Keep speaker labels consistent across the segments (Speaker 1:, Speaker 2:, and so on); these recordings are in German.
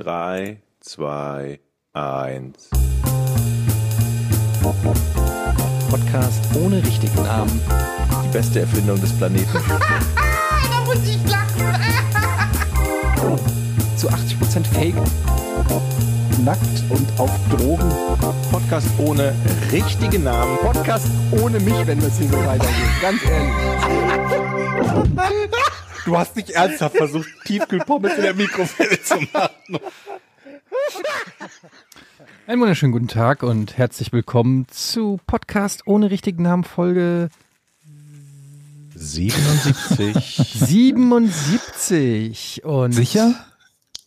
Speaker 1: 3, 2, 1.
Speaker 2: Podcast ohne richtigen Namen.
Speaker 1: Die beste Erfindung des Planeten.
Speaker 3: da muss ich lachen.
Speaker 2: Zu 80% Fake.
Speaker 4: nackt und auf Drogen.
Speaker 1: Podcast ohne richtigen Namen.
Speaker 4: Podcast ohne mich, wenn das hier so weitergeht. Ganz ehrlich.
Speaker 1: Du hast nicht ernsthaft versucht, Tiefkühlpommes in der Mikrofile zu machen.
Speaker 2: Einen wunderschönen guten Tag und herzlich willkommen zu Podcast ohne richtigen Namen Folge
Speaker 1: 77.
Speaker 2: 77. Und
Speaker 5: Sicher?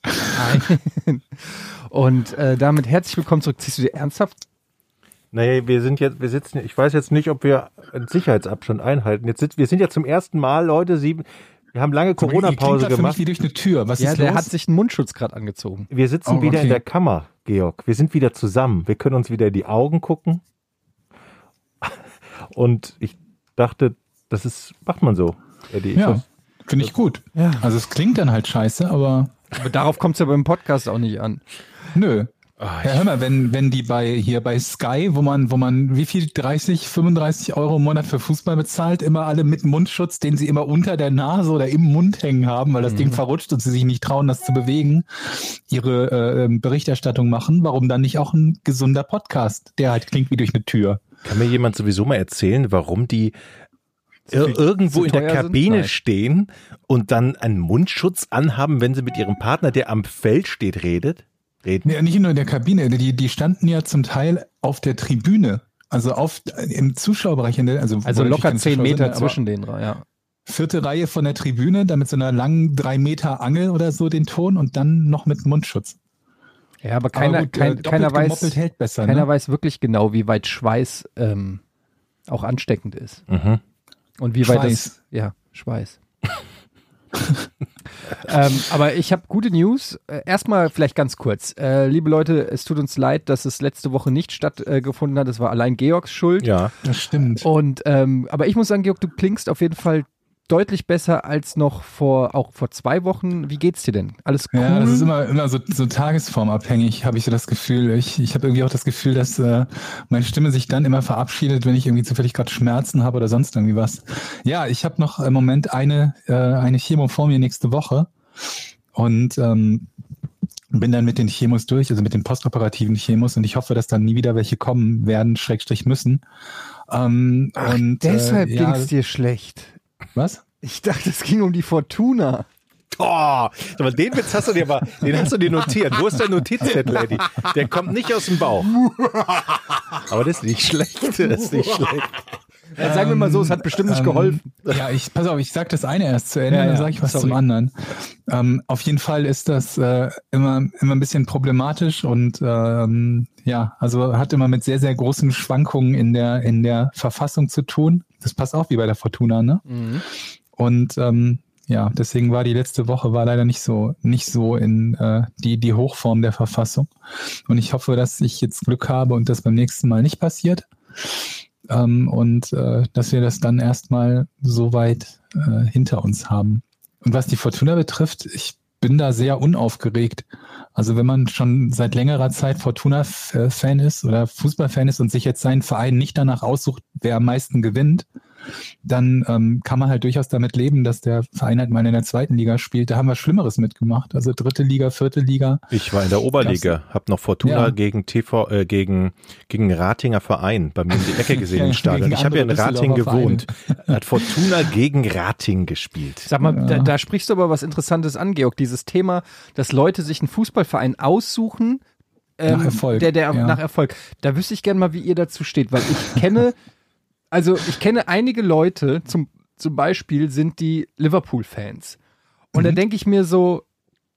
Speaker 2: Nein. Und äh, damit herzlich willkommen zurück. Ziehst du dir ernsthaft?
Speaker 6: Naja, wir sind jetzt, wir sitzen, ich weiß jetzt nicht, ob wir einen Sicherheitsabstand einhalten. Jetzt sind, wir sind ja zum ersten Mal, Leute, sieben, wir haben lange Corona-Pause
Speaker 5: Ihr klingt grad für mich
Speaker 6: gemacht.
Speaker 5: wie durch eine Tür. Was
Speaker 2: ja,
Speaker 5: ist
Speaker 2: der
Speaker 5: los?
Speaker 2: hat sich einen Mundschutz gerade angezogen.
Speaker 6: Wir sitzen
Speaker 5: Oh,
Speaker 6: wieder
Speaker 5: okay.
Speaker 6: in der Kammer, Georg. Wir sind wieder zusammen. Wir können uns wieder in die Augen gucken. Und ich dachte, das ist, macht man so, Eddie. Ich
Speaker 5: ja,
Speaker 6: weiß-
Speaker 5: finde ich gut.
Speaker 2: Ja.
Speaker 5: Also es klingt dann halt scheiße, aber
Speaker 2: Aber darauf kommt es ja beim Podcast auch nicht an.
Speaker 5: nö. ja, hör mal, wenn, wenn die bei hier bei Sky, wo man, wo man wie viel 30, 35 Euro im Monat für Fußball bezahlt, immer alle mit Mundschutz, den sie immer unter der Nase oder im Mund hängen haben, weil das
Speaker 2: Mhm.
Speaker 5: Ding verrutscht und sie sich nicht trauen, das zu bewegen, ihre äh, ähm, Berichterstattung machen, warum dann nicht auch ein gesunder Podcast, der halt klingt wie durch eine Tür?
Speaker 1: Kann mir jemand sowieso mal erzählen, warum die ir irgendwo
Speaker 2: zu
Speaker 1: in der
Speaker 2: teuer sind?
Speaker 1: Kabine
Speaker 2: Nein.
Speaker 1: stehen und dann einen Mundschutz anhaben, wenn sie mit ihrem Partner, der am Feld steht, redet? Reden?
Speaker 5: Ja, nicht nur in der Kabine, die, die standen ja zum Teil auf der Tribüne. Also auf, im Zuschauerbereich, in der, also,
Speaker 2: Also
Speaker 5: wo natürlich
Speaker 2: locker
Speaker 5: keine
Speaker 2: 10
Speaker 5: Zuschauer
Speaker 2: Meter
Speaker 5: sind, aber
Speaker 2: zwischen denen. Ja.
Speaker 5: Vierte Reihe von der Tribüne, dann mit so einer langen drei Meter Angel oder so den Ton und dann noch mit Mundschutz.
Speaker 2: ja, aber
Speaker 5: Aber
Speaker 2: keiner,
Speaker 5: gut, äh,
Speaker 2: kein,
Speaker 5: doppelt
Speaker 2: keiner weiß.
Speaker 5: gemoppelt hält besser.
Speaker 2: Keiner
Speaker 5: ne?
Speaker 2: weiß wirklich genau, wie weit Schweiß ähm, auch ansteckend ist.
Speaker 1: Mhm.
Speaker 2: Und wie weit das.
Speaker 5: Schweiß.
Speaker 2: Ja, Schweiß. ähm, aber ich habe gute News. Äh, Erstmal vielleicht ganz kurz. Äh, liebe Leute, es tut uns leid, dass es letzte Woche nicht stattgefunden hat. Es war allein Georgs Schuld.
Speaker 1: Ja.
Speaker 5: Das stimmt.
Speaker 2: Und ähm, aber ich muss sagen, Georg, du klingst auf jeden Fall deutlich besser als noch vor auch vor zwei Wochen. Wie geht's dir denn? Alles cool?
Speaker 5: Ja, das ist immer, immer so, so tagesformabhängig, habe ich so das Gefühl. Ich, ich habe irgendwie auch das Gefühl, dass äh, meine Stimme sich dann immer verabschiedet, wenn ich irgendwie zufällig gerade Schmerzen habe oder sonst irgendwie was. Ja, ich habe noch im Moment eine, äh, eine Chemo vor mir nächste Woche und ähm, bin dann mit den Chemos durch, also mit den postoperativen Chemos und ich hoffe, dass dann nie wieder welche kommen werden, Schrägstrich müssen. Ähm, und,
Speaker 2: Deshalb
Speaker 5: äh, ja,
Speaker 2: ging's dir schlecht.
Speaker 5: Was?
Speaker 2: Ich dachte, es ging um die Fortuna.
Speaker 1: Oh, sag mal, den Witz hast du dir aber, den hast du dir notiert. Wo ist dein Notizzettel, Eddie? Der kommt nicht aus dem Bauch. Aber das ist nicht schlecht. Das ist nicht schlecht.
Speaker 2: Ja, sagen wir mal so, es hat bestimmt nicht
Speaker 5: Ähm,
Speaker 2: geholfen.
Speaker 5: Ja, ich, pass auf, ich sag das eine erst zu Ende,
Speaker 2: Ja, ja,
Speaker 5: dann sage ich was
Speaker 2: sorry.
Speaker 5: zum anderen. Ähm, auf jeden Fall ist das äh, immer, immer ein bisschen problematisch und ähm, ja, also hat immer mit sehr, sehr großen Schwankungen in der, in der Verfassung zu tun. Das passt auch wie bei der Fortuna, ne? Und ähm, ja, deswegen war die letzte Woche war leider nicht so, nicht so in äh, die, die Hochform der Verfassung. Und ich hoffe, dass ich jetzt Glück habe und das beim nächsten Mal nicht passiert. Ähm, und äh, dass wir das dann erstmal so weit äh, hinter uns haben. Und was die Fortuna betrifft, ich bin da sehr unaufgeregt. Also wenn man schon seit längerer Zeit Fortuna-Fan ist oder Fußballfan ist und sich jetzt seinen Verein nicht danach aussucht, wer am meisten gewinnt, dann ähm, kann man halt durchaus damit leben, dass der Verein halt mal in der zweiten Liga spielt. Da haben wir Schlimmeres mitgemacht. Also dritte Liga, vierte Liga.
Speaker 1: Ich war in der Oberliga, hab noch Fortuna
Speaker 5: Ja.
Speaker 1: gegen TV, äh, gegen, gegen Ratinger Verein bei mir um die Ecke gesehen im
Speaker 5: Ja,
Speaker 1: Stadion.
Speaker 5: gegen
Speaker 1: Ich habe ja in
Speaker 5: andere
Speaker 1: Rating
Speaker 5: Düsseldorfer
Speaker 1: gewohnt. Hat Fortuna gegen Rating gespielt.
Speaker 2: Sag mal,
Speaker 5: Ja.
Speaker 2: da, da sprichst du aber was Interessantes an, Georg. Dieses Thema, dass Leute sich einen Fußballverein aussuchen, ähm,
Speaker 5: Nach Erfolg,
Speaker 2: Der, der
Speaker 5: ja.
Speaker 2: nach Erfolg. Da wüsste ich gerne mal, wie ihr dazu steht, weil ich kenne, also ich kenne einige Leute, zum, zum Beispiel sind die Liverpool-Fans. Und
Speaker 5: Mhm.
Speaker 2: da denke ich mir so,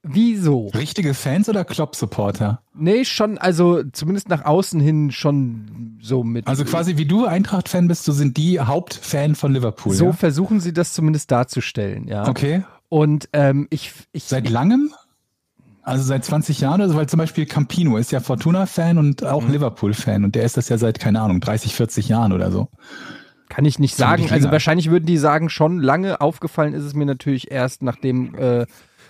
Speaker 2: wieso?
Speaker 5: Richtige Fans oder Klopp-Supporter?
Speaker 2: Nee, schon, also zumindest nach außen hin schon so mit.
Speaker 5: Also quasi wie du Eintracht-Fan bist, so sind die Hauptfan von Liverpool.
Speaker 2: so
Speaker 5: ja?
Speaker 2: versuchen sie das zumindest darzustellen, ja.
Speaker 5: Okay.
Speaker 2: Und ähm, ich, ich
Speaker 5: Seit langem? Also seit 20 Jahren oder so, weil zum Beispiel Campino ist ja Fortuna-Fan und auch
Speaker 2: Mhm.
Speaker 5: Liverpool-Fan und der ist das ja seit, keine Ahnung, 30, 40 Jahren oder so.
Speaker 2: Kann ich nicht
Speaker 5: Kann
Speaker 2: sagen.
Speaker 5: ich nicht
Speaker 2: Also
Speaker 5: sagen.
Speaker 2: wahrscheinlich würden die sagen schon lange. Aufgefallen ist es mir natürlich erst, nachdem äh,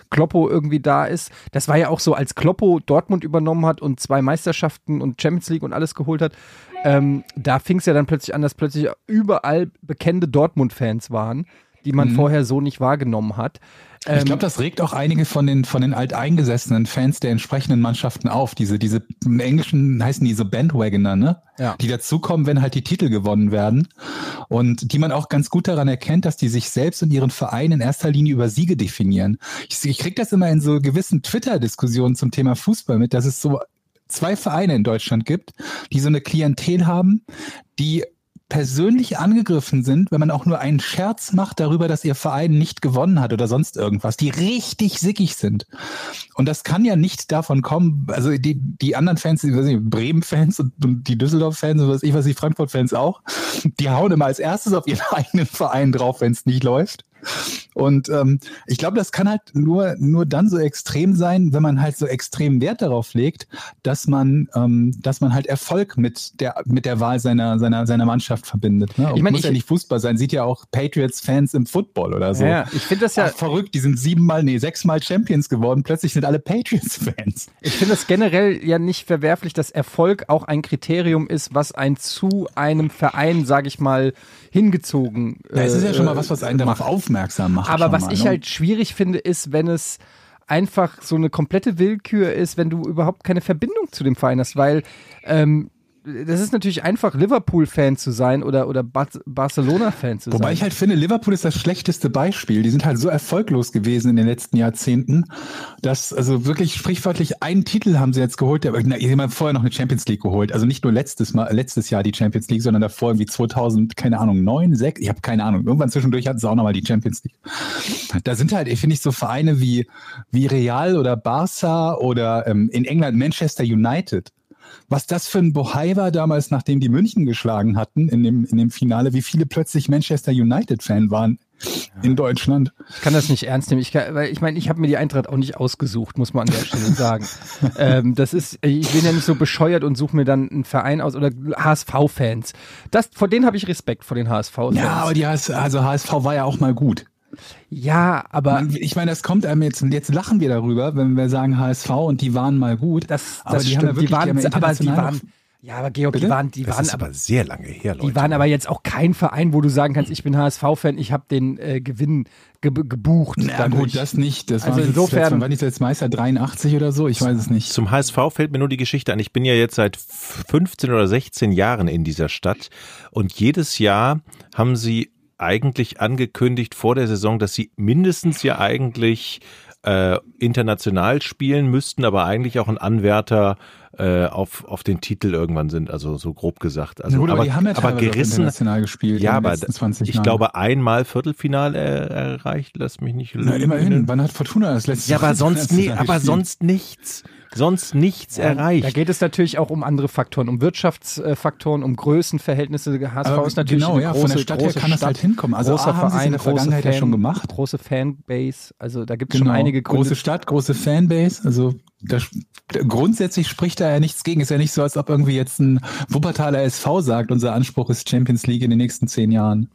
Speaker 2: Kloppo irgendwie da ist. Das war ja auch so, als Kloppo Dortmund übernommen hat und zwei Meisterschaften und Champions League und alles geholt hat. Ähm, da fing es ja dann plötzlich an, dass plötzlich überall bekannte Dortmund-Fans waren, die man vorher so nicht wahrgenommen hat.
Speaker 5: Mhm.
Speaker 2: Ähm,
Speaker 5: Ich glaube, das regt auch einige von den, von den alteingesessenen Fans der entsprechenden Mannschaften auf. Diese, diese, im Englischen heißen die so Bandwagoner, ne?
Speaker 2: Ja.
Speaker 5: Die dazukommen, wenn halt die Titel gewonnen werden. Und die man auch ganz gut daran erkennt, dass die sich selbst und ihren Verein in erster Linie über Siege definieren. Ich, ich krieg das immer in so gewissen Twitter-Diskussionen zum Thema Fußball mit, dass es so zwei Vereine in Deutschland gibt, die so eine Klientel haben, die persönlich angegriffen sind, wenn man auch nur einen Scherz macht darüber, dass ihr Verein nicht gewonnen hat oder sonst irgendwas, die richtig sickig sind. Und das kann ja nicht davon kommen, also die, die anderen Fans, die weiß nicht, Bremen-Fans und, und die Düsseldorf-Fans und was ich weiß, die Frankfurt-Fans auch, die hauen immer als erstes auf ihren eigenen Verein drauf, wenn es nicht läuft. Und ähm, ich glaube, das kann halt nur, nur dann so extrem sein, wenn man halt so extrem Wert darauf legt, dass man, ähm, dass man halt Erfolg mit der, mit der Wahl seiner, seiner, seiner Mannschaft verbindet. Ne?
Speaker 2: Ich meine,
Speaker 5: muss ja
Speaker 2: ich-
Speaker 5: nicht Fußball sein, sieht ja auch Patriots-Fans im Football oder so.
Speaker 2: Ja, ich finde das ja,
Speaker 5: Ach, verrückt, die sind siebenmal, nee, sechsmal Champions geworden, plötzlich sind alle Patriots-Fans.
Speaker 2: Ich finde es generell ja nicht verwerflich, dass Erfolg auch ein Kriterium ist, was einen zu einem Verein, sage ich mal, hingezogen.
Speaker 5: Na, es ist ja
Speaker 2: äh,
Speaker 5: schon mal was, was einen darauf aufmerksam macht.
Speaker 2: aber
Speaker 5: schon
Speaker 2: was
Speaker 5: mal,
Speaker 2: ich
Speaker 5: ne?
Speaker 2: halt schwierig finde, ist, wenn es einfach so eine komplette Willkür ist, wenn du überhaupt keine Verbindung zu dem Verein hast, weil ähm, das ist natürlich einfach, Liverpool-Fan zu sein oder, oder Bar Barcelona-Fan zu
Speaker 5: Wobei
Speaker 2: sein.
Speaker 5: ich halt finde, Liverpool ist das schlechteste Beispiel. Die sind halt so erfolglos gewesen in den letzten Jahrzehnten, dass also wirklich sprichwörtlich einen Titel haben sie jetzt geholt. Aber na, sie haben vorher noch eine Champions League geholt. Also nicht nur letztes Mal, letztes Jahr die Champions League, sondern davor irgendwie 2000, keine Ahnung, 9, 6, ich habe keine Ahnung. Irgendwann zwischendurch hatten sie auch nochmal die Champions League. Da sind halt, finde ich, so Vereine wie, wie Real oder Barca oder ähm, in England Manchester United was das für ein Bohai war damals, nachdem die München geschlagen hatten in dem, in dem Finale, wie viele plötzlich Manchester United-Fan waren in Deutschland.
Speaker 2: Ich kann das nicht ernst nehmen. Ich kann, weil ich meine, ich habe mir die Eintracht auch nicht ausgesucht, muss man an der Stelle sagen. ähm, das ist, ich bin ja nicht so bescheuert und suche mir dann einen Verein aus oder HSV-Fans. Das, vor denen habe ich Respekt vor den HSV-Fans.
Speaker 5: Ja, aber die HS, also HSV war ja auch mal gut.
Speaker 2: ja, aber
Speaker 5: Man- Ich meine, das kommt einem jetzt, jetzt lachen wir darüber, wenn wir sagen HSV und die waren mal gut.
Speaker 2: das,
Speaker 5: aber
Speaker 2: das
Speaker 5: die
Speaker 2: stimmt.
Speaker 5: haben ja wirklich,
Speaker 2: die waren,
Speaker 5: die haben ja
Speaker 2: aber die
Speaker 5: international
Speaker 2: waren, ja, aber Georg, die
Speaker 5: Bitte?
Speaker 2: waren, die
Speaker 1: Das
Speaker 2: waren
Speaker 1: ist
Speaker 2: aber
Speaker 1: aber sehr lange her, Leute.
Speaker 2: Die waren aber jetzt auch kein Verein, wo du sagen kannst, ich bin HSV-Fan, ich habe den äh, Gewinn ge gebucht.
Speaker 5: na gut, das nicht. Das
Speaker 2: Also
Speaker 5: war
Speaker 2: insofern-
Speaker 5: insofern, war nicht jetzt Meister 83 oder so, ich weiß es nicht.
Speaker 6: Zum HSV fällt mir nur die Geschichte ein. Ich bin ja jetzt seit 15 oder 16 Jahren in dieser Stadt und jedes Jahr haben sie eigentlich angekündigt vor der Saison, dass sie mindestens ja eigentlich äh, international spielen müssten, aber eigentlich auch ein Anwärter äh, auf, auf den Titel irgendwann sind, also so grob gesagt. Also,
Speaker 5: Gut, aber
Speaker 6: aber,
Speaker 5: die haben ja
Speaker 6: aber
Speaker 5: teilweise auch
Speaker 6: gerissen,
Speaker 5: international gespielt
Speaker 6: ja,
Speaker 5: in den
Speaker 6: aber
Speaker 5: letzten 20
Speaker 6: ich
Speaker 5: Jahren.
Speaker 6: glaube einmal Viertelfinale äh, erreicht, lass mich nicht
Speaker 5: Na,
Speaker 6: lügen.
Speaker 5: immerhin, wann hat Fortuna das letzte
Speaker 6: Ja, aber
Speaker 5: Mal
Speaker 6: sonst, nie,
Speaker 5: international
Speaker 6: aber
Speaker 5: gespielt?
Speaker 6: sonst nichts. Sonst nichts erreicht.
Speaker 2: Da geht es natürlich auch um andere Faktoren, um Wirtschaftsfaktoren, um Größenverhältnisse. HSV
Speaker 5: Aber
Speaker 2: ist natürlich
Speaker 5: genau,
Speaker 2: eine
Speaker 5: ja,
Speaker 2: große,
Speaker 5: von der Stadt her
Speaker 2: große
Speaker 5: kann das halt hinkommen. Also
Speaker 2: großer
Speaker 5: A, haben sie es
Speaker 2: Verein,
Speaker 5: in der Vergangenheit
Speaker 2: große
Speaker 5: ja
Speaker 2: Fan,
Speaker 5: schon gemacht.
Speaker 2: Große Fanbase, also da gibt es
Speaker 5: Genau.
Speaker 2: schon einige Gründe.
Speaker 5: große Stadt, große Fanbase. Also da, da, grundsätzlich spricht da ja nichts gegen. Ist ja nicht so, als ob irgendwie jetzt ein Wuppertaler SV sagt, unser Anspruch ist Champions League in den nächsten zehn Jahren.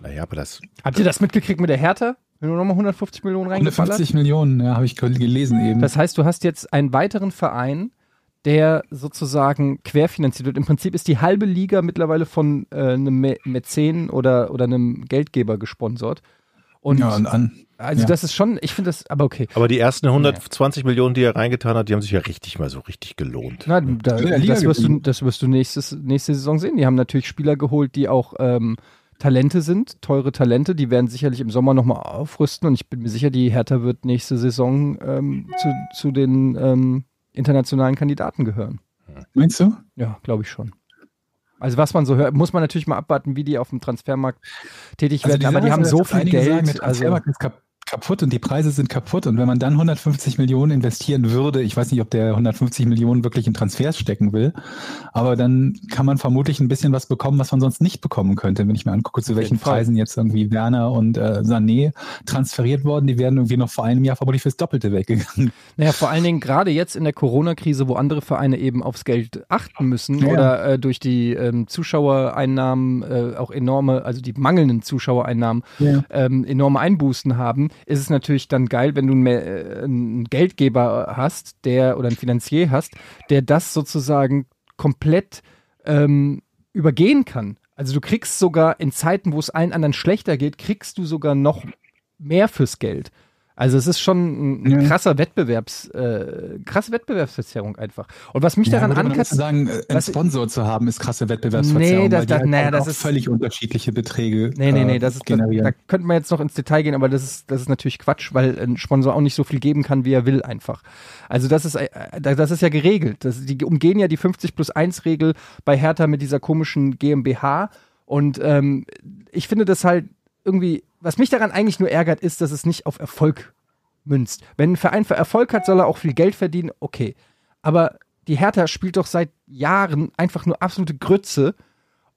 Speaker 1: naja, aber das.
Speaker 2: Habt ihr das mitgekriegt mit der Hertha? Wenn du nochmal 150 Millionen reingeballert?
Speaker 5: 150 Millionen, ja, habe ich gelesen eben.
Speaker 2: Das heißt, du hast jetzt einen weiteren Verein, der sozusagen querfinanziert wird. Im Prinzip ist die halbe Liga mittlerweile von äh, einem Mä- Mäzen oder, oder einem Geldgeber gesponsert. Und
Speaker 5: ja, und an.
Speaker 2: also
Speaker 5: ja.
Speaker 2: das ist schon, ich finde das, aber okay.
Speaker 6: Aber die ersten 120 Millionen, die er reingetan hat, die haben sich ja richtig mal so richtig gelohnt.
Speaker 2: Na, da, äh,
Speaker 5: In der Äh, Liga
Speaker 2: das, wirst du,
Speaker 5: geblieben.
Speaker 2: das wirst du nächstes, nächste Saison sehen. Die haben natürlich Spieler geholt, die auch ähm, Talente sind, teure Talente. Die werden sicherlich im Sommer nochmal aufrüsten. Und ich bin mir sicher, die Hertha wird nächste Saison ähm, zu, zu den ähm, internationalen Kandidaten gehören.
Speaker 5: Meinst du?
Speaker 2: Ja, glaube ich schon. Also was man so hört, muss man natürlich mal abwarten, wie die auf dem Transfermarkt tätig werden. aber die
Speaker 5: Also Sache
Speaker 2: haben
Speaker 5: ist,
Speaker 2: so
Speaker 5: dass
Speaker 2: viel
Speaker 5: einige Sagen, der
Speaker 2: Geld. Also,
Speaker 5: Transfermarkt ist kap kaputt und die Preise sind kaputt. Und wenn man dann 150 Millionen investieren würde, ich weiß nicht, ob der 150 Millionen wirklich in Transfers stecken will, aber dann kann man vermutlich ein bisschen was bekommen, was man sonst nicht bekommen könnte. Wenn ich mir angucke, zu welchen
Speaker 2: jeden Fall.
Speaker 5: Preisen jetzt irgendwie Werner und äh, Sané transferiert wurden, die wären irgendwie noch vor einem Jahr vermutlich fürs Doppelte weggegangen.
Speaker 2: naja, vor allen Dingen gerade jetzt in der Corona-Krise, wo andere Vereine eben aufs Geld achten müssen
Speaker 5: Ja.
Speaker 2: oder äh, durch die ähm, Zuschauereinnahmen äh, auch enorme, also die mangelnden Zuschauereinnahmen
Speaker 5: Ja.
Speaker 2: ähm, enorme Einbußen haben, ist es natürlich dann geil, wenn du einen, äh, einen Geldgeber hast, der oder einen Finanzier hast, der das sozusagen komplett ähm, übergehen kann. Also du kriegst sogar in Zeiten, wo es allen anderen schlechter geht, kriegst du sogar noch mehr fürs Geld. Also es ist schon ein, ein
Speaker 5: Ja.
Speaker 2: krasser Wettbewerbs, äh, krasse Wettbewerbsverzerrung einfach. Und was mich daran
Speaker 5: würde man
Speaker 2: ankatzt,
Speaker 5: jetzt sagen, äh, einen
Speaker 2: was-
Speaker 5: Sponsor zu haben, ist krasse Wettbewerbsverzerrung,
Speaker 2: Nee, das-
Speaker 5: weil die
Speaker 2: das- nee,
Speaker 5: auch
Speaker 2: das ist-
Speaker 5: völlig unterschiedliche Beträge
Speaker 2: Nee, nee, nee,
Speaker 5: äh,
Speaker 2: das ist, da,
Speaker 5: generieren.
Speaker 2: da könnte man jetzt noch ins Detail gehen, aber das ist, das ist natürlich Quatsch, weil ein Sponsor auch nicht so viel geben kann, wie er will einfach. Also das ist, äh, äh, das ist ja geregelt. Das, die umgehen ja die 50 plus 1 Regel bei Hertha mit dieser komischen GmbH und ähm, ich finde das halt irgendwie, was mich daran eigentlich nur ärgert, ist, dass es nicht auf Erfolg münzt. Wenn ein Verein für Erfolg hat, soll er auch viel Geld verdienen, okay. Aber die Hertha spielt doch seit Jahren einfach nur absolute Grütze.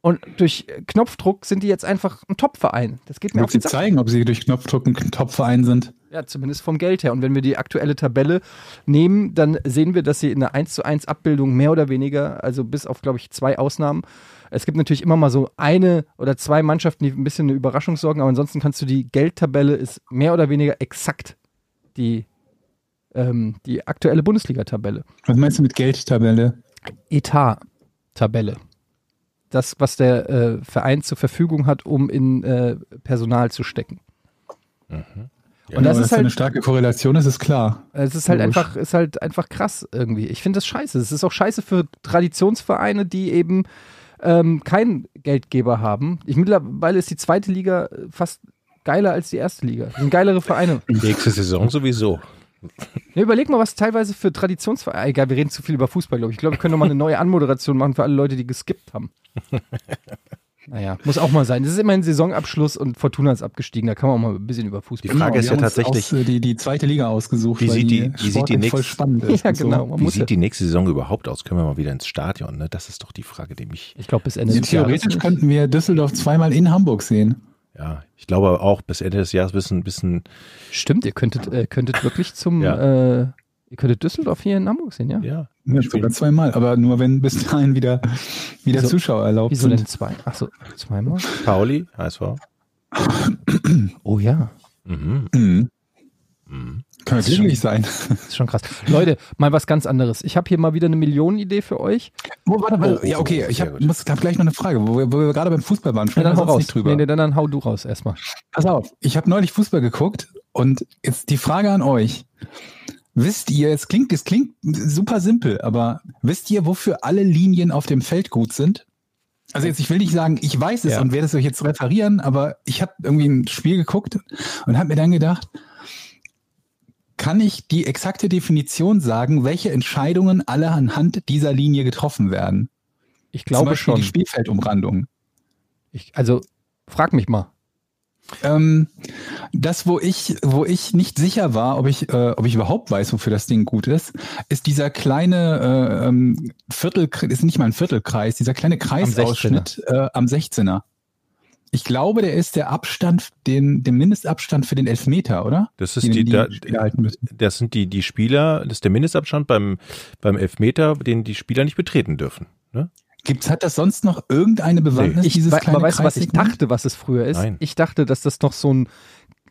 Speaker 2: Und durch äh, Knopfdruck sind die jetzt einfach ein Top-Verein. Das geht mir auf
Speaker 5: Wird sie
Speaker 2: den Sack.
Speaker 5: zeigen, ob sie durch Knopfdruck ein Topverein sind?
Speaker 2: Ja, zumindest vom Geld her. Und wenn wir die aktuelle Tabelle nehmen, dann sehen wir, dass sie in der 1 zu 1 Abbildung mehr oder weniger, also bis auf, glaube ich, zwei Ausnahmen. Es gibt natürlich immer mal so eine oder zwei Mannschaften, die ein bisschen eine Überraschung sorgen, aber ansonsten kannst du die Geldtabelle ist mehr oder weniger exakt die, ähm, die aktuelle Bundesliga-Tabelle.
Speaker 5: Was meinst du mit Geldtabelle?
Speaker 2: Etat-Tabelle. Das, was der äh, Verein zur Verfügung hat, um in äh, Personal zu stecken. Und Mhm. das
Speaker 5: Dass
Speaker 2: ist
Speaker 5: da eine
Speaker 2: halt,
Speaker 5: starke Korrelation ist, ist klar.
Speaker 2: es ist halt
Speaker 5: Logisch.
Speaker 2: einfach, ist halt einfach krass irgendwie. Ich finde das scheiße. Es ist auch scheiße für Traditionsvereine, die eben ähm, keinen Geldgeber haben. Ich, mittlerweile ist die zweite Liga äh, fast geiler als die erste Liga. Das sind geilere Vereine.
Speaker 6: Nächste Saison sowieso.
Speaker 2: Ne, überleg mal, was teilweise für Traditionsvereine. Egal, wir reden zu viel über Fußball, glaube ich. Ich glaube, wir können nochmal eine neue Anmoderation machen für alle Leute, die geskippt haben. Naja, muss auch mal sein. Das ist immerhin Saisonabschluss und Fortuna ist abgestiegen. Da kann man auch mal ein bisschen über Fußball
Speaker 6: Die Frage
Speaker 5: wir
Speaker 6: ist ja
Speaker 5: haben uns
Speaker 6: tatsächlich-
Speaker 5: Aus, äh, die, die zweite Liga ausgesucht,
Speaker 6: Wie
Speaker 5: weil
Speaker 6: sieht die-
Speaker 5: die,
Speaker 6: wie sieht die
Speaker 5: sportlich
Speaker 6: nächste-
Speaker 5: voll spannend ist.
Speaker 2: Ja,
Speaker 5: und so.
Speaker 2: genau. Man
Speaker 6: Wie
Speaker 2: muss ja,
Speaker 6: sieht die nächste Saison überhaupt aus? Können wir mal wieder ins Stadion? Ne? Das ist doch die Frage, die mich.
Speaker 2: ich glaube, bis Ende
Speaker 5: Ja,
Speaker 2: des Jahres
Speaker 5: Also theoretisch
Speaker 2: nicht.
Speaker 5: könnten wir Düsseldorf zweimal in Hamburg sehen.
Speaker 6: Ja, ich glaube aber auch bis Ende des Jahres wissen, wissen
Speaker 2: Stimmt, ihr könntet, äh, könntet wirklich zum.
Speaker 6: Ja.
Speaker 2: Äh, ihr könntet Düsseldorf hier in Hamburg sehen, ja?
Speaker 6: ja.
Speaker 5: Ja, sogar zweimal, aber nur wenn bis dahin wieder, wieder
Speaker 2: Wieso-
Speaker 5: Zuschauer erlaubt
Speaker 2: Wieso
Speaker 5: sind.
Speaker 2: denn zwei? Achso, zweimal?
Speaker 6: Pauli, HSV.
Speaker 2: Oh ja,
Speaker 6: Mhm.
Speaker 5: Mhm.
Speaker 6: Mhm.
Speaker 5: Kann ja
Speaker 2: Das ist
Speaker 5: glücklich sein.
Speaker 2: das ist schon krass. Leute, mal was ganz anderes. Ich habe hier mal wieder eine Millionenidee für euch.
Speaker 5: Wo, warte,
Speaker 6: warte.
Speaker 5: ja, okay, ich
Speaker 6: Oh, Sehr
Speaker 5: habe
Speaker 6: gut.
Speaker 5: hab gleich noch eine Frage, wo wir, wo wir gerade beim Fußball waren.
Speaker 2: Ja,
Speaker 5: Sprechen
Speaker 2: dann
Speaker 5: wir
Speaker 2: hau
Speaker 5: sonst
Speaker 2: raus.
Speaker 5: nicht drüber.
Speaker 2: Nee, nee, dann, dann hau du raus erstmal.
Speaker 5: Pass auf, ich habe neulich Fußball geguckt und jetzt die Frage an euch. Wisst ihr, es klingt, es klingt super simpel, aber wisst ihr, wofür alle Linien auf dem Feld gut sind? Also jetzt, ich will nicht sagen, ich weiß es
Speaker 6: Ja.
Speaker 5: und werde es euch jetzt referieren, aber ich habe irgendwie ein Spiel geguckt und habe mir dann gedacht, kann ich die exakte Definition sagen, welche Entscheidungen alle anhand dieser Linie getroffen werden?
Speaker 2: Ich
Speaker 5: Zum
Speaker 2: glaube
Speaker 5: Beispiel
Speaker 2: schon.
Speaker 5: die Spielfeldumrandung.
Speaker 2: Ich, also, frag mich mal.
Speaker 5: Ähm, das, wo ich, wo ich nicht sicher war, ob ich, äh, ob ich überhaupt weiß, wofür das Ding gut ist, ist dieser kleine äh, ähm, Viertel, ist nicht mal ein Viertelkreis, dieser kleine Kreisausschnitt äh, am 16er. Ich glaube, der ist der Abstand, den, den Mindestabstand für den Elfmeter, oder?
Speaker 6: Das ist die, da,
Speaker 5: die Spieler
Speaker 2: halt.
Speaker 5: halten müssen.
Speaker 6: das sind die, die Spieler, das ist der Mindestabstand beim, beim Elfmeter, den die Spieler nicht betreten dürfen. Ne?
Speaker 5: Gibt's, hat das sonst noch irgendeine Bewandtnis,
Speaker 2: Ich,
Speaker 5: dieses
Speaker 2: wei-
Speaker 5: kleine ne?
Speaker 2: aber weißt du, was ich
Speaker 5: Kreissignal?
Speaker 2: dachte, was es früher ist?
Speaker 6: Nein.
Speaker 2: Ich dachte, dass das noch so ein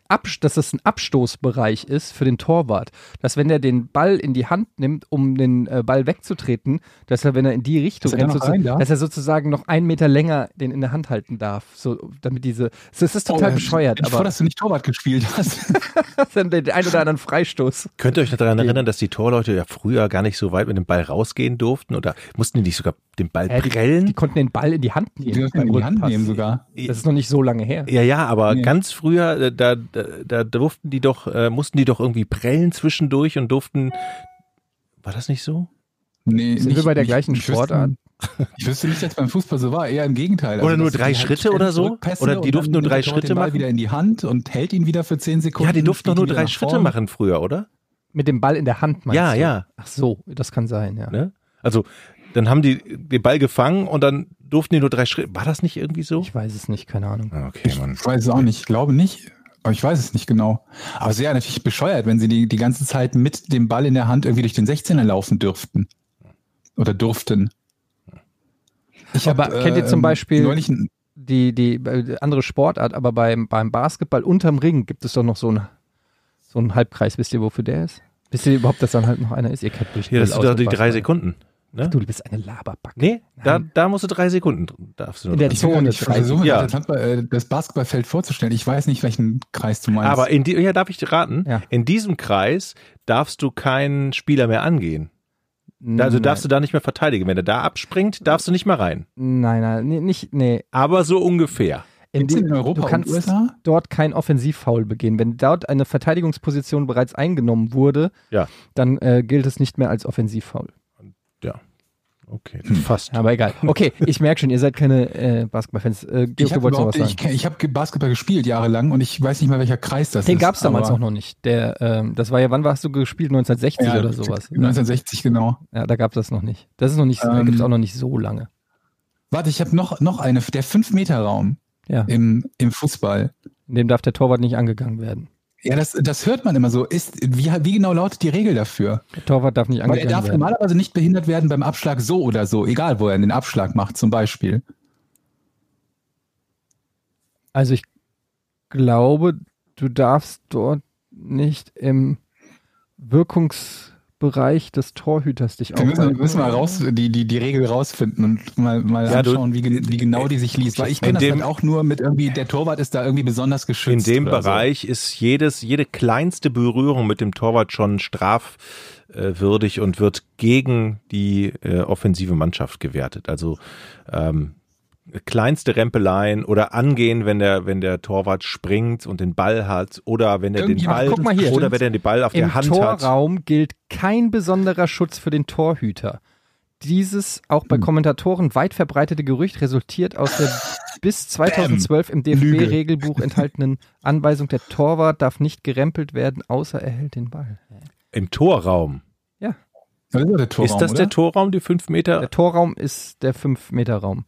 Speaker 2: Abs dass das ein Abstoßbereich ist für den Torwart. Dass wenn er den Ball in die Hand nimmt, um den äh, Ball wegzutreten, dass er, wenn er in die Richtung
Speaker 5: Dass er da
Speaker 2: rennt,
Speaker 5: noch rein
Speaker 2: sozusagen,
Speaker 5: darf?
Speaker 2: dass er sozusagen noch einen Meter länger den in der Hand halten darf. So, damit diese. Das ist total
Speaker 5: Oh,
Speaker 2: bescheuert,
Speaker 5: bin ich froh,
Speaker 2: aber
Speaker 5: dass du nicht Torwart gespielt hast.
Speaker 2: das ist dann den ein oder anderen Freistoß.
Speaker 6: Könnt ihr euch noch daran erinnern, dass die Torleute ja früher gar nicht so weit mit dem Ball rausgehen durften oder mussten die nicht sogar den Ball
Speaker 2: Äh, die, die
Speaker 6: prellen?
Speaker 2: konnten den Ball in die Hand
Speaker 5: Hm? Die
Speaker 2: nehmen.
Speaker 5: dürfen
Speaker 2: beim
Speaker 5: in die Hand
Speaker 2: Rückpass.
Speaker 5: nehmen sogar.
Speaker 2: Das ist noch nicht so lange her.
Speaker 6: Ja, ja, aber
Speaker 5: Nee.
Speaker 6: ganz früher, äh, da, da, da durften die doch, äh, mussten die doch irgendwie prellen zwischendurch und durften. War das nicht so?
Speaker 5: Nee,
Speaker 2: Sind wir bei der gleichen
Speaker 5: ich wüsste-
Speaker 2: Sportart?
Speaker 5: Ich wüsste nicht, dass beim Fußball so war, eher im Gegenteil. Also,
Speaker 6: Oder nur
Speaker 5: dass
Speaker 6: drei
Speaker 5: die
Speaker 6: Schritte oder so?
Speaker 5: zurückpässe
Speaker 6: Oder die
Speaker 5: und dann
Speaker 6: durften nur
Speaker 5: nimmt
Speaker 6: drei
Speaker 5: der Torwart
Speaker 6: Schritte
Speaker 5: den Ball
Speaker 6: machen?
Speaker 5: wieder in die Hand und hält ihn wieder für zehn Sekunden.
Speaker 6: ja, die durften doch
Speaker 5: spielt
Speaker 6: nur
Speaker 5: ihn
Speaker 6: drei
Speaker 5: nach
Speaker 6: Schritte
Speaker 5: vorne.
Speaker 6: machen früher, oder?
Speaker 2: Mit dem Ball in der Hand, meinst
Speaker 6: Ja,
Speaker 2: du?
Speaker 6: ja.
Speaker 2: Ach so, das kann sein, ja.
Speaker 6: Ne? Also, dann haben die den Ball gefangen und dann durften die nur drei Schritte. War das nicht irgendwie so?
Speaker 2: Ich weiß es nicht, keine Ahnung.
Speaker 6: Ah, Okay, Mann.
Speaker 5: Ich weiß es auch nicht, ich glaube nicht. Aber ich weiß es nicht genau. Aber es wäre natürlich bescheuert, wenn sie die, die ganze Zeit mit dem Ball in der Hand irgendwie durch den 16er laufen dürften. Oder durften. Ich
Speaker 2: Aber äh, kennt ihr zum
Speaker 5: ähm,
Speaker 2: Beispiel-
Speaker 5: Neulich ein,
Speaker 2: die, die äh, andere Sportart, aber beim, beim Basketball unterm Ring gibt es doch noch so ein So ein Halbkreis, wisst ihr, wofür der ist? Wisst ihr überhaupt, dass dann halt noch einer ist? Ihr kennt mich.
Speaker 6: Hier, das sind doch die drei
Speaker 2: Bastian.
Speaker 6: Sekunden. Ne?
Speaker 2: Du, du bist eine Laberbacke.
Speaker 6: Nee, da, da musst du drei Sekunden. dr- Darfst du nur
Speaker 2: In der
Speaker 6: drin.
Speaker 2: Zone.
Speaker 5: Ich versuche
Speaker 6: Ja.
Speaker 5: das, Handball- äh, das Basketballfeld vorzustellen. Ich weiß nicht, welchen Kreis du meinst.
Speaker 6: Aber in die, ja, darf ich raten?
Speaker 2: Ja.
Speaker 6: In diesem Kreis darfst du keinen Spieler mehr angehen. Also darfst du da nicht mehr verteidigen. Wenn er da abspringt, darfst du nicht mehr rein.
Speaker 2: Nein, nein, nee, nicht, nee.
Speaker 6: Aber so ungefähr.
Speaker 5: Gibt's
Speaker 2: dem-
Speaker 5: in Europa
Speaker 2: du
Speaker 5: und
Speaker 2: kannst
Speaker 5: USA?
Speaker 2: dort kein Offensivfoul begehen. Wenn dort eine Verteidigungsposition bereits eingenommen wurde,
Speaker 6: Ja.
Speaker 2: dann äh, gilt es nicht mehr als Offensivfoul.
Speaker 6: Okay, fast.
Speaker 2: Aber egal. Okay, ich merke schon, ihr seid keine äh, Basketballfans. Äh, Georg,
Speaker 5: ich
Speaker 2: du
Speaker 5: habe
Speaker 2: wolltest noch was sagen.
Speaker 5: ich, kenn- ich hab ge- Basketball gespielt jahrelang und ich weiß nicht mal, welcher Kreis das
Speaker 2: Den
Speaker 5: ist.
Speaker 2: gab es damals
Speaker 5: aber-
Speaker 2: auch noch nicht. Der, ähm, das war ja, wann hast du gespielt? 1960
Speaker 5: Ja,
Speaker 2: oder sowas. ne?
Speaker 5: 1960, genau.
Speaker 2: Ja, da gab es das noch nicht. Das ist noch nicht, da
Speaker 5: Ähm.
Speaker 2: gibt es auch noch nicht so lange.
Speaker 5: Warte, ich habe noch, noch eine. Der 5-Meter-Raum
Speaker 2: Ja,
Speaker 5: im, im Fußball.
Speaker 2: in dem darf der Torwart nicht angegangen werden.
Speaker 5: Ja, das, das hört man immer so. Ist, wie, wie genau lautet die Regel dafür?
Speaker 2: Der Torwart darf nicht
Speaker 5: Weil er
Speaker 2: angegangen
Speaker 5: darf
Speaker 2: werden.
Speaker 5: normalerweise nicht behindert werden beim Abschlag so oder so, egal wo er den Abschlag macht, zum Beispiel.
Speaker 2: Also ich glaube, du darfst dort nicht im Wirkungsbereich des Torhüters dich
Speaker 5: Wir müssen,
Speaker 2: aufhalten.
Speaker 5: müssen mal raus, die, die, die Regel rausfinden und mal, mal
Speaker 6: Ja, du-
Speaker 5: anschauen, wie, ge- wie genau die sich liest. Weil ich
Speaker 6: In
Speaker 5: kenne das
Speaker 6: dem-
Speaker 5: halt auch nur mit irgendwie, der Torwart ist da irgendwie besonders
Speaker 6: In
Speaker 5: geschützt.
Speaker 6: dem
Speaker 5: oder
Speaker 6: Bereich ist jedes, jede kleinste Berührung mit dem Torwart schon strafwürdig und wird gegen die äh, offensive Mannschaft gewertet. Also ähm, kleinste Rempeleien oder angehen, wenn der, wenn der Torwart springt und den Ball hat oder wenn er den
Speaker 5: Irgendjemand-
Speaker 6: Ball
Speaker 2: guck mal hier,
Speaker 6: oder
Speaker 2: stimmt's?
Speaker 6: wenn er den Ball auf
Speaker 2: Im
Speaker 6: der Hand hat.
Speaker 2: Torraum gilt kein besonderer Schutz für den Torhüter. Dieses auch
Speaker 6: Hm.
Speaker 2: bei Kommentatoren weit verbreitete Gerücht resultiert aus der bis 2012 im
Speaker 5: Lüge.
Speaker 2: DFB-Regelbuch enthaltenen Anweisung, der Torwart darf nicht gerempelt werden, außer er hält den Ball.
Speaker 6: Im Torraum.
Speaker 5: So. Das ist doch der Torraum,
Speaker 6: ist das
Speaker 5: oder?
Speaker 6: der Torraum, die fünf Meter?
Speaker 2: Der Torraum ist der 5-Meter-Raum.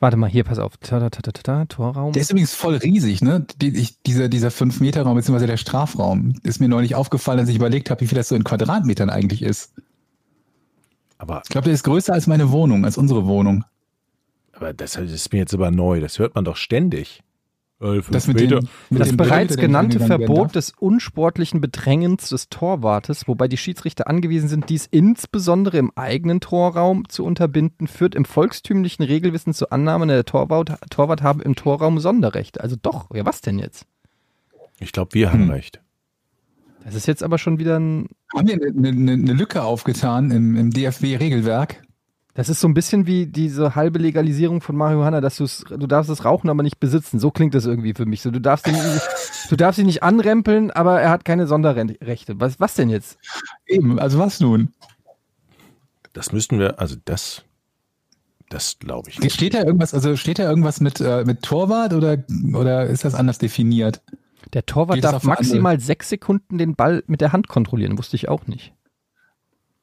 Speaker 2: Warte mal, hier, pass auf. Ta -ta -ta -ta -ta, Torraum.
Speaker 5: Der ist übrigens voll riesig, ne? Die, ich, dieser dieser 5-Meter-Raum, beziehungsweise der Strafraum, ist mir neulich aufgefallen, als ich überlegt habe, wie viel das so in Quadratmetern eigentlich ist.
Speaker 6: Aber,
Speaker 5: Ich glaube, der ist größer als meine Wohnung, als unsere Wohnung.
Speaker 6: aber das ist mir jetzt aber neu. Das hört man doch ständig. Äh, fünf
Speaker 5: Das mit
Speaker 6: Meter.
Speaker 5: den, mit
Speaker 2: Das
Speaker 5: den
Speaker 2: bereits
Speaker 5: Bildern, die
Speaker 2: genannte
Speaker 5: angegangen werden
Speaker 2: Verbot des unsportlichen Bedrängens des Torwartes, wobei die Schiedsrichter angewiesen sind, dies insbesondere im eigenen Torraum zu unterbinden, führt im volkstümlichen Regelwissen zur Annahme, der Torwart, Torwart habe im Torraum Sonderrechte. Also doch, ja was denn jetzt?
Speaker 6: Ich glaube, wir
Speaker 5: Hm.
Speaker 6: haben recht.
Speaker 2: Das ist jetzt aber schon wieder ein,
Speaker 5: darf. Haben wir eine, eine, eine Lücke aufgetan im, im DFB-Regelwerk?
Speaker 2: das ist so ein bisschen wie diese halbe Legalisierung von Marihuana, dass du's, du darfst es rauchen, aber nicht besitzen. So klingt das irgendwie für mich. So, du darfst ihn, du darfst ihn nicht anrempeln, aber er hat keine Sonderrechte. Was, was denn jetzt?
Speaker 5: Eben, also was nun?
Speaker 6: Das müssten wir, also das, das glaube ich nicht.
Speaker 5: Steht da irgendwas, also steht da irgendwas mit, äh, mit Torwart oder, oder ist das anders definiert?
Speaker 2: Der Torwart
Speaker 5: Geht es
Speaker 2: darf
Speaker 5: auf eine
Speaker 2: maximal sechs Sekunden den Ball mit der Hand kontrollieren. Wusste ich auch nicht.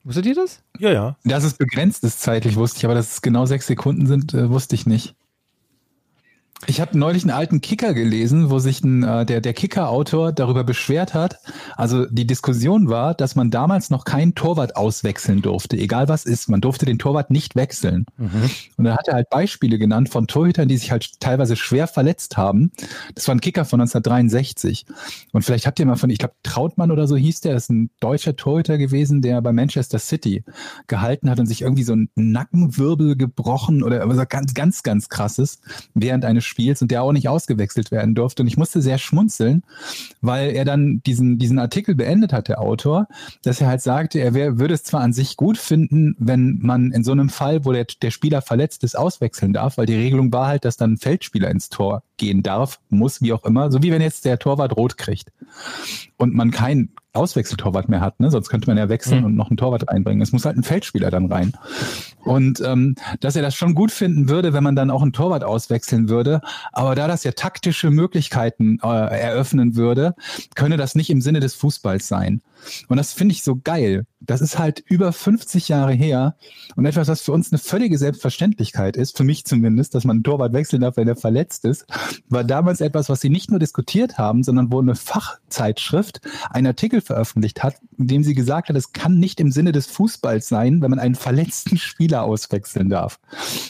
Speaker 2: Wusstet ihr das?
Speaker 6: Ja, ja.
Speaker 5: Dass es begrenzt ist zeitlich, wusste ich, aber dass es genau sechs Sekunden sind, äh, wusste ich nicht. Ich habe neulich einen alten Kicker gelesen, wo sich ein, äh, der, der Kicker-Autor darüber beschwert hat. Also die Diskussion war, dass man damals noch keinen Torwart auswechseln durfte, egal was ist. Man durfte den Torwart nicht wechseln.
Speaker 2: Mhm.
Speaker 5: Und dann hat er halt Beispiele genannt von Torhütern, die sich halt teilweise schwer verletzt haben. Das war ein Kicker von 1963. Und vielleicht habt ihr mal von, ich glaube, Trautmann oder so hieß der, das ist ein deutscher Torhüter gewesen, der bei Manchester City gehalten hat und sich irgendwie so einen Nackenwirbel gebrochen oder was ganz, ganz, ganz krasses während eines Spiels und der auch nicht ausgewechselt werden durfte. Und ich musste sehr schmunzeln, weil er dann diesen, diesen Artikel beendet hat, der Autor, dass er halt sagte, er wär, würde es zwar an sich gut finden, wenn man in so einem Fall, wo der, der Spieler verletzt ist, auswechseln darf, weil die Regelung war halt, dass dann ein Feldspieler ins Tor gehen darf, muss, wie auch immer, so wie wenn jetzt der Torwart rot kriegt und man keinen Auswechseltorwart mehr hat, ne? sonst könnte man ja wechseln und noch einen Torwart reinbringen. Es muss halt ein Feldspieler dann rein. Und ähm, dass er das schon gut finden würde, wenn man dann auch einen Torwart auswechseln würde. Aber da das ja taktische Möglichkeiten äh, eröffnen würde, könne das nicht im Sinne des Fußballs sein. Und das finde ich so geil. Das ist halt über 50 Jahre her und etwas, was für uns eine völlige Selbstverständlichkeit ist, für mich zumindest, dass man einen Torwart wechseln darf, wenn er verletzt ist, war damals etwas, was sie nicht nur diskutiert haben, sondern wo eine Fachzeitschrift einen Artikel veröffentlicht hat, in dem sie gesagt hat, es kann nicht im Sinne des Fußballs sein, wenn man einen verletzten Spieler auswechseln darf.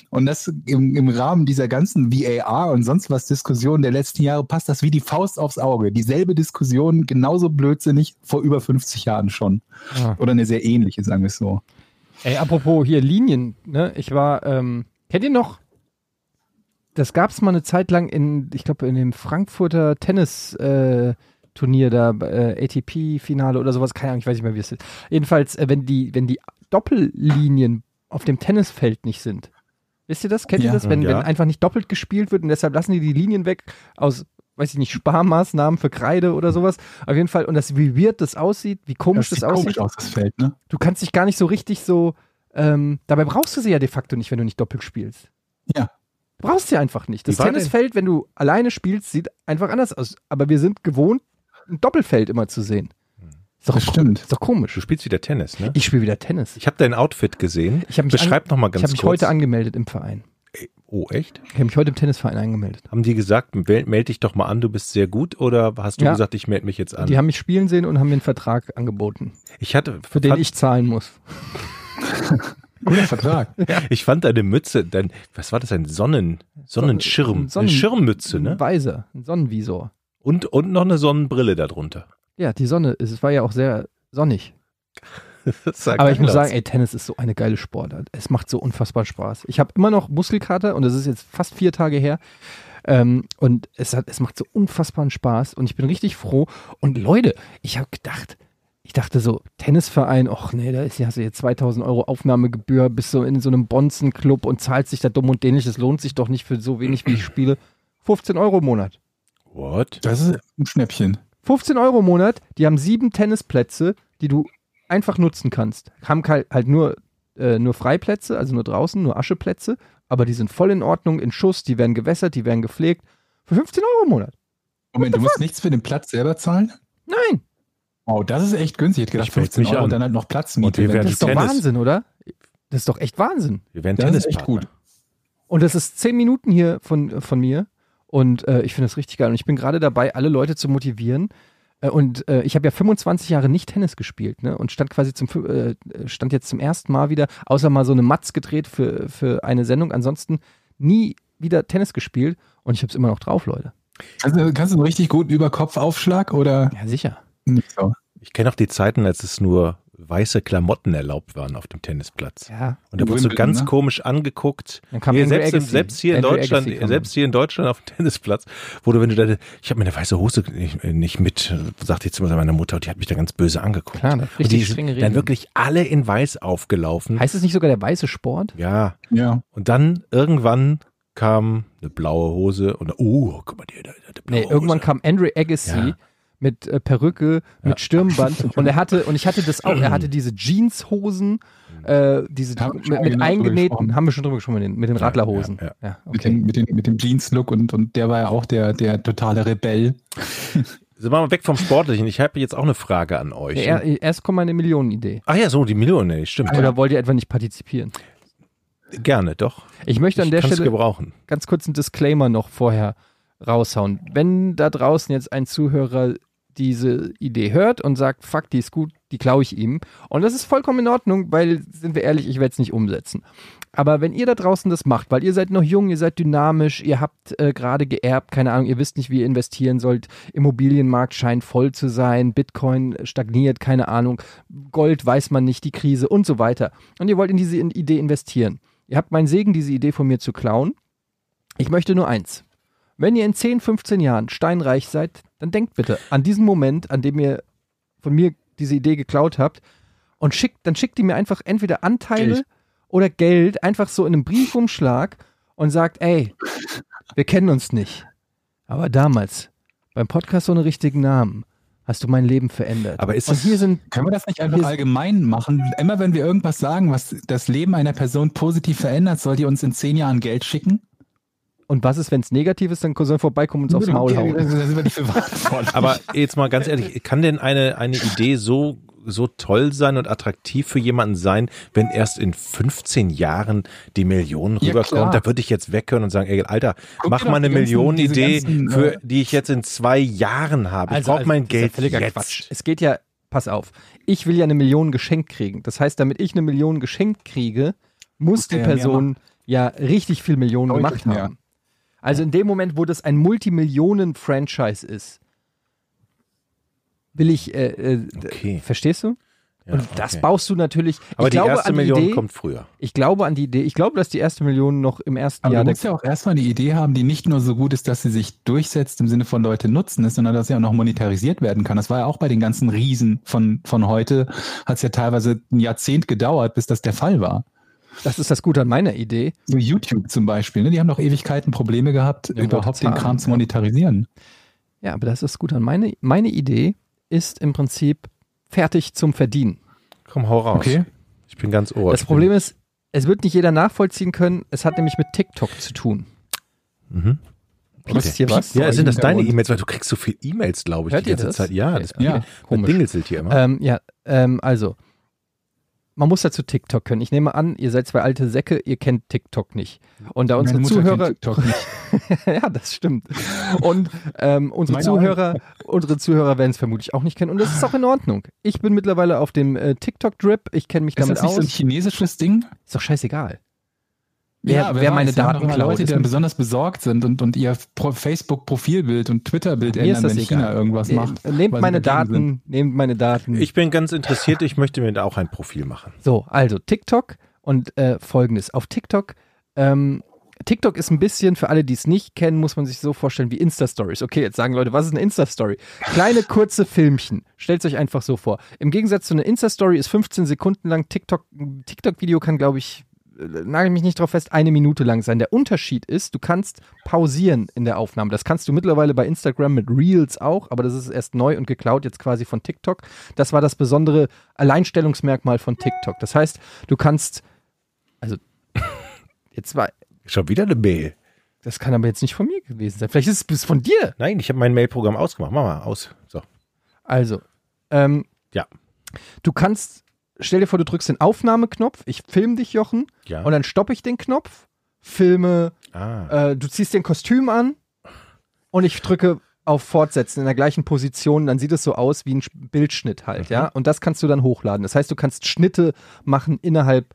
Speaker 5: Und das im, im Rahmen dieser ganzen VAR und sonst was Diskussion der letzten Jahre passt das wie die Faust aufs Auge. Dieselbe Diskussion, genauso blödsinnig, vor über 50 Jahren schon.
Speaker 2: Ja.
Speaker 5: Oder eine sehr ähnliche, sagen wir es so.
Speaker 2: Ey, apropos hier Linien, ne? Ich war, ähm, kennt ihr noch? Das gab es mal eine Zeit lang in, ich glaube, in dem Frankfurter Tennis-Turnier äh, Turnier da, äh, ATP-Finale oder sowas, keine Ahnung, ich weiß nicht mehr, wie es ist. Jedenfalls, äh, wenn die, wenn die Doppellinien auf dem Tennisfeld nicht sind. Wisst ihr das? Kennt ihr
Speaker 5: Ja.
Speaker 2: das? Wenn,
Speaker 6: Ja.
Speaker 2: wenn einfach nicht doppelt gespielt wird und deshalb lassen die die Linien weg aus, weiß ich nicht, Sparmaßnahmen für Kreide oder sowas. Auf jeden Fall. Und das, wie weird das aussieht, wie komisch das,
Speaker 5: sieht
Speaker 2: aussieht
Speaker 5: komisch aus, das Feld, ne?
Speaker 2: du kannst dich gar nicht so richtig so. Ähm, dabei brauchst du sie ja de facto nicht, wenn du nicht doppelt spielst.
Speaker 5: Ja.
Speaker 2: Du brauchst sie einfach nicht. Das
Speaker 1: Wie war
Speaker 2: Tennisfeld, wenn du alleine spielst, sieht einfach anders aus. Aber wir sind gewohnt, ein Doppelfeld immer zu sehen. Ist doch,
Speaker 5: Das stimmt.
Speaker 2: ist doch
Speaker 6: Du
Speaker 2: komisch.
Speaker 6: spielst wieder Tennis, ne?
Speaker 2: Ich spiele wieder Tennis.
Speaker 6: Ich habe dein Outfit gesehen.
Speaker 2: Ich hab mich
Speaker 6: Beschreib nochmal
Speaker 2: Ich
Speaker 6: ganz
Speaker 2: habe
Speaker 6: kurz.
Speaker 2: mich heute angemeldet im Verein.
Speaker 6: oh, echt?
Speaker 2: Ich habe mich heute im Tennisverein angemeldet.
Speaker 6: Haben die gesagt, mel- meld dich doch mal an, du bist sehr gut? Oder hast du
Speaker 2: Ja.
Speaker 6: gesagt, ich melde mich jetzt an?
Speaker 2: Die haben mich spielen sehen und haben mir einen Vertrag angeboten,
Speaker 6: ich hatte,
Speaker 2: für den ich zahlen muss.
Speaker 5: Guter Vertrag.
Speaker 6: ich fand deine Mütze, dein, was war das, ein Sonnen, Sonnenschirm,
Speaker 2: Sonnen-
Speaker 6: eine Schirmmütze, ne?
Speaker 2: Ein Weiser, ein Sonnenvisor.
Speaker 6: Und, und noch eine Sonnenbrille darunter.
Speaker 2: Ja, die Sonne, ist- es war ja auch sehr sonnig.
Speaker 6: Das sah
Speaker 2: Aber
Speaker 6: geil
Speaker 2: ich muss
Speaker 6: aus.
Speaker 2: sagen, ey, Tennis ist so eine geile Sportart. Es macht so unfassbar Spaß. Ich habe immer noch Muskelkater und das ist jetzt fast vier Tage her. Ähm, und es, hat, es macht so unfassbaren Spaß und ich bin richtig froh. Und Leute, ich habe gedacht, ich dachte so, Tennisverein, och nee, da ist, hast du jetzt 2000 Euro Aufnahmegebühr, bist so in so einem Bonzenclub und zahlst dich da dumm und dämlich. Das lohnt sich doch nicht für so wenig, wie ich spiele. 15 Euro im Monat.
Speaker 6: What?
Speaker 5: Das ist ein Schnäppchen.
Speaker 2: 15 Euro im Monat, die haben sieben Tennisplätze, die du einfach nutzen kannst. Haben kal- halt nur, äh, nur Freiplätze, also nur draußen, nur Ascheplätze, aber die sind voll in Ordnung, in Schuss, die werden gewässert, die werden gepflegt. Für 15 Euro im Monat.
Speaker 5: Moment, du musst nichts für den Platz selber zahlen?
Speaker 2: Nein,
Speaker 5: Wow, Oh, das ist echt günstig. Ich hätte gedacht,
Speaker 6: Ich meld
Speaker 5: 15
Speaker 6: mich
Speaker 5: Euro
Speaker 6: an.
Speaker 5: und dann halt noch
Speaker 6: Und
Speaker 5: Platzmiete.
Speaker 6: wir
Speaker 5: wenn
Speaker 6: werden
Speaker 2: das
Speaker 5: das-
Speaker 6: die
Speaker 2: ist doch
Speaker 6: Tennis-
Speaker 2: Wahnsinn, oder? Das ist doch echt Wahnsinn.
Speaker 6: Wir werden
Speaker 5: das ist
Speaker 6: Tennis
Speaker 5: echt gut.
Speaker 2: Und das ist 10 Minuten hier von, von mir und äh, ich finde das richtig geil. Und ich bin gerade dabei, alle Leute zu motivieren. Äh, und äh, ich habe ja 25 Jahre nicht Tennis gespielt ne? und stand quasi zum, fü- äh, stand jetzt zum ersten Mal wieder, außer mal so eine Matz gedreht für, für eine Sendung. Ansonsten nie wieder Tennis gespielt und ich habe es immer noch drauf, Leute.
Speaker 5: Kannst du, kannst du einen richtig guten Überkopfaufschlag oder
Speaker 2: Ja, sicher.
Speaker 5: nicht so?
Speaker 6: Ich kenne auch die Zeiten, als es nur weiße Klamotten erlaubt waren auf dem Tennisplatz.
Speaker 2: Ja.
Speaker 6: Und da wurdest du
Speaker 5: Wimbledon,
Speaker 6: ganz
Speaker 5: ne?
Speaker 6: komisch angeguckt.
Speaker 2: Dann kam
Speaker 6: Hier,
Speaker 2: Andrew
Speaker 6: selbst, in,
Speaker 2: Agassi.
Speaker 6: selbst hier in
Speaker 2: Andrew
Speaker 6: Deutschland,
Speaker 2: Agassi kam
Speaker 6: selbst hier in Deutschland auf dem Tennisplatz, wo du, wenn du deine, ich habe meine weiße Hose nicht, nicht mit, äh, sagte jetzt immer meiner Mutter, und die hat mich da ganz böse angeguckt.
Speaker 2: Klar, das
Speaker 6: und
Speaker 2: richtig
Speaker 6: die
Speaker 2: strenge
Speaker 6: sind
Speaker 2: Regeln.
Speaker 6: dann wirklich alle in weiß aufgelaufen.
Speaker 2: Heißt es nicht sogar der weiße Sport?
Speaker 6: ja.
Speaker 5: Ja.
Speaker 6: Und dann irgendwann kam eine blaue Hose und, oh, guck mal, die, die, die blaue
Speaker 2: Nee, irgendwann
Speaker 6: Hose.
Speaker 2: kam Andre Agassi
Speaker 6: Ja.
Speaker 2: mit äh, Perücke, mit Stirnband und er hatte und ich hatte das auch. Er hatte diese Jeanshosen, äh, diese
Speaker 5: Haben wir
Speaker 2: mit,
Speaker 5: schon mal
Speaker 2: mit
Speaker 5: genau drüber
Speaker 2: eingenähten,
Speaker 5: gesprochen.
Speaker 2: haben wir schon drüber gesprochen mit den, mit den Radlerhosen.
Speaker 6: ja,
Speaker 5: Mit,
Speaker 2: okay.
Speaker 5: dem, mit, dem, mit dem Jeans-Look und, und der war ja auch der, der totale Rebell.
Speaker 6: Sind wir mal weg vom Sportlichen. Ich habe jetzt auch eine Frage an euch. ne?
Speaker 2: Er- er- erst kommt meine Millionenidee.
Speaker 6: Ach ja, so, die Millionen, nee, stimmt.
Speaker 2: Oder wollt ihr etwa nicht partizipieren?
Speaker 6: Gerne, doch.
Speaker 2: Äh, Ich möchte an der
Speaker 6: kann's
Speaker 2: Stelle
Speaker 6: gebrauchen.
Speaker 2: ganz kurz einen Disclaimer noch vorher raushauen. Wenn da draußen jetzt ein Zuhörer diese Idee hört und sagt, fuck, die ist gut, die klaue ich ihm. Und das ist vollkommen in Ordnung, weil, sind wir ehrlich, ich werde es nicht umsetzen. Aber wenn ihr da draußen das macht, weil ihr seid noch jung, ihr seid dynamisch, ihr habt äh, gerade geerbt, keine Ahnung, ihr wisst nicht, wie ihr investieren sollt, Immobilienmarkt scheint voll zu sein, Bitcoin stagniert, keine Ahnung, Gold weiß man nicht, die Krise und so weiter. Und ihr wollt in diese Idee investieren. Ihr habt meinen Segen, diese Idee von mir zu klauen. Ich möchte nur eins. Wenn ihr in 10, 15 Jahren steinreich seid, dann denkt bitte an diesen Moment, an dem ihr von mir diese Idee geklaut habt und schickt, dann schickt ihr mir einfach entweder Anteile
Speaker 5: Geld.
Speaker 2: oder Geld einfach so in einem Briefumschlag und sagt, ey, wir kennen uns nicht. Aber damals, beim Podcast ohne richtigen Namen, hast du mein Leben verändert.
Speaker 6: Aber ist
Speaker 2: und
Speaker 6: das-
Speaker 2: hier sind
Speaker 5: Können wir das nicht einfach allgemein machen? Immer wenn wir irgendwas sagen, was das Leben einer Person positiv verändert, soll die uns in zehn Jahren Geld schicken?
Speaker 2: Und was ist, wenn es negativ ist, dann soll vorbeikommen und uns
Speaker 5: Genau.
Speaker 2: aufs Maul hauen.
Speaker 5: Da sind wir nicht für verantwortlich.
Speaker 6: Aber jetzt mal ganz ehrlich, kann denn eine, eine Idee so, so toll sein und attraktiv für jemanden sein, wenn erst in 15 Jahren die Millionen
Speaker 5: Ja,
Speaker 6: rüberkommt?
Speaker 5: klar.
Speaker 6: da würde ich jetzt weghören und sagen, ey, Alter,
Speaker 5: Guck
Speaker 6: mach mal
Speaker 5: dir doch
Speaker 6: eine
Speaker 5: die ganzen-
Speaker 6: Millionenidee,
Speaker 5: diese ganzen,
Speaker 6: für
Speaker 5: äh,
Speaker 6: die ich jetzt in zwei Jahren habe. Ich brauche mein
Speaker 2: das ist ja
Speaker 6: Geld
Speaker 2: Also, völliger
Speaker 6: jetzt.
Speaker 2: Quatsch. Es geht ja, pass auf, ich will ja eine Million geschenkt kriegen. Das heißt, damit ich eine Million geschenkt kriege, muss
Speaker 5: Muss
Speaker 2: die
Speaker 5: der ja mehr
Speaker 2: Person ja richtig viel Millionen
Speaker 5: Deutlich
Speaker 2: gemacht haben.
Speaker 5: mehr.
Speaker 2: Also in dem Moment, wo das ein Multimillionen-Franchise ist, will ich, äh, äh,
Speaker 6: Okay.
Speaker 2: verstehst du?
Speaker 6: Ja,
Speaker 2: Und das
Speaker 6: okay.
Speaker 2: baust du natürlich.
Speaker 6: Aber
Speaker 2: ich
Speaker 6: die
Speaker 2: glaube
Speaker 6: erste
Speaker 2: an die
Speaker 6: Million
Speaker 2: Idee,
Speaker 6: kommt früher.
Speaker 2: Ich glaube an die Idee. Ich glaube, dass die erste Million noch im ersten
Speaker 5: Aber
Speaker 2: Jahr
Speaker 5: du
Speaker 2: der
Speaker 5: musst ja auch erstmal eine Idee haben, die nicht nur so gut ist, dass sie sich durchsetzt im Sinne von Leute nutzen ist, sondern dass sie auch noch monetarisiert werden kann. Das war ja auch bei den ganzen Riesen von, von heute, hat es ja teilweise ein Jahrzehnt gedauert, bis das der Fall war.
Speaker 2: Das ist das Gute an meiner Idee.
Speaker 5: So YouTube zum Beispiel, ne? die haben doch Ewigkeiten Probleme gehabt,
Speaker 2: Ja,
Speaker 5: überhaupt
Speaker 2: rote
Speaker 5: den
Speaker 2: Zahlen,
Speaker 5: Kram zu monetarisieren.
Speaker 2: Ja, aber das ist gut an meine, meine Idee ist im Prinzip fertig zum Verdienen.
Speaker 6: Komm, hau raus.
Speaker 5: Okay.
Speaker 6: Ich bin ganz ohr.
Speaker 2: das Problem ist, es wird nicht jeder nachvollziehen können. Es hat nämlich mit TikTok zu tun.
Speaker 6: Mhm.
Speaker 2: Piepst hier was?
Speaker 6: Ja, sind das
Speaker 5: im
Speaker 6: deine
Speaker 5: Hintergrund.
Speaker 6: E-Mails, weil du kriegst so viel E-Mails, glaube ich,
Speaker 2: Hört
Speaker 6: die
Speaker 2: ihr
Speaker 6: ganze
Speaker 2: das?
Speaker 6: Zeit. Ja,
Speaker 2: Okay.
Speaker 6: das
Speaker 5: Ja,
Speaker 2: komisch.
Speaker 6: dingelselt hier immer.
Speaker 2: Ähm, ja, ähm, also, man muss dazu TikTok können. Ich nehme an, ihr seid zwei alte Säcke, ihr kennt TikTok nicht. Und da unsere
Speaker 5: Meine Mutter kennt
Speaker 2: Zuhörer,
Speaker 5: TikTok nicht.
Speaker 2: ja, das stimmt. Und ähm, unsere
Speaker 5: Meine
Speaker 2: Zuhörer, unsere Zuhörer werden es vermutlich auch nicht kennen. Und das ist auch in Ordnung. Ich bin mittlerweile auf dem äh, TikTok-Drip. Ich kenne mich
Speaker 5: Ist
Speaker 2: damit
Speaker 5: das nicht so ein
Speaker 2: aus.
Speaker 5: chinesisches Ding?
Speaker 2: Ist doch scheißegal. Wer-
Speaker 5: aber
Speaker 2: wer meine
Speaker 5: da haben doch
Speaker 2: Daten
Speaker 5: immer
Speaker 2: klaut,
Speaker 5: Leute,
Speaker 2: ist
Speaker 5: die dann
Speaker 2: mir-
Speaker 5: besonders besorgt sind und, und ihr Pro- Facebook-Profilbild und Twitter-Bild
Speaker 2: Mir ist
Speaker 5: ändern,
Speaker 2: das
Speaker 5: wenn
Speaker 2: egal.
Speaker 5: China irgendwas macht.
Speaker 2: Ne- Nehmt
Speaker 5: weil sie
Speaker 2: meine
Speaker 5: dagegen
Speaker 2: Daten, nehmt meine Daten.
Speaker 6: Ich bin ganz interessiert, ich möchte mir da auch ein Profil machen.
Speaker 2: So, also TikTok und äh, folgendes. Auf TikTok, ähm, TikTok ist ein bisschen, für alle, die es nicht kennen, muss man sich so vorstellen wie Insta-Stories. Okay, jetzt sagen Leute, was ist eine Insta-Story? Kleine, kurze Filmchen. Stellt euch einfach so vor. Im Gegensatz zu einer Insta-Story ist 15 Sekunden lang TikTok, ein TikTok-Video kann, glaube ich, äh, nagel mich nicht drauf fest, eine Minute lang sein. Der Unterschied ist, du kannst pausieren in der Aufnahme. Das kannst du mittlerweile bei Instagram mit Reels auch, aber das ist erst neu und geklaut jetzt quasi von TikTok. Das war das besondere Alleinstellungsmerkmal von TikTok. Das heißt, du kannst, also, jetzt war,
Speaker 6: Schon wieder eine Mail.
Speaker 2: das kann aber jetzt nicht von mir gewesen sein. Vielleicht ist es von dir.
Speaker 6: Nein, ich habe mein Mail-Programm ausgemacht. Mach mal aus. So.
Speaker 2: Also, ähm,
Speaker 6: Ja.
Speaker 2: Du kannst, stell dir vor, du drückst den Aufnahmeknopf, ich filme dich, Jochen,
Speaker 6: Ja.
Speaker 2: und dann stoppe ich den Knopf, filme,
Speaker 6: ah.
Speaker 2: äh, du ziehst dir ein Kostüm an und ich drücke auf Fortsetzen in der gleichen Position, dann sieht es so aus wie ein Sch- Bildschnitt halt, ja. Und das kannst du dann hochladen. Das heißt, du kannst Schnitte machen innerhalb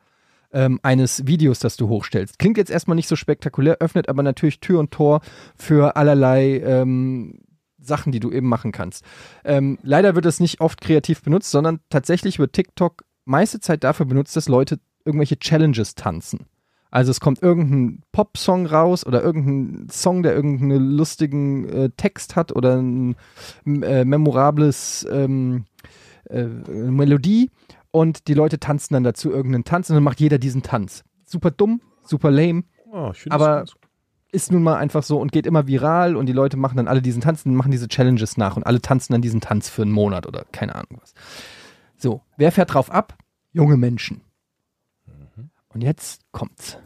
Speaker 2: ähm, eines Videos, das du hochstellst. Klingt jetzt erstmal nicht so spektakulär, öffnet aber natürlich Tür und Tor für allerlei ähm, Sachen, die du eben machen kannst. Ähm, leider wird das nicht oft kreativ benutzt, sondern tatsächlich wird TikTok meiste Zeit dafür benutzt, dass Leute irgendwelche Challenges tanzen. Also es kommt irgendein Pop-Song raus oder irgendein Song, der irgendeinen lustigen äh, Text hat oder ein m- äh, memorables ähm, äh, Melodie und die Leute tanzen dann dazu irgendeinen Tanz und dann macht jeder diesen Tanz. Super dumm, super lame,
Speaker 6: oh, ich find
Speaker 2: aber-
Speaker 6: das ganz-
Speaker 2: ist nun mal einfach so und geht immer viral und die Leute machen dann alle diesen Tanz und machen diese Challenges nach und alle tanzen dann diesen Tanz für einen Monat oder keine Ahnung was. So, wer fährt drauf ab? Junge Menschen. Und jetzt kommt's.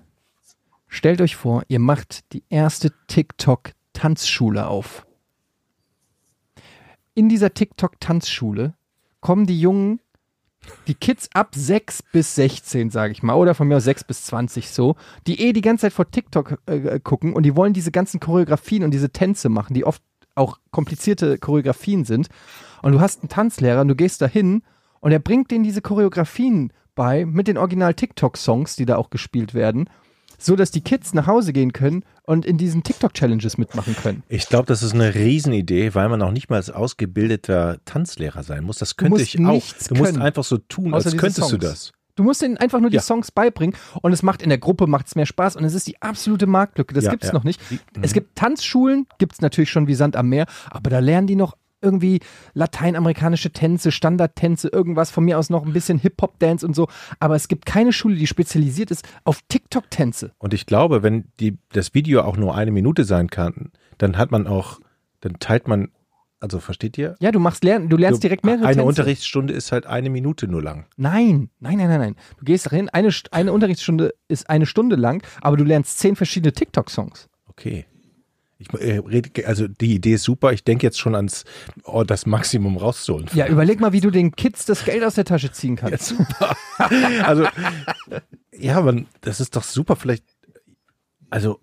Speaker 2: Stellt euch vor, ihr macht die erste TikTok-Tanzschule auf. In dieser TikTok-Tanzschule kommen die Jungen, die Kids ab 6 bis 16, sage ich mal, oder von mir aus 6 bis 20 so, die eh die ganze Zeit vor TikTok äh, gucken und die wollen diese ganzen Choreografien und diese Tänze machen, die oft auch komplizierte Choreografien sind. Und du hast einen Tanzlehrer und du gehst da hin und er bringt denen diese Choreografien bei mit den original TikTok-Songs, die da auch gespielt werden, so dass die Kids nach Hause gehen können und in diesen TikTok-Challenges mitmachen können.
Speaker 6: Ich glaube, das ist eine Riesenidee, weil man auch nicht mal als ausgebildeter Tanzlehrer sein muss. Das könnte
Speaker 2: musst
Speaker 6: ich auch.
Speaker 2: nichts
Speaker 6: Du musst
Speaker 2: können.
Speaker 6: einfach so tun,
Speaker 2: Außer
Speaker 6: als
Speaker 2: diese
Speaker 6: könntest
Speaker 2: Songs.
Speaker 6: du das.
Speaker 2: Du musst denen einfach nur
Speaker 6: Ja.
Speaker 2: die Songs beibringen und es macht in der Gruppe macht's mehr Spaß und es ist die absolute Marktlücke. Das
Speaker 6: Ja,
Speaker 2: gibt's
Speaker 6: ja. Mhm.
Speaker 2: noch nicht. Es gibt Tanzschulen, gibt's natürlich schon wie Sand am Meer, aber da lernen die noch irgendwie lateinamerikanische Tänze, Standardtänze, irgendwas von mir aus noch ein bisschen Hip-Hop-Dance und so. Aber es gibt keine Schule, die spezialisiert ist auf TikTok-Tänze.
Speaker 6: Und ich glaube, wenn die, das Video auch nur eine Minute sein kann, dann hat man auch, dann teilt man, also versteht ihr?
Speaker 2: Ja, du machst lernen, du lernst direkt mehrere
Speaker 6: Eine
Speaker 2: Tänze.
Speaker 6: Unterrichtsstunde ist halt eine Minute nur lang.
Speaker 2: Nein, nein, nein, nein, nein. Du gehst dahin, eine, St- eine Unterrichtsstunde ist eine Stunde lang, aber du lernst zehn verschiedene TikTok-Songs.
Speaker 6: Okay. Ich, äh, red- also die Idee ist super. Ich denke jetzt schon ans oh, das Maximum rauszuholen.
Speaker 2: Ja, überleg mal, wie du den Kids das Geld aus der Tasche ziehen kannst.
Speaker 6: super. also ja, man, das ist doch super. Vielleicht also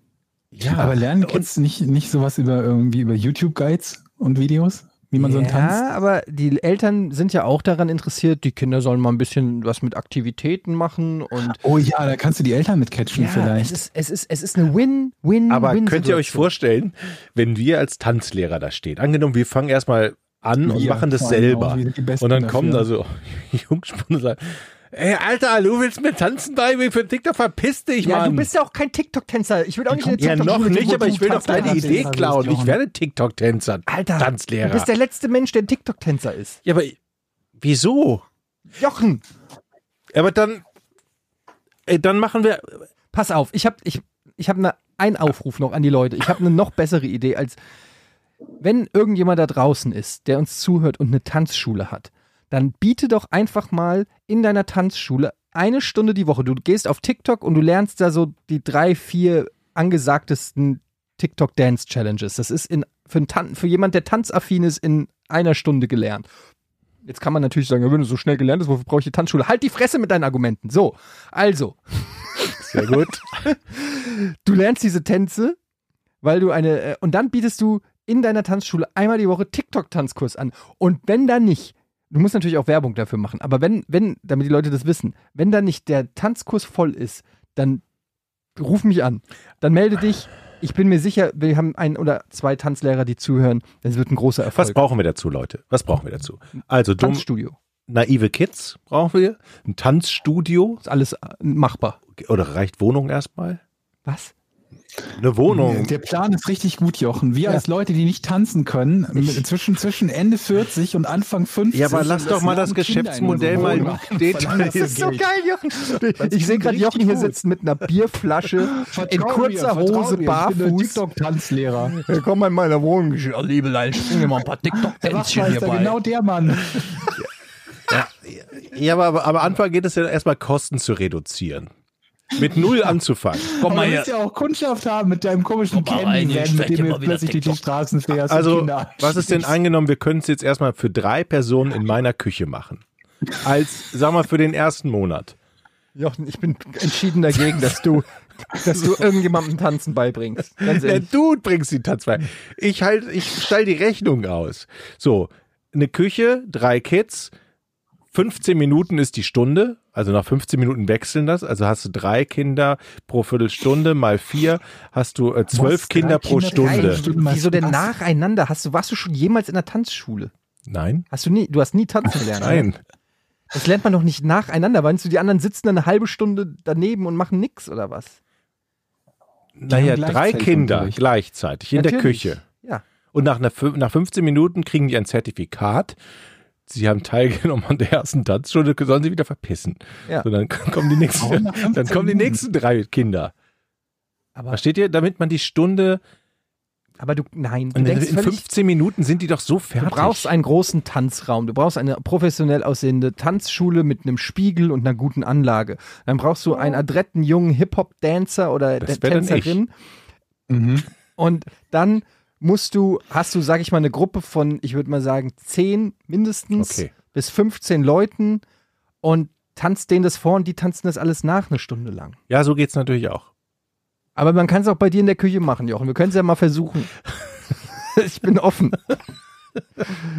Speaker 6: ja,
Speaker 5: Aber lernen Kids nicht, nicht sowas über irgendwie über YouTube-Guides und Videos, wie man so einen tanzt?
Speaker 2: Ja, aber die Eltern sind ja auch daran interessiert, die Kinder sollen mal ein bisschen was mit Aktivitäten machen und
Speaker 5: Oh ja, da kannst du die Eltern mitcatchen
Speaker 2: ja,
Speaker 5: vielleicht.
Speaker 2: Es ist, es ist, es ist eine Win, Win,
Speaker 6: aber
Speaker 2: Win.
Speaker 6: könnt ihr euch vorstellen, wenn wir als Tanzlehrer da stehen? Angenommen, wir fangen erstmal an und
Speaker 5: Wir
Speaker 6: machen das
Speaker 5: vor allem
Speaker 6: selber.
Speaker 5: auch wieder die Besten
Speaker 6: Und dann
Speaker 5: dafür.
Speaker 6: kommen da so Jungspunde und sagen, ey, Alter, du willst mir tanzen beibringen für TikTok? Verpiss dich,
Speaker 2: Ja,
Speaker 6: Mann.
Speaker 2: du bist ja auch kein TikTok-Tänzer. Ich will auch nicht in
Speaker 6: ja,
Speaker 2: der
Speaker 6: noch
Speaker 2: TikTok-Schule gehen,
Speaker 6: nicht,
Speaker 2: wo
Speaker 6: aber
Speaker 2: du
Speaker 6: ich will doch
Speaker 2: Tanzlehrer
Speaker 6: deine
Speaker 5: Tanzlehrer
Speaker 6: Idee
Speaker 5: bist,
Speaker 6: klauen. Ich
Speaker 5: Jochen.
Speaker 6: werde TikTok-Tänzer,
Speaker 2: Alter,
Speaker 6: Tanzlehrer.
Speaker 2: Du bist der letzte Mensch, der ein TikTok-Tänzer ist.
Speaker 6: ja, aber wieso?
Speaker 2: Jochen,
Speaker 6: Aber dann, ey, dann machen wir,
Speaker 2: pass auf. Ich habe ich, ich hab ne, einen Aufruf noch an die Leute. Ich habe eine noch bessere Idee als, wenn irgendjemand da draußen ist, der uns zuhört und eine Tanzschule hat, dann biete doch einfach mal in deiner Tanzschule eine Stunde die Woche. Du gehst auf TikTok und du lernst da so die drei, vier angesagtesten TikTok Dance Challenges. Das ist in, für, einen Tan für jemand, der tanzaffin ist, in einer Stunde gelernt. Jetzt kann man natürlich sagen, ja, wenn du so schnell gelernt hast, wofür brauche ich die Tanzschule? Halt die Fresse mit deinen Argumenten. So, also.
Speaker 6: sehr gut,
Speaker 2: Du lernst diese Tänze, weil du eine. äh, Und dann bietest du in deiner Tanzschule einmal die Woche TikTok-Tanzkurs an. Und wenn da nicht. Du musst natürlich auch Werbung dafür machen, aber wenn, wenn, damit die Leute das wissen, wenn da nicht der Tanzkurs voll ist, dann ruf mich an. Dann melde dich. Ich bin mir sicher, wir haben ein oder zwei Tanzlehrer, die zuhören. Das wird ein großer
Speaker 6: was
Speaker 2: Erfolg.
Speaker 6: brauchen wir dazu, Leute? Was brauchen wir dazu? Also, dumm,
Speaker 2: Tanzstudio.
Speaker 6: naive Kids brauchen wir, ein Tanzstudio
Speaker 2: Ist alles äh, machbar.
Speaker 6: oder reicht Wohnung erstmal?
Speaker 2: Was?
Speaker 6: Eine Wohnung.
Speaker 5: Der Plan ist richtig gut, Jochen. Wir als Leute, die nicht tanzen können, mit- zwischen, zwischen Ende 40 und Anfang 50.
Speaker 6: Ja, aber lass doch mal das
Speaker 5: lassen Kinder in unsere
Speaker 6: Geschäftsmodell mal
Speaker 5: Wohnung.
Speaker 6: detailliert.
Speaker 2: Das ist so geil, Jochen. Ich
Speaker 5: klingt
Speaker 2: sehe gerade
Speaker 5: richtig
Speaker 2: Jochen hier
Speaker 5: gut.
Speaker 2: sitzen mit einer Bierflasche, in
Speaker 5: Vertrau
Speaker 2: kurzer
Speaker 5: mir,
Speaker 2: Hose,
Speaker 5: vertrau mir. Ich bin der
Speaker 2: barfuß.
Speaker 5: TikTok-Tanzlehrer.
Speaker 2: Willkommen in meiner Wohnung, ich liebe Lein, spring mir mal ein paar TikTok-Tänzchen
Speaker 5: Wachtmeister, genau der Mann.
Speaker 6: Ja, aber, aber am Anfang geht es ja erstmal Kosten zu reduzieren. Mit null anzufangen.
Speaker 5: Aber du willst ja auch Kundschaft haben mit deinem komischen Candy-Van, mit dem du plötzlich durch die Straßen fährst. und
Speaker 6: Also,
Speaker 5: Kinder
Speaker 6: was ist denn
Speaker 5: anschiebst.
Speaker 6: angenommen, wir können es jetzt erstmal für drei Personen in meiner Küche machen? Als, sag mal, für den ersten Monat.
Speaker 2: Jochen, ich bin entschieden dagegen, dass du, dass du irgendjemandem Tanzen beibringst. Ganz
Speaker 6: Der
Speaker 2: ehrlich.
Speaker 6: Dude bringt die Tanzfrei. Ich halt, ich stell die Rechnung aus. So, eine Küche, drei Kids, 15 Minuten ist die Stunde. Also nach 15 Minuten wechseln das. Also hast du drei Kinder pro Viertelstunde mal vier, hast du äh, zwölf
Speaker 5: Was? Drei
Speaker 6: Kinder pro
Speaker 5: Kinder, drei
Speaker 6: Stunde.
Speaker 5: Stunden? Stunde.
Speaker 2: Wieso denn
Speaker 5: Was?
Speaker 2: nacheinander? Hast du, warst du schon jemals in der Tanzschule?
Speaker 6: Nein,
Speaker 2: Hast du nie, du hast nie tanzen gelernt. oder?
Speaker 6: nein.
Speaker 2: Das lernt man doch nicht nacheinander. Meinst du, die anderen sitzen dann eine halbe Stunde daneben und machen nix oder was?
Speaker 6: Naja, drei
Speaker 5: gleichzeitig
Speaker 6: Kinder
Speaker 5: Unterricht.
Speaker 6: gleichzeitig in der
Speaker 2: Natürlich.
Speaker 6: Küche.
Speaker 2: Ja.
Speaker 6: Und nach, einer, fün- nach 15 Minuten kriegen die ein Zertifikat. Sie haben teilgenommen an der ersten Tanzstunde, sollen sie wieder verpissen.
Speaker 2: Ja.
Speaker 6: So, dann kommen die nächsten,
Speaker 5: Warum nach 15
Speaker 6: dann kommen die
Speaker 5: Minuten?
Speaker 6: nächsten drei Kinder.
Speaker 2: Aber-
Speaker 6: Versteht ihr? Damit man die Stunde,
Speaker 2: Aber du, nein, du
Speaker 6: in
Speaker 2: denkst völlig
Speaker 6: 15 Minuten sind die doch so fertig.
Speaker 2: Du brauchst einen großen Tanzraum. Du brauchst eine professionell aussehende Tanzschule mit einem Spiegel und einer guten Anlage. Dann brauchst du einen adretten jungen Hip-Hop-Dancer oder
Speaker 6: Das
Speaker 2: der
Speaker 6: wär dann ich.
Speaker 2: Tänzerin.
Speaker 5: Mhm,
Speaker 2: Und dann musst du, hast du, sag ich mal, eine Gruppe von, ich würde mal sagen, 10 mindestens
Speaker 6: Okay.
Speaker 2: bis 15 Leuten und tanzt denen das vor und die tanzen das alles nach eine Stunde lang.
Speaker 6: ja, so geht's natürlich auch.
Speaker 2: Aber man kann es auch bei dir in der Küche machen, Jochen. Wir können es ja mal versuchen. ich bin offen.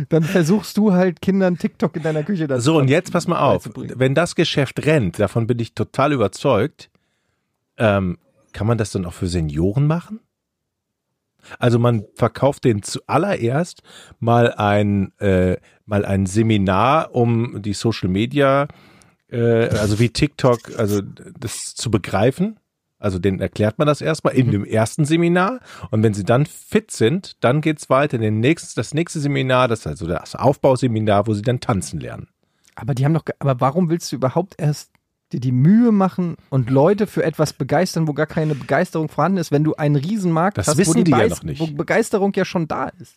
Speaker 2: Dann versuchst du halt Kindern TikTok in deiner Küche das
Speaker 6: So, und jetzt pass mal auf.
Speaker 2: beizubringen.
Speaker 6: Wenn das Geschäft rennt, davon bin ich total überzeugt, ähm, kann man das dann auch für Senioren machen? Also man verkauft den zuallererst mal ein, äh, mal ein Seminar, um die Social Media, äh, also wie TikTok, also das zu begreifen. Also denen erklärt man das erstmal in dem ersten Seminar und wenn sie dann fit sind, dann geht's weiter in den nächsten, das nächste Seminar, das ist also das Aufbauseminar, wo sie dann tanzen lernen.
Speaker 2: Aber die haben doch, ge- aber warum willst du überhaupt erst dir die Mühe machen und Leute für etwas begeistern, wo gar keine Begeisterung vorhanden ist, wenn du einen Riesenmarkt
Speaker 6: Das
Speaker 2: hast, wo
Speaker 6: wissen die ja
Speaker 2: Beis-
Speaker 6: noch nicht.
Speaker 2: wo Begeisterung ja schon da ist.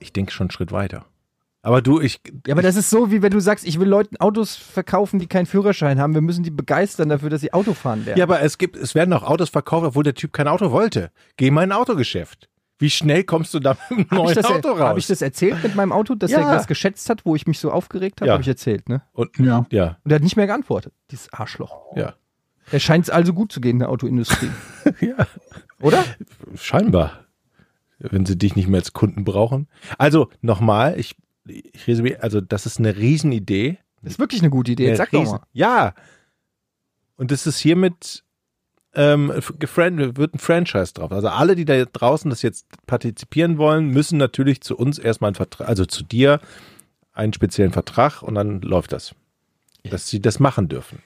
Speaker 6: Ich denke schon einen Schritt weiter. Aber du, ich,
Speaker 2: Ja, aber das ist so, wie wenn du sagst, ich will Leuten Autos verkaufen, die keinen Führerschein haben. Wir müssen die begeistern dafür, dass sie Auto fahren lernen.
Speaker 6: Ja, aber es gibt, es werden auch Autos verkauft, obwohl der Typ kein Auto wollte. Geh mal in ein Autogeschäft. Wie schnell kommst du da mit
Speaker 2: Hab
Speaker 6: einem
Speaker 2: ich
Speaker 6: neuen
Speaker 2: das-
Speaker 6: Auto
Speaker 2: Hab ich
Speaker 6: raus?
Speaker 2: das erzählt mit meinem Auto, dass
Speaker 6: Ja.
Speaker 2: er das geschätzt hat, wo ich mich so aufgeregt habe?
Speaker 6: Ja.
Speaker 2: Hab ich erzählt, ne?
Speaker 6: Und,
Speaker 5: Ja.
Speaker 6: ja,
Speaker 2: Und er hat nicht mehr geantwortet, dieses Arschloch.
Speaker 6: ja,
Speaker 2: Er scheint es also gut zu gehen in der Autoindustrie.
Speaker 6: ja.
Speaker 2: Oder?
Speaker 6: Scheinbar. Wenn sie dich nicht mehr als Kunden brauchen. Also nochmal, ich, ich resümiere, also das ist eine Riesenidee.
Speaker 2: Das ist wirklich eine gute Idee. Jetzt
Speaker 6: Eine
Speaker 2: sag doch
Speaker 6: Riesen-
Speaker 2: mal.
Speaker 6: Ja. Und das ist hiermit ähm, f- gefran- wird ein Franchise drauf. Also alle, die da draußen das jetzt partizipieren wollen, müssen natürlich zu uns erstmal einen Vertrag, also zu dir einen speziellen Vertrag und dann läuft das. Dass sie das machen dürfen.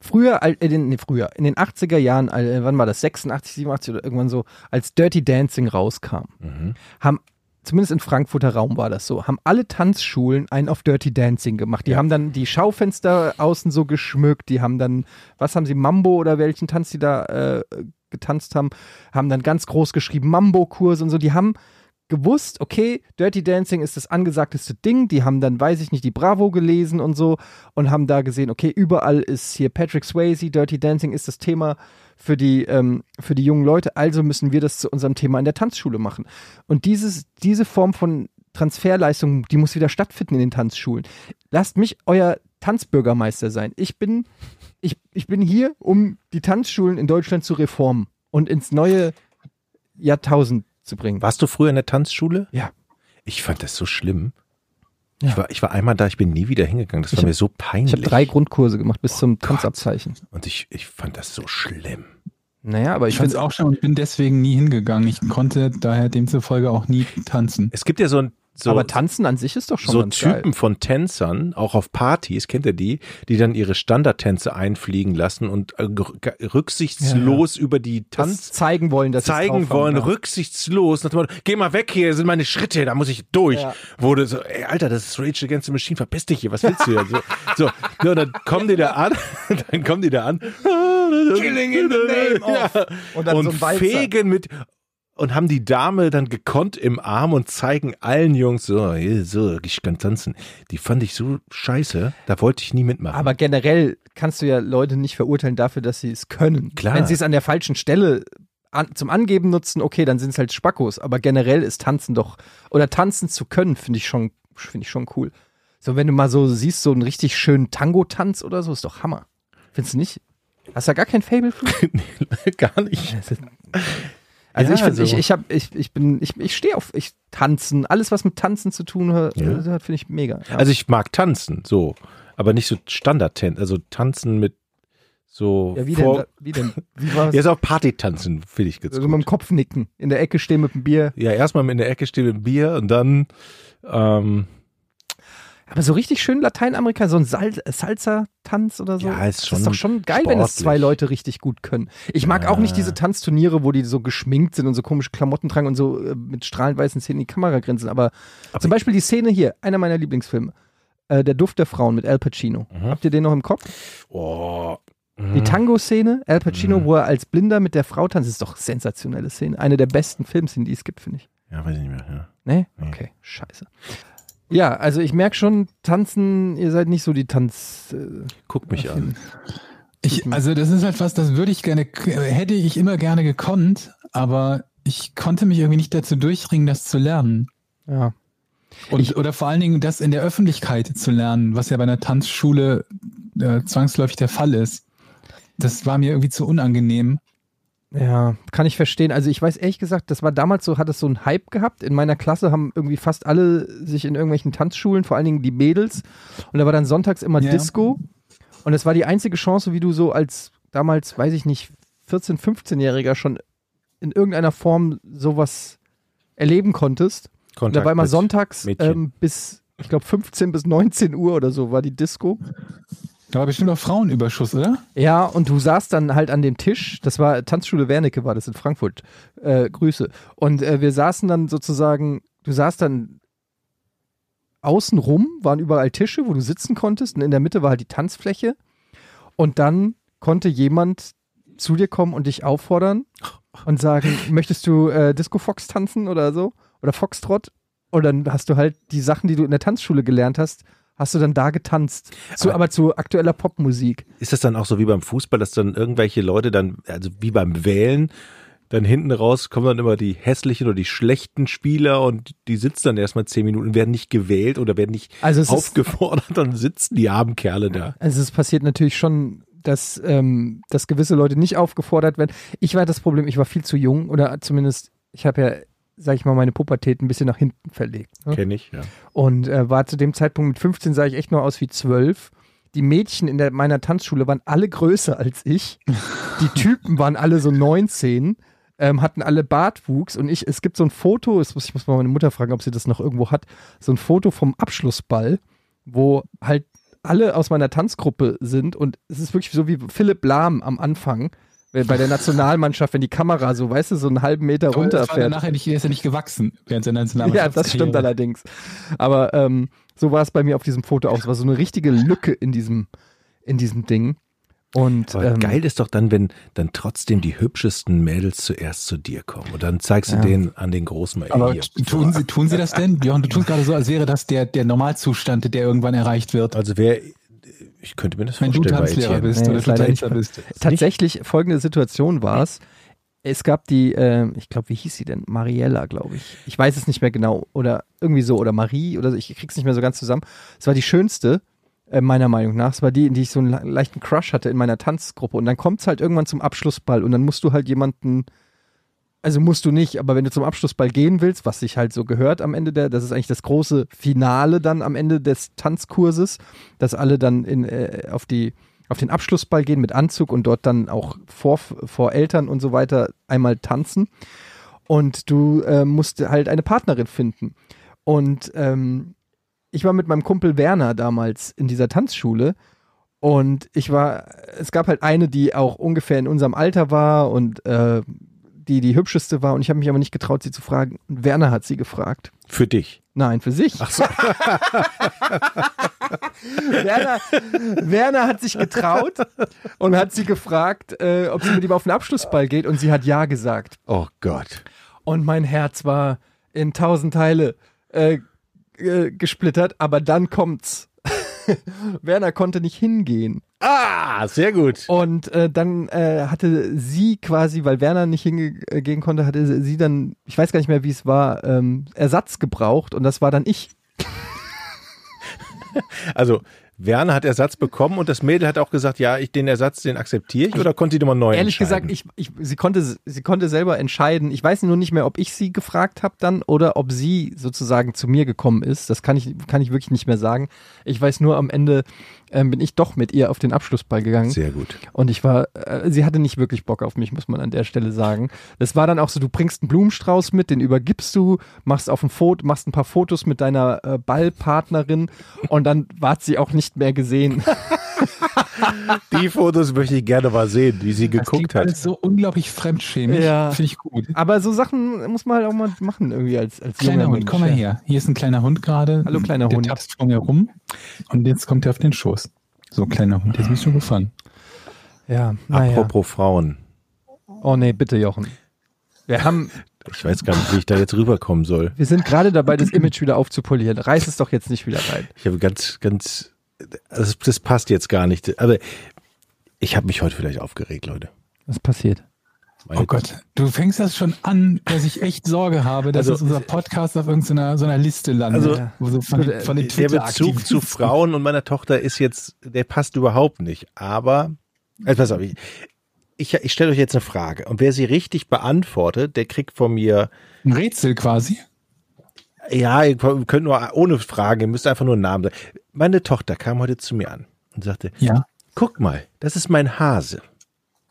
Speaker 2: Früher, al- äh, den- nee, früher, in den 80er Jahren, äh, wann war das? 86, 87 oder irgendwann so, als Dirty Dancing rauskam, haben, zumindest in Frankfurter Raum war das so, haben alle Tanzschulen einen auf Dirty Dancing gemacht. Die haben dann die Schaufenster außen so geschmückt, die haben dann, was haben sie, Mambo oder welchen Tanz die da äh, getanzt haben, haben dann ganz groß geschrieben, Mambo-Kurse und so, die haben gewusst, okay, Dirty Dancing ist das angesagteste Ding. Die haben dann, weiß ich nicht, die Bravo gelesen und so und haben da gesehen, okay, überall ist hier Patrick Swayze, Dirty Dancing ist das Thema für die, ähm, für die jungen Leute, also müssen wir das zu unserem Thema in der Tanzschule machen. Und dieses, diese Form von Transferleistung, die muss wieder stattfinden in den Tanzschulen. Lasst mich euer Tanzbürgermeister sein. Ich bin, ich, ich bin hier, um die Tanzschulen in Deutschland zu reformen und ins neue Jahrtausend zu bringen.
Speaker 6: Warst du früher in der Tanzschule?
Speaker 2: Ja.
Speaker 6: Ich fand das so schlimm.
Speaker 2: Ja.
Speaker 6: Ich, war, ich war einmal da, ich bin nie wieder hingegangen. Das war mir so peinlich.
Speaker 2: Ich habe drei Grundkurse gemacht
Speaker 6: Oh
Speaker 2: bis zum Tanzabzeichen.
Speaker 6: Und ich, ich fand das so schlimm.
Speaker 2: Naja, aber ich
Speaker 5: Ich fand's
Speaker 2: finde
Speaker 5: auch schon und bin deswegen nie hingegangen. Ich konnte daher demzufolge auch nie tanzen.
Speaker 6: Es gibt ja so ein. So,
Speaker 2: aber Tanzen an sich ist doch schon
Speaker 6: so
Speaker 2: ganz
Speaker 6: Typen
Speaker 2: geil.
Speaker 6: von Tänzern, auch auf Partys, kennt ihr die, die dann ihre Standardtänze einfliegen lassen und äh, g- g- rücksichtslos über die
Speaker 2: Das
Speaker 6: Tanz
Speaker 2: zeigen wollen, dass sie es
Speaker 6: zeigen
Speaker 2: drauf haben,
Speaker 6: wollen,
Speaker 2: ja.
Speaker 6: rücksichtslos. Nach dem Motto, Geh mal weg hier, sind meine Schritte, da muss ich durch.
Speaker 2: Ja.
Speaker 6: Wurde so, ey, Alter, das ist Rage Against the Machine, verpiss dich hier, was willst du hier? So, so, so und dann kommen die da an, dann kommen die da an. Killing
Speaker 2: in the name of.
Speaker 6: Ja.
Speaker 2: Und
Speaker 6: Und,
Speaker 2: dann so ein Walzer.
Speaker 6: fegen mit und haben die Dame dann gekonnt im Arm und zeigen allen Jungs so, hier, so, ich kann tanzen. Die fand ich so scheiße, da wollte ich nie mitmachen.
Speaker 2: Aber generell kannst du ja Leute nicht verurteilen dafür, dass sie es können.
Speaker 6: Klar.
Speaker 2: Wenn sie es an der falschen Stelle an, zum Angeben nutzen, okay, dann sind es halt Spackos. Aber generell ist Tanzen doch, oder tanzen zu können, finde ich schon, finde ich schon cool. So, wenn du mal so siehst, so einen richtig schönen Tango-Tanz oder so, ist doch Hammer. Findest du nicht? Hast du da gar kein Fable für?
Speaker 6: nee, gar nicht.
Speaker 2: Also
Speaker 6: Ja, also-
Speaker 2: ich, find,
Speaker 6: so.
Speaker 2: ich, ich, hab, ich, ich bin, ich, ich stehe auf ich tanzen. Alles, was mit Tanzen zu tun hat,
Speaker 6: Ja.
Speaker 2: äh, hat finde ich mega. Ja.
Speaker 6: Also ich mag tanzen, so, aber nicht so Standardtanz, also tanzen mit so
Speaker 2: ja, wie denn,
Speaker 6: vor-
Speaker 2: da- wie denn? Wie war's?
Speaker 6: Ja, ist auch Partytanzen, finde ich ganz
Speaker 2: also
Speaker 6: gut.
Speaker 2: mit dem Kopf nicken, in der Ecke stehen mit dem Bier.
Speaker 6: Ja, erstmal in der Ecke stehen mit dem Bier und dann ähm,
Speaker 2: Aber so richtig schön Lateinamerika, so ein Sal äh, Salsa-Tanz oder so.
Speaker 6: Ja, ist
Speaker 2: das
Speaker 6: schon
Speaker 2: ist doch schon geil, wenn das
Speaker 6: sportlich.
Speaker 2: zwei Leute richtig gut können. Ich mag auch nicht diese Tanzturniere, wo die so geschminkt sind und so komische Klamotten tragen und so äh, mit strahlend weißen Zähnen in die Kamera grinsen. Aber, zum Beispiel die Szene hier, einer meiner Lieblingsfilme, äh, Der Duft der Frauen mit Al Pacino. Habt ihr den noch im Kopf?
Speaker 6: oh,
Speaker 2: Mhm. Die Tango-Szene, Al Pacino, wo er als Blinder mit der Frau tanzt, ist doch sensationelle Szene. Eine der besten Filmszenen, die es gibt, finde ich.
Speaker 6: mhm. ja, weiß ich nicht mehr. Ja.
Speaker 2: Nee?
Speaker 6: Nee.
Speaker 2: Okay, scheiße. Ja, also ich merke schon, tanzen, ihr seid nicht so die Tanz. Äh,
Speaker 6: Guck mich an.
Speaker 2: Mhm.
Speaker 5: Ich, also das ist halt was, das würde ich gerne, hätte ich immer gerne gekonnt, aber ich konnte mich irgendwie nicht dazu durchringen, das zu lernen.
Speaker 2: ja.
Speaker 5: Und,
Speaker 2: Ich-
Speaker 5: oder vor allen Dingen das in der Öffentlichkeit zu lernen, was ja bei einer Tanzschule äh, zwangsläufig der Fall ist. Das war mir irgendwie zu unangenehm.
Speaker 2: Ja, kann ich verstehen. Also ich weiß ehrlich gesagt, das war damals so, hat es so einen Hype gehabt. In meiner Klasse haben irgendwie fast alle sich in irgendwelchen Tanzschulen, vor allen Dingen die Mädels. Und da war dann sonntags immer
Speaker 5: Ja.
Speaker 2: Disco. Und das war die einzige Chance, wie du so als damals, weiß ich nicht, 14-, 15-Jähriger schon in irgendeiner Form sowas erleben konntest. Und da war immer
Speaker 6: mit
Speaker 2: sonntags
Speaker 6: Mädchen.
Speaker 2: ähm, bis, ich glaube, 15 bis 19 Uhr oder so war die Disco.
Speaker 5: Da war bestimmt auch Frauenüberschuss, oder?
Speaker 2: Ja, und du saßt dann halt an dem Tisch, das war Tanzschule Wernicke, war das in Frankfurt. Äh, Grüße. Und äh, wir saßen dann sozusagen, du saßt dann außenrum, waren überall Tische, wo du sitzen konntest, und in der Mitte war halt die Tanzfläche. Und dann konnte jemand zu dir kommen und dich auffordern und sagen, möchtest du äh, Disco Fox tanzen oder so? Oder Foxtrot? Und dann hast du halt die Sachen, die du in der Tanzschule gelernt hast, hast du dann da getanzt. Zu, aber, zu aktueller Popmusik.
Speaker 6: Ist das dann auch so wie beim Fußball, dass dann irgendwelche Leute dann, also wie beim Wählen, dann hinten raus kommen dann immer die hässlichen oder die schlechten Spieler und die sitzen dann erstmal zehn Minuten, werden nicht gewählt oder werden nicht
Speaker 2: Also es ist,
Speaker 6: aufgefordert, dann sitzen die armen Kerle da.
Speaker 2: also es passiert natürlich schon, dass, ähm, dass gewisse Leute nicht aufgefordert werden. Ich war das Problem, ich war viel zu jung oder zumindest, ich habe ja, sag ich mal, meine Pubertät ein bisschen nach hinten verlegt. Ne?
Speaker 6: Kenn ich, ja.
Speaker 2: Und äh, war zu dem Zeitpunkt mit 15 sah ich echt nur aus wie 12. Die Mädchen in der, meiner Tanzschule waren alle größer als ich. Die Typen waren alle so 19, ähm, hatten alle Bartwuchs und ich, es gibt so ein Foto, es muss, ich muss mal meine Mutter fragen, ob sie das noch irgendwo hat, so ein Foto vom Abschlussball, wo halt alle aus meiner Tanzgruppe sind und es ist wirklich so wie Philipp Lahm am Anfang äh, bei der Nationalmannschaft, wenn die Kamera so, weißt du, so einen halben Meter
Speaker 5: Aber das war
Speaker 2: runterfährt.
Speaker 5: danach ja nicht, der ist ja nicht gewachsen während seiner
Speaker 2: Ja, das stimmt
Speaker 5: Nationalmannschaft.
Speaker 2: allerdings. Aber ähm, so war es bei mir auf diesem Foto auch. Es war so eine richtige Lücke in diesem, in diesem Ding. Und
Speaker 6: Aber
Speaker 2: ähm,
Speaker 6: geil ist doch dann, wenn dann trotzdem die hübschesten Mädels zuerst zu dir kommen und dann zeigst du denen an den großen mal
Speaker 5: Aber
Speaker 6: hier.
Speaker 5: tun sie, tun sie das denn? Jochen, du tust gerade so, als wäre das der, der Normalzustand, der irgendwann erreicht wird.
Speaker 6: Also wer, ich könnte mir das
Speaker 5: Wenn du
Speaker 6: vorstellen bei
Speaker 5: Tanzlehrer
Speaker 6: Etienne.
Speaker 5: bist
Speaker 2: Nee,
Speaker 5: oder
Speaker 2: ist leider
Speaker 5: Tänzer bist.
Speaker 2: tatsächlich folgende Situation war es. Es gab die, äh, ich glaube, wie hieß sie denn? Mariella, glaube ich. Ich weiß es nicht mehr genau. Oder irgendwie so. Oder Marie oder so. Ich krieg's nicht mehr so ganz zusammen. Es war die schönste, äh, meiner Meinung nach. Es war die, in die ich so einen le- leichten Crush hatte in meiner Tanzgruppe. Und dann kommt's halt irgendwann zum Abschlussball. Und dann musst du halt jemanden, also musst du nicht, aber wenn du zum Abschlussball gehen willst, was sich halt so gehört am Ende der, das ist eigentlich das große Finale dann am Ende des Tanzkurses, dass alle dann in, äh, auf die auf den Abschlussball gehen mit Anzug und dort dann auch vor, vor Eltern und so weiter einmal tanzen. Und du äh, musst halt eine Partnerin finden. Und ähm, ich war mit meinem Kumpel Werner damals in dieser Tanzschule und ich war, es gab halt eine, die auch ungefähr in unserem Alter war und äh, die die hübscheste war und ich habe mich aber nicht getraut, sie zu fragen. Und Werner hat sie gefragt.
Speaker 6: Für dich.
Speaker 2: Nein, für sich. Ach so. Werner, Werner hat sich getraut und hat sie gefragt, äh, ob sie mit ihm auf den Abschlussball geht und sie hat ja gesagt.
Speaker 6: Oh Gott.
Speaker 2: Und mein Herz war in tausend Teile äh, äh, gesplittert, aber dann kommt's. Werner konnte nicht hingehen.
Speaker 6: Ah, sehr gut.
Speaker 2: Und äh, dann äh, hatte sie quasi, weil Werner nicht hingehen konnte, hatte sie dann, ich weiß gar nicht mehr, wie es war, ähm, Ersatz gebraucht und das war dann ich.
Speaker 6: Also Werner hat Ersatz bekommen und das Mädel hat auch gesagt, ja, ich den Ersatz, den akzeptiere ich oder konnte die nochmal neu
Speaker 2: Also, Ehrlich
Speaker 6: entscheiden?
Speaker 2: gesagt, ich, ich, sie, konnte, sie konnte selber entscheiden. Ich weiß nur nicht mehr, ob ich sie gefragt habe dann oder ob sie sozusagen zu mir gekommen ist. Das kann ich, kann ich wirklich nicht mehr sagen. Ich weiß nur, am Ende ähm, bin ich doch mit ihr auf den Abschlussball gegangen.
Speaker 6: Sehr gut.
Speaker 2: Und ich war, äh, sie hatte nicht wirklich Bock auf mich, muss man an der Stelle sagen. Das war dann auch so, du bringst einen Blumenstrauß mit, den übergibst du, machst auf ein Foto, machst ein paar Fotos mit deiner äh, Ballpartnerin und dann ward sie auch nicht mehr gesehen.
Speaker 6: Die Fotos möchte ich gerne mal sehen, die sie
Speaker 5: Das
Speaker 6: geguckt
Speaker 5: klingt
Speaker 6: hat.
Speaker 5: alles so unglaublich fremdschämig.
Speaker 2: Ja.
Speaker 5: Finde ich gut.
Speaker 2: Aber so Sachen muss man halt auch mal machen irgendwie als, als junger
Speaker 5: Kleiner Hund,
Speaker 2: Mensch,
Speaker 5: komm mal
Speaker 2: ja.
Speaker 5: her. Hier ist ein kleiner Hund gerade.
Speaker 2: Hallo, kleiner
Speaker 5: der
Speaker 2: Hund.
Speaker 5: Der tapst vor mir rum und jetzt kommt er auf den Schoß. So, kleiner Hund, jetzt bist du gefangen.
Speaker 2: Ja, naja.
Speaker 6: Apropos Frauen.
Speaker 2: Oh nee, bitte Jochen. Wir haben,
Speaker 6: Ich weiß gar nicht, wie ich da jetzt rüberkommen soll.
Speaker 2: wir sind gerade dabei, das Image wieder aufzupolieren. Reiß es doch jetzt nicht wieder rein.
Speaker 6: Ich habe ganz, ganz, das, das passt jetzt gar nicht. Aber ich habe mich heute vielleicht aufgeregt, Leute.
Speaker 2: Was passiert?
Speaker 6: Meine-
Speaker 5: Oh Gott, du fängst das schon an, dass ich echt Sorge habe, dass
Speaker 6: Also-
Speaker 5: jetzt unser Podcast auf irgendeiner so einer Liste landet.
Speaker 6: Also-
Speaker 5: wo so von, den- von den
Speaker 6: Der Bezug zu
Speaker 5: Twitter-Aktivitäten.
Speaker 6: Frauen und meiner Tochter ist jetzt, der passt überhaupt nicht. Aber, also pass auf, ich, ich, ich stelle euch jetzt eine Frage. Und wer sie richtig beantwortet, der kriegt von mir,
Speaker 5: Ein Rätsel quasi.
Speaker 6: ja, ihr könnt nur ohne Frage, ihr müsst einfach nur einen Namen sagen. Meine Tochter kam heute zu mir an und sagte,
Speaker 5: Ja.
Speaker 6: guck mal, das ist mein Hase.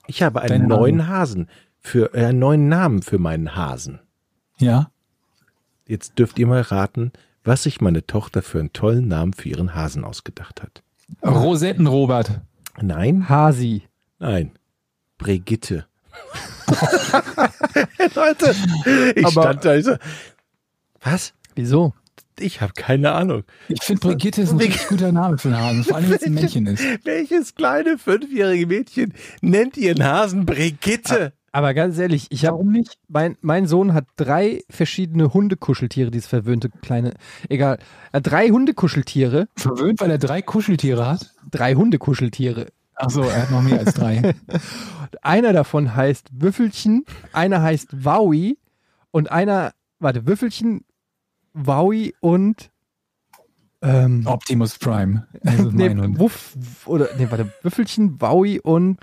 Speaker 6: Ich habe einen
Speaker 5: Dein Name.
Speaker 6: neuen Hasen für, äh, einen neuen Namen für meinen Hasen.
Speaker 5: Ja.
Speaker 6: Jetzt dürft ihr mal raten, was sich meine Tochter für einen tollen Namen für ihren Hasen ausgedacht hat.
Speaker 5: Rosetten-Robert.
Speaker 6: Nein?
Speaker 2: Hasi.
Speaker 6: Nein. Brigitte. Leute, ich
Speaker 2: Aber-
Speaker 6: stand da. Ich so, was?
Speaker 2: Wieso?
Speaker 6: Ich habe keine Ahnung.
Speaker 5: Ich finde Brigitte ist ein richtig guter Name für einen Hasen, vor allem wenn es ein Männchen ist.
Speaker 6: Welches kleine fünfjährige Mädchen nennt ihren Hasen Brigitte?
Speaker 2: Aber ganz ehrlich, ich habe
Speaker 5: Warum nicht?
Speaker 2: mein, mein Sohn hat drei verschiedene Hundekuscheltiere, dieses verwöhnte kleine, egal. Er hat drei Hundekuscheltiere,
Speaker 5: Verwöhnt, weil er drei Kuscheltiere hat?
Speaker 2: drei Hundekuscheltiere.
Speaker 5: Achso, er hat noch mehr als drei.
Speaker 2: Einer davon heißt Würfelchen, einer heißt Wowie und einer, warte, Würfelchen, Wowie und ähm,
Speaker 5: Optimus Prime. Das ist
Speaker 2: nee,
Speaker 5: mein Hund.
Speaker 2: Wuff, oder, nee, warte, Würfelchen, Wowie und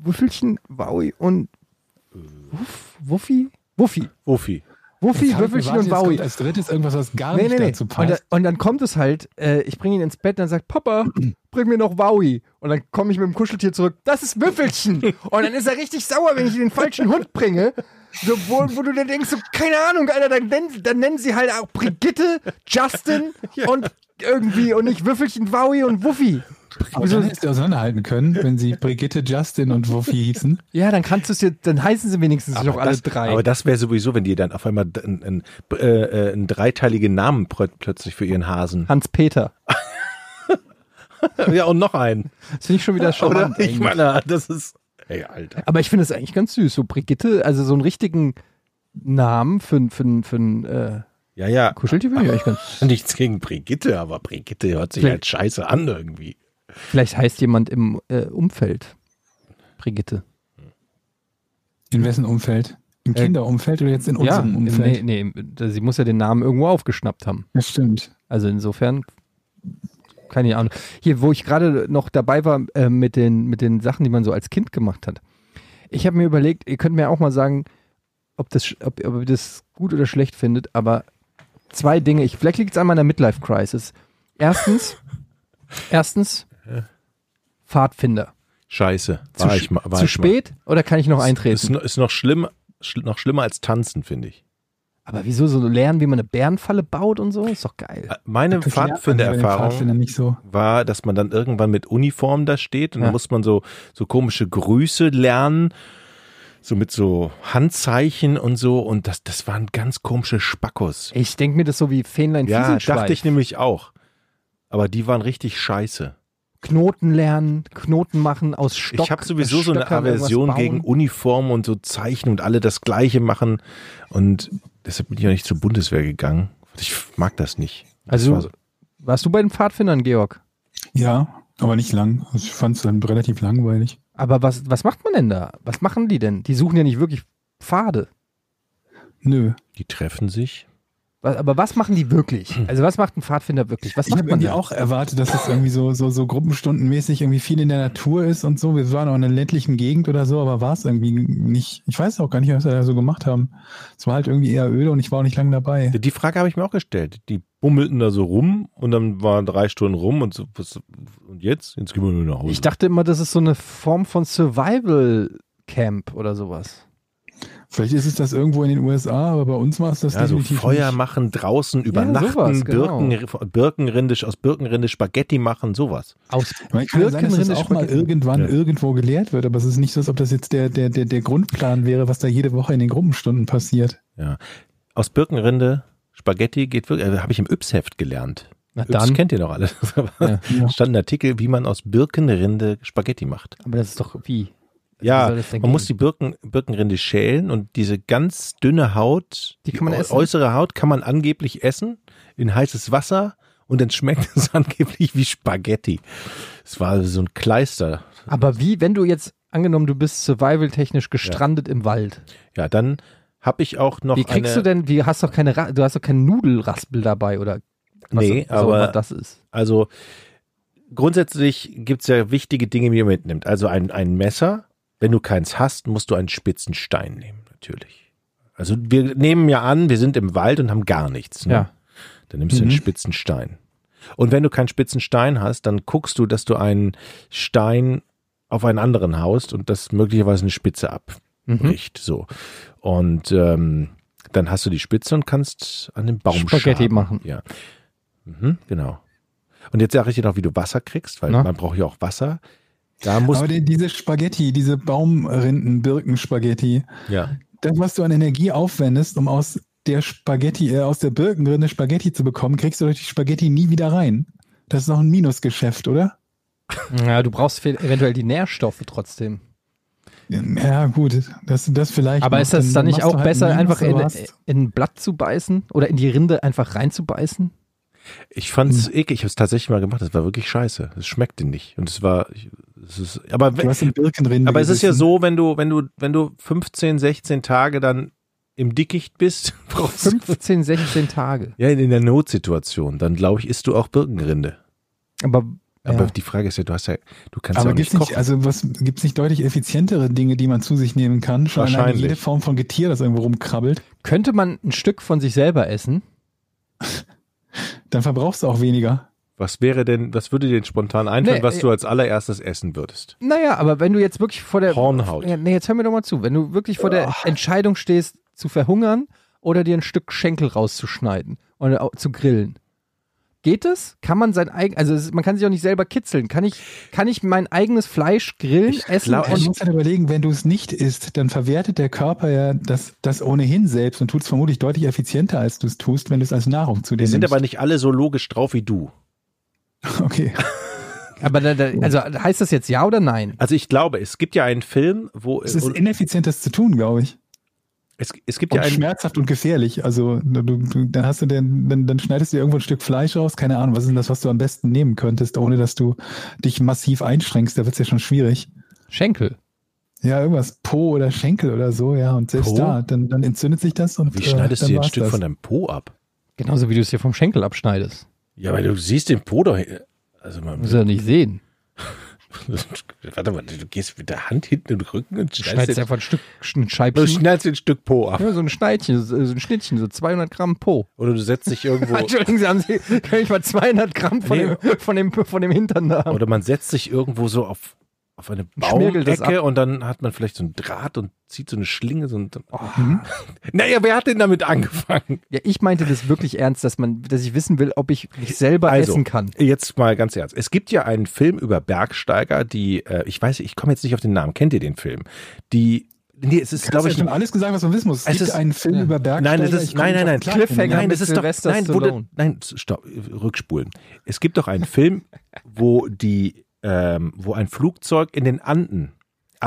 Speaker 2: Würfelchen, Wowie und Wuff, Wuffi? Wuffi.
Speaker 6: Wuffi.
Speaker 2: Wuffi,
Speaker 5: Jetzt hab ich
Speaker 2: Würfelchen und
Speaker 5: gewartet, jetzt
Speaker 2: Wowie.
Speaker 5: kommt Als drittes irgendwas, was gar
Speaker 2: Nee,
Speaker 5: nicht
Speaker 2: nee, nee.
Speaker 5: dazu
Speaker 2: Und, da,
Speaker 5: passt.
Speaker 2: und dann kommt es halt, äh, ich bringe ihn ins Bett, dann sagt Papa, bring mir noch Wowie. Und dann komme ich mit dem Kuscheltier zurück, das ist Würfelchen. Und dann ist er richtig sauer, wenn ich den falschen Hund bringe. So, wo, wo du dann denkst, so, keine Ahnung, Alter, dann, nenn- dann nennen sie halt auch Brigitte, Justin und irgendwie und nicht Würfelchen, Wowie und Wuffi.
Speaker 5: Aber dann hättest du auseinanderhalten können, wenn sie Brigitte, Justin und Wuffi hießen.
Speaker 2: Ja, dann kannst du es dir, dann heißen sie wenigstens doch alle
Speaker 6: das,
Speaker 2: drei.
Speaker 6: Aber das wäre sowieso, wenn die dann auf einmal einen, einen, äh, äh, einen dreiteiligen Namen prö- plötzlich für ihren Hasen.
Speaker 2: Hans-Peter.
Speaker 6: ja, und noch einen.
Speaker 2: Das finde ich schon wieder
Speaker 6: Oder?
Speaker 2: charmant.
Speaker 6: Ich
Speaker 2: eigentlich.
Speaker 6: meine, das ist. Ey, Alter.
Speaker 2: Aber ich finde es eigentlich ganz süß. So Brigitte, also so einen richtigen Namen für, ein- für, ein- für ein äh,
Speaker 6: Ja, ja.
Speaker 2: Kuscheltier finde ich eigentlich ganz.
Speaker 6: Nichts gegen Brigitte, aber Brigitte hört sich
Speaker 2: Nee.
Speaker 6: halt scheiße an irgendwie.
Speaker 2: Vielleicht heißt jemand im äh, Umfeld Brigitte.
Speaker 5: In wessen Umfeld? Im
Speaker 2: Äh,
Speaker 5: Kinderumfeld oder jetzt in unserem
Speaker 2: im-
Speaker 5: Umfeld?
Speaker 2: nee, nee, da- sie muss ja den Namen irgendwo aufgeschnappt haben.
Speaker 5: Das stimmt.
Speaker 2: Also insofern, keine Ahnung. Hier, wo ich gerade noch dabei war äh, mit, den, mit den Sachen, die man so als Kind gemacht hat. Ich habe mir überlegt, ihr könnt mir auch mal sagen, ob, das, sch- ob, ob ihr das gut oder schlecht findet, aber zwei Dinge. Ich, vielleicht liegt es an meiner Midlife-Crisis. Erstens, erstens Pfadfinder.
Speaker 6: Scheiße.
Speaker 2: Zu, sch- zu spät oder kann ich noch eintreten?
Speaker 6: Ist, no- ist noch, schlimm, schl noch schlimmer als tanzen, finde ich.
Speaker 2: Aber wieso so lernen, wie man eine Bärenfalle baut und so? Ist doch geil.
Speaker 6: Äh, Meine
Speaker 5: Das lernt man bei den
Speaker 6: Pfadfindererfahrung
Speaker 5: Pfadfindern nicht so.
Speaker 6: war, dass man dann irgendwann mit Uniform da steht und
Speaker 2: Ja.
Speaker 6: dann muss man so, so komische Grüße lernen, so mit so Handzeichen und so und das, das waren ganz komische Spackos.
Speaker 2: Ich denke mir das so wie Fähnlein
Speaker 6: Ja,
Speaker 2: Fieselschweif.
Speaker 6: dachte ich nämlich auch. Aber die waren richtig scheiße.
Speaker 2: Knoten lernen, Knoten machen aus Stock.
Speaker 6: ich habe sowieso so eine
Speaker 2: Stöckern irgendwas
Speaker 6: Aversion
Speaker 2: bauen.
Speaker 6: gegen Uniform und so Zeichen und alle das Gleiche machen. Und deshalb bin ich ja nicht zur Bundeswehr gegangen. Ich mag das nicht. Das
Speaker 2: Also-
Speaker 6: war so,
Speaker 2: Warst du bei den Pfadfindern, Georg?
Speaker 5: Ja, aber nicht lang. Also ich fand es dann relativ langweilig.
Speaker 2: Aber was, was macht man denn da? Was machen die denn? Die suchen ja nicht wirklich Pfade.
Speaker 5: Nö.
Speaker 6: die treffen sich.
Speaker 2: Was, aber was machen die
Speaker 6: Hm.
Speaker 2: wirklich? Also was macht ein Pfadfinder wirklich? Was
Speaker 5: Ich
Speaker 2: macht
Speaker 5: habe
Speaker 2: man da?
Speaker 5: irgendwie auch erwartet, dass es irgendwie so, so, so gruppenstundenmäßig irgendwie viel in der Natur ist und so. Wir waren auch in einer ländlichen Gegend oder so, aber war es irgendwie nicht. Ich weiß auch gar nicht, was wir da so gemacht haben. Es war halt irgendwie eher öde und ich war auch nicht lange dabei.
Speaker 6: Die Frage habe ich mir auch gestellt. Die bummelten da so rum und dann waren drei Stunden rum und so. Was, und jetzt? Jetzt gehen wir nur nach Hause.
Speaker 2: Ich dachte immer, das ist so eine Form von Survival Camp oder sowas.
Speaker 5: Vielleicht ist es das irgendwo in den USA, aber bei uns war es das
Speaker 6: ja, so
Speaker 5: definitiv
Speaker 6: Feuer
Speaker 5: nicht.
Speaker 6: machen, draußen übernachten,
Speaker 2: sowas, genau.
Speaker 6: Birken, Birkenrinde, aus Birkenrinde Spaghetti machen, sowas.
Speaker 2: Aus
Speaker 5: Man kann ja sein, dass das auch mal
Speaker 2: Spaghetti.
Speaker 5: irgendwann
Speaker 6: Ja.
Speaker 5: irgendwo gelehrt wird, aber es ist nicht so, als ob das jetzt der, der, der, der Grundplan wäre, was da jede Woche in den Gruppenstunden passiert.
Speaker 6: Ja. Aus Birkenrinde Spaghetti geht wirklich, äh, habe ich im Yps-Heft gelernt.
Speaker 2: Na
Speaker 6: Yps
Speaker 2: dann.
Speaker 6: kennt ihr doch alle.
Speaker 5: Ja.
Speaker 6: stand ein Artikel, wie man aus Birkenrinde Spaghetti macht.
Speaker 2: Aber das ist doch wie.
Speaker 6: Ja,
Speaker 2: soll das denn
Speaker 6: man muss die
Speaker 2: gehen?
Speaker 6: Birken, Birkenrinde schälen und diese ganz dünne Haut,
Speaker 2: Die kann man
Speaker 6: äu-
Speaker 2: essen.
Speaker 6: äußere Haut kann man angeblich essen in heißes Wasser und dann schmeckt es angeblich wie Spaghetti. Es war so ein Kleister.
Speaker 2: Aber wie, wenn du jetzt, angenommen, du bist survival-technisch gestrandet im Wald.
Speaker 6: Ja, dann habe ich auch noch
Speaker 2: Wie kriegst du
Speaker 6: eine,
Speaker 2: denn, wie hast doch keine, Ra du hast doch keinen Nudelraspel dabei oder was
Speaker 6: Nee,
Speaker 2: auch immer
Speaker 6: aber-
Speaker 2: das ist.
Speaker 6: Also grundsätzlich gibt's ja wichtige Dinge, die man mitnimmt. Also ein, ein Messer, wenn du keins hast, musst du einen spitzen Stein nehmen, natürlich. Also wir nehmen ja an, wir sind im Wald und haben gar nichts. Ne?
Speaker 2: Ja.
Speaker 6: Dann nimmst du einen spitzen Stein. Und wenn du keinen spitzen Stein hast, dann guckst du, dass du einen Stein auf einen anderen haust und das möglicherweise eine Spitze
Speaker 2: Mhm. Hm?
Speaker 6: abbricht. So. Und ähm, dann hast du die Spitze und kannst an den Baum
Speaker 2: Spaghetti
Speaker 6: schaben.
Speaker 2: machen.
Speaker 6: Ja. Mhm, genau. Und jetzt sage ich dir noch, wie du Wasser kriegst, weil
Speaker 2: Na?
Speaker 6: man braucht ja auch Wasser. Da muss
Speaker 5: Aber die, diese Spaghetti, diese Baumrinden-Birken-Spaghetti,
Speaker 6: ja.
Speaker 5: das, was du an Energie aufwendest, um aus der Spaghetti, äh, aus der Birkenrinde Spaghetti zu bekommen, kriegst du durch die Spaghetti nie wieder rein. Das ist noch ein Minusgeschäft, oder?
Speaker 2: Ja, du brauchst viel- eventuell die Nährstoffe trotzdem.
Speaker 5: Ja, gut, das, das vielleicht.
Speaker 2: Aber
Speaker 5: noch,
Speaker 2: ist das dann nicht
Speaker 5: machst du
Speaker 2: auch
Speaker 5: halt
Speaker 2: besser,
Speaker 5: nie, was
Speaker 2: einfach
Speaker 5: du
Speaker 2: in,
Speaker 5: hast.
Speaker 2: in ein Blatt zu beißen oder in die Rinde einfach reinzubeißen?
Speaker 6: Ich fand's eklig. Ich hab's tatsächlich mal gemacht. Das war wirklich scheiße. Es schmeckte nicht. Und es war, ich- es ist, aber,
Speaker 5: Du hast in Birkenrinde.
Speaker 6: aber es ist ja
Speaker 5: gebissen.
Speaker 6: so, wenn du, wenn du, wenn du 15, 16 Tage dann im Dickicht bist, brauchst du-
Speaker 2: 15, 16 Tage.
Speaker 6: Ja, in der Notsituation, dann glaube ich, isst du auch Birkenrinde.
Speaker 2: Aber
Speaker 6: Aber
Speaker 2: Ja.
Speaker 6: die Frage ist ja, du hast ja, du kannst ja
Speaker 5: Aber
Speaker 6: auch
Speaker 5: gibt's
Speaker 6: nicht
Speaker 5: nicht,
Speaker 6: kochen.
Speaker 5: also was gibt's nicht deutlich effizientere Dinge, die man zu sich nehmen kann? Schon alleine
Speaker 6: Wahrscheinlich.
Speaker 5: jede Form von Getier, das irgendwo rumkrabbelt,
Speaker 2: könnte man ein Stück von sich selber essen?
Speaker 5: dann verbrauchst du auch weniger.
Speaker 6: was wäre denn, was würde dir denn spontan einfallen,
Speaker 2: Nee,
Speaker 6: was
Speaker 2: äh,
Speaker 6: du als allererstes essen würdest?
Speaker 2: Naja, aber wenn du jetzt wirklich vor der.
Speaker 6: Hornhaut.
Speaker 2: Ja, nee, jetzt hör mir doch mal zu. Wenn du wirklich vor der Entscheidung stehst, zu verhungern oder dir ein Stück Schenkel rauszuschneiden und au- zu grillen. Geht es? Kann man sein eigen, also es, man kann sich auch nicht selber kitzeln. Kann ich, kann ich mein eigenes Fleisch grillen,
Speaker 6: Ich
Speaker 2: essen
Speaker 6: glaub,
Speaker 5: Und du
Speaker 2: und
Speaker 5: musst halt überlegen, wenn du es nicht isst, dann verwertet der Körper ja das, das ohnehin selbst und tut es vermutlich deutlich effizienter, als du es tust, wenn du es als Nahrung zu dir
Speaker 6: Wir sind
Speaker 5: nimmst.
Speaker 6: aber nicht alle so logisch drauf wie du.
Speaker 5: okay.
Speaker 2: Aber da, da, also heißt das jetzt ja oder nein?
Speaker 6: Also ich glaube, es gibt ja einen Film, wo
Speaker 5: Es ist
Speaker 6: und-
Speaker 5: ineffizient, das zu tun, glaube ich.
Speaker 6: es, es gibt
Speaker 5: Und
Speaker 6: ja einen
Speaker 5: schmerzhaft und gefährlich. Also du, du, dann hast du den, dann, dann schneidest du dir irgendwo ein Stück Fleisch raus. Keine Ahnung, was ist denn das, was du am besten nehmen könntest, ohne dass du dich massiv einschränkst. Da wird es ja schon schwierig.
Speaker 2: Schenkel.
Speaker 5: Ja, irgendwas Po oder Schenkel oder so, ja. Und selbst
Speaker 6: Po?
Speaker 5: da, dann, dann entzündet sich das und
Speaker 6: Wie schneidest
Speaker 5: äh,
Speaker 6: du
Speaker 5: dann
Speaker 6: dir ein
Speaker 5: war's
Speaker 6: Stück
Speaker 5: das.
Speaker 6: von deinem Po ab?
Speaker 2: Genauso wie du es hier vom Schenkel abschneidest.
Speaker 6: Ja, weil du siehst den Po doch. Also man,
Speaker 2: Muss ja nicht sehen.
Speaker 6: warte mal, du gehst mit der Hand hinten im Rücken und
Speaker 2: Du schneidest
Speaker 6: schneidest,
Speaker 2: einfach ein Stück, ein
Speaker 6: du
Speaker 2: Scheibchen.
Speaker 6: schneidest dir ein Stück Po ab.
Speaker 2: Ja, so ein Schneidchen, so so ein Schnittchen, so 200 Gramm Po.
Speaker 6: Oder du setzt dich irgendwo.
Speaker 2: Entschuldigen Sie, haben Sie, kann ich mal 200 Gramm von,
Speaker 6: Nee.
Speaker 2: dem, von, dem, von dem Hintern da haben?
Speaker 6: Oder man setzt sich irgendwo so auf, auf eine
Speaker 2: Schmirgelt das
Speaker 6: Baumecke und dann hat man vielleicht so einen Draht und zieht so eine Schlinge. So ein, oh. Naja, wer hat denn damit angefangen?
Speaker 2: Ja, ich meinte das wirklich ernst, dass, man, dass ich wissen will, ob ich mich selber
Speaker 6: Also.
Speaker 2: essen kann.
Speaker 6: Jetzt mal ganz ernst. Es gibt ja einen Film über Bergsteiger, die, äh, ich weiß, ich komme jetzt nicht auf den Namen. Kennt ihr den Film? Die, nee, es ist,
Speaker 5: Du hast
Speaker 6: glaube
Speaker 5: ja
Speaker 6: ich,
Speaker 5: schon alles gesagt, was man wissen muss. Es,
Speaker 6: Es
Speaker 5: gibt
Speaker 6: ist-
Speaker 5: einen Film
Speaker 2: ja.
Speaker 5: über Bergsteiger.
Speaker 6: Nein, das ist,
Speaker 5: ich komm
Speaker 6: nein, nein,
Speaker 5: nicht
Speaker 6: nein.
Speaker 5: auf Klarkommen.
Speaker 2: Cliffhanger.
Speaker 6: Nein, das
Speaker 2: mit
Speaker 6: ist doch,
Speaker 2: Sylvester
Speaker 6: nein, wo
Speaker 2: Stallone.
Speaker 6: du- nein, stopp, rückspulen. Es gibt doch einen Film, wo die, ähm, wo ein Flugzeug in den Anden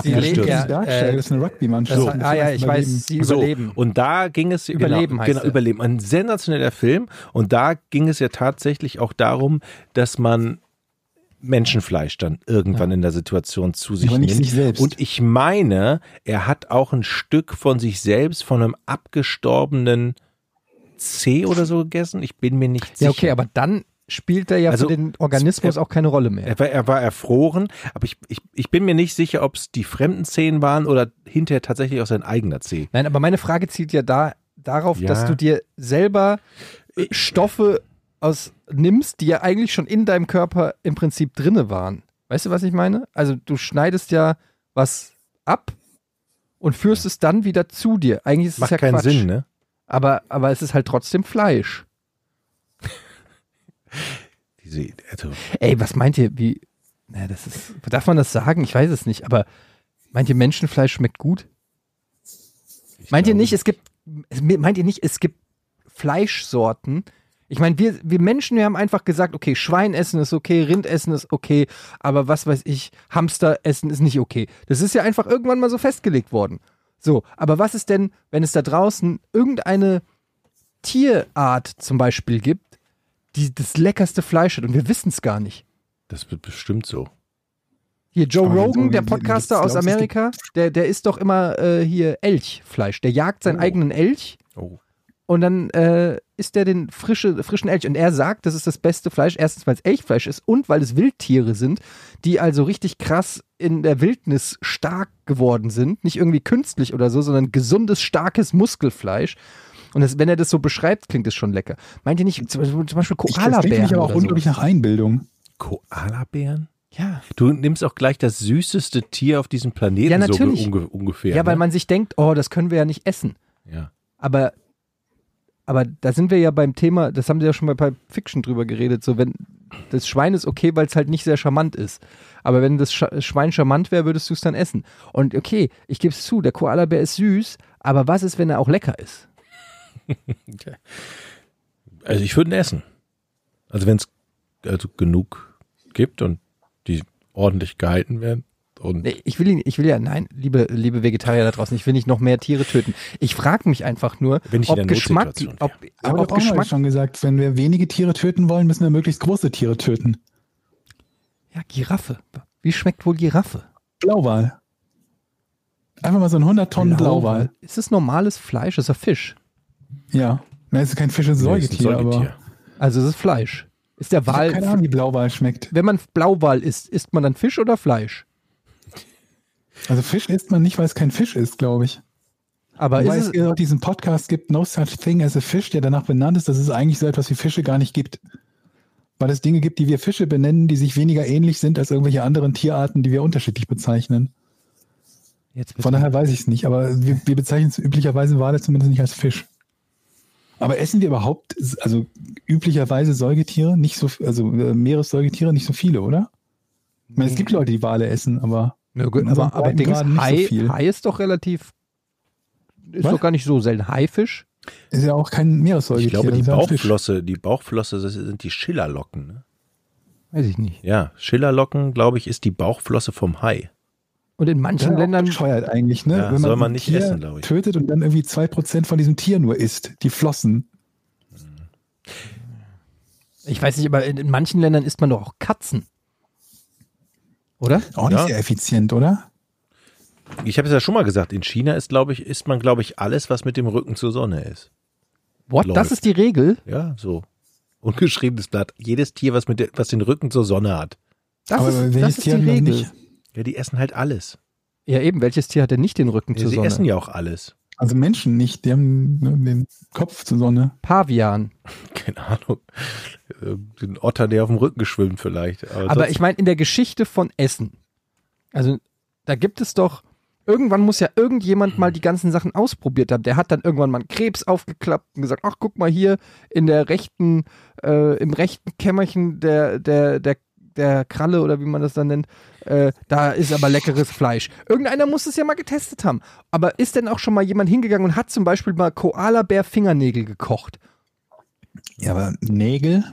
Speaker 2: Sie
Speaker 5: Ja,
Speaker 2: leben-
Speaker 6: abgestürzt
Speaker 5: stimmt.
Speaker 2: Ja,
Speaker 5: Die Bergsteiger,
Speaker 2: äh,
Speaker 5: das ist eine
Speaker 2: Das,
Speaker 5: Rugby-Mannschaft.
Speaker 2: so. Ah ja, ich weiß, Sie überleben.
Speaker 6: Und da ging es
Speaker 2: Überleben
Speaker 6: genau,
Speaker 2: heißt
Speaker 6: genau,
Speaker 2: er.
Speaker 6: Überleben. Ein sensationeller Film. Und da ging es ja tatsächlich auch darum, dass man Menschenfleisch dann irgendwann in der Situation zu sich
Speaker 5: Aber
Speaker 6: nimmt.
Speaker 5: nicht sich selbst.
Speaker 6: Und ich meine, er hat auch ein Stück von sich selbst, von einem abgestorbenen C oder so gegessen. Ich bin mir nicht sicher.
Speaker 2: ja, okay, aber dann spielt er ja
Speaker 6: Also,
Speaker 2: für den Organismus
Speaker 6: es-
Speaker 2: auch keine Rolle mehr.
Speaker 6: Er war, er war erfroren, aber ich, ich, ich bin mir nicht sicher, ob es die fremden Zehen waren oder hinterher tatsächlich auch sein eigener Zeh.
Speaker 2: Nein, aber meine Frage zielt ja da, darauf,
Speaker 6: Ja.
Speaker 2: dass du dir selber äh, Stoffe aus nimmst, die ja eigentlich schon in deinem Körper im Prinzip drinne waren. Weißt du, was ich meine? Also du schneidest ja was ab und führst es dann wieder zu dir. Eigentlich ist es
Speaker 6: Macht
Speaker 2: ja
Speaker 6: keinen
Speaker 2: Quatsch.
Speaker 6: Sinn, ne?
Speaker 2: Aber, aber es ist halt trotzdem Fleisch.
Speaker 6: Diese, also,
Speaker 2: Ey, was meint ihr, wie. Na, das ist. Darf man das sagen? Ich weiß es nicht, aber meint ihr, Menschenfleisch schmeckt gut? meint ihr nicht, es gibt. es- Meint ihr nicht, es gibt Fleischsorten? Ich meine, wir, wir Menschen, wir haben einfach gesagt, okay, Schwein essen ist okay, Rind essen ist okay, aber was weiß ich, Hamster essen ist nicht okay. Das ist ja einfach irgendwann mal so festgelegt worden. So, aber was ist denn, wenn es da draußen irgendeine Tierart zum Beispiel gibt, die das leckerste Fleisch hat und wir wissen es gar nicht?
Speaker 6: das wird bestimmt so.
Speaker 2: Hier, Joe
Speaker 5: Aber wenn's
Speaker 2: Rogan, der
Speaker 5: irgendwie-
Speaker 2: Podcaster
Speaker 5: gibt's-
Speaker 2: aus
Speaker 5: glaubst du, es
Speaker 2: Amerika, der, der isst doch immer äh, hier Elchfleisch. Der jagt seinen
Speaker 6: Oh.
Speaker 2: eigenen Elch
Speaker 6: Oh.
Speaker 2: und dann äh, isst er den frische, frischen Elch. Und er sagt, das ist das beste Fleisch, erstens, weil es Elchfleisch ist und weil es Wildtiere sind, die also richtig krass in der Wildnis stark geworden sind. Nicht irgendwie künstlich oder so, sondern gesundes, starkes Muskelfleisch. Und das, wenn er das so beschreibt, klingt es schon lecker. Meint ihr nicht, zum zum Beispiel
Speaker 5: Ich, das klingt
Speaker 2: Koalabären
Speaker 5: mich aber auch
Speaker 2: oder so?
Speaker 5: unglaublich nach Einbildung.
Speaker 6: Koalabären?
Speaker 2: Ja.
Speaker 6: Du nimmst auch gleich das süßeste Tier auf diesem Planeten
Speaker 2: Ja,
Speaker 6: so ge-
Speaker 2: natürlich.
Speaker 6: unge ungefähr.
Speaker 2: ja, weil
Speaker 6: ne?
Speaker 2: man sich denkt, oh, das können wir ja nicht essen.
Speaker 6: ja.
Speaker 2: Aber, aber da sind wir ja beim Thema, das haben sie ja schon mal bei Fiction drüber geredet, so wenn das Schwein ist okay, weil es halt nicht sehr charmant ist. Aber wenn das Scha- Schwein charmant wäre, würdest du es dann essen. Und okay, ich gebe es zu, der Koalabär ist süß, aber was ist, wenn er auch lecker ist?
Speaker 6: Also ich würde ihn essen. Also wenn es also genug gibt und die ordentlich gehalten werden, Und
Speaker 2: Nee, ich will ihn, ich will ja, nein, liebe, liebe Vegetarier da draußen, ich will nicht noch mehr Tiere töten. Ich frage mich einfach nur,
Speaker 6: Wenn ich in
Speaker 2: ob
Speaker 6: der
Speaker 2: Geschmack,
Speaker 6: Notsituation
Speaker 2: ob,
Speaker 5: Aber
Speaker 2: ob
Speaker 5: auch Geschmack
Speaker 2: Geschmack,
Speaker 5: schon gesagt, wenn wir wenige Tiere töten wollen, müssen wir möglichst große Tiere töten.
Speaker 2: ja, Giraffe. Wie schmeckt wohl Giraffe?
Speaker 5: Blauwal. Einfach mal so ein 100 Tonnen Blauwal.
Speaker 2: Ist es normales Fleisch? Ist ja Fisch.
Speaker 5: Ja. Na, es ist kein Fisch, es ist ein
Speaker 6: Nee, ist ein
Speaker 5: Säugetier. Aber
Speaker 2: Also es ist Fleisch. Ist der
Speaker 5: ich hab keine
Speaker 2: Wal,
Speaker 5: Ahnung, wie Blauwal schmeckt.
Speaker 2: wenn man Blauwal isst, isst man dann Fisch oder Fleisch?
Speaker 5: Also Fisch isst man nicht, weil es kein Fisch ist, glaube ich.
Speaker 2: Aber
Speaker 5: Weil
Speaker 2: ist
Speaker 5: es
Speaker 2: es,
Speaker 5: genau diesen Podcast gibt, No Such Thing as a Fish, der danach benannt ist, dass es eigentlich so etwas wie Fische gar nicht gibt. Weil es Dinge gibt, die wir Fische benennen, die sich weniger ähnlich sind als irgendwelche anderen Tierarten, die wir unterschiedlich bezeichnen.
Speaker 2: jetzt
Speaker 5: Von daher weiß ich es nicht, aber wir, wir bezeichnen es üblicherweise Wale zumindest nicht als Fisch. Aber essen wir überhaupt, also üblicherweise Säugetiere, nicht so, also äh, Meeressäugetiere, nicht so viele, oder? Ich meine, es gibt Leute, die Wale essen, aber
Speaker 2: Nö, gut,
Speaker 5: in unserem
Speaker 2: aber, aber
Speaker 5: breiten
Speaker 2: Dings,
Speaker 5: Graden nicht so
Speaker 2: Hai,
Speaker 5: viel.
Speaker 2: Hai ist doch relativ, ist
Speaker 5: Was?
Speaker 2: doch gar nicht so selten. Haifisch?
Speaker 5: ist ja auch kein Meeressäugetier.
Speaker 6: Ich glaube,
Speaker 5: das
Speaker 6: die
Speaker 5: ist ja ein Fisch.
Speaker 6: Bauchflosse, die Bauchflosse, das sind die Schillerlocken. Ne?
Speaker 2: Weiß ich nicht.
Speaker 6: Ja, Schillerlocken, glaube ich, ist die Bauchflosse vom Hai.
Speaker 2: Und in manchen
Speaker 5: Ja,
Speaker 2: Ländern,
Speaker 5: bescheuert eigentlich, ne?
Speaker 6: Ja, soll
Speaker 5: so ein
Speaker 6: man nicht
Speaker 5: Tier
Speaker 6: essen, glaub ich.
Speaker 5: Tötet und dann irgendwie 2% von diesem Tier nur isst, die Flossen.
Speaker 2: ich weiß nicht, aber in, in manchen Ländern isst man doch auch Katzen. Oder?
Speaker 5: Auch nicht
Speaker 6: Ja.
Speaker 5: sehr effizient, oder?
Speaker 6: Ich habe es ja schon mal gesagt, in China ist, glaube ich, isst man, glaube ich, alles, was mit dem Rücken zur Sonne ist.
Speaker 2: What? Das
Speaker 6: Läuft.
Speaker 2: ist die Regel?
Speaker 6: Ja, so. Ungeschriebenes Blatt. Jedes Tier, was, mit der, was den Rücken zur Sonne hat.
Speaker 2: Das
Speaker 5: Aber
Speaker 2: ist,
Speaker 5: welches
Speaker 2: das ist die
Speaker 5: Tier noch
Speaker 2: Regel.
Speaker 5: nicht?
Speaker 6: Ja, die essen halt alles.
Speaker 2: Ja, eben, welches Tier hat denn nicht den Rücken
Speaker 6: Ja,
Speaker 2: zur
Speaker 6: sie
Speaker 2: Sonne?
Speaker 6: essen ja auch alles.
Speaker 5: Also Menschen nicht, die haben ne, den Kopf zur Sonne.
Speaker 2: Pavian.
Speaker 6: Keine Ahnung. Äh, Den Otter, der auf dem Rücken schwimmt vielleicht. Aber,
Speaker 2: Aber
Speaker 6: sonst-
Speaker 2: ich meine, in der Geschichte von Essen. Also, da gibt es doch. Irgendwann muss ja irgendjemand mal die ganzen Sachen ausprobiert haben. Der hat dann irgendwann mal einen Krebs aufgeklappt und gesagt: Ach, guck mal hier in der rechten, äh, im rechten Kämmerchen der, der, der, der Kralle oder wie man das dann nennt, äh, da ist aber leckeres Fleisch. Irgendeiner muss es ja mal getestet haben. Aber ist denn auch schon mal jemand hingegangen und hat zum Beispiel mal Koala-Bär-Fingernägel gekocht?
Speaker 5: Ja, aber Nägel?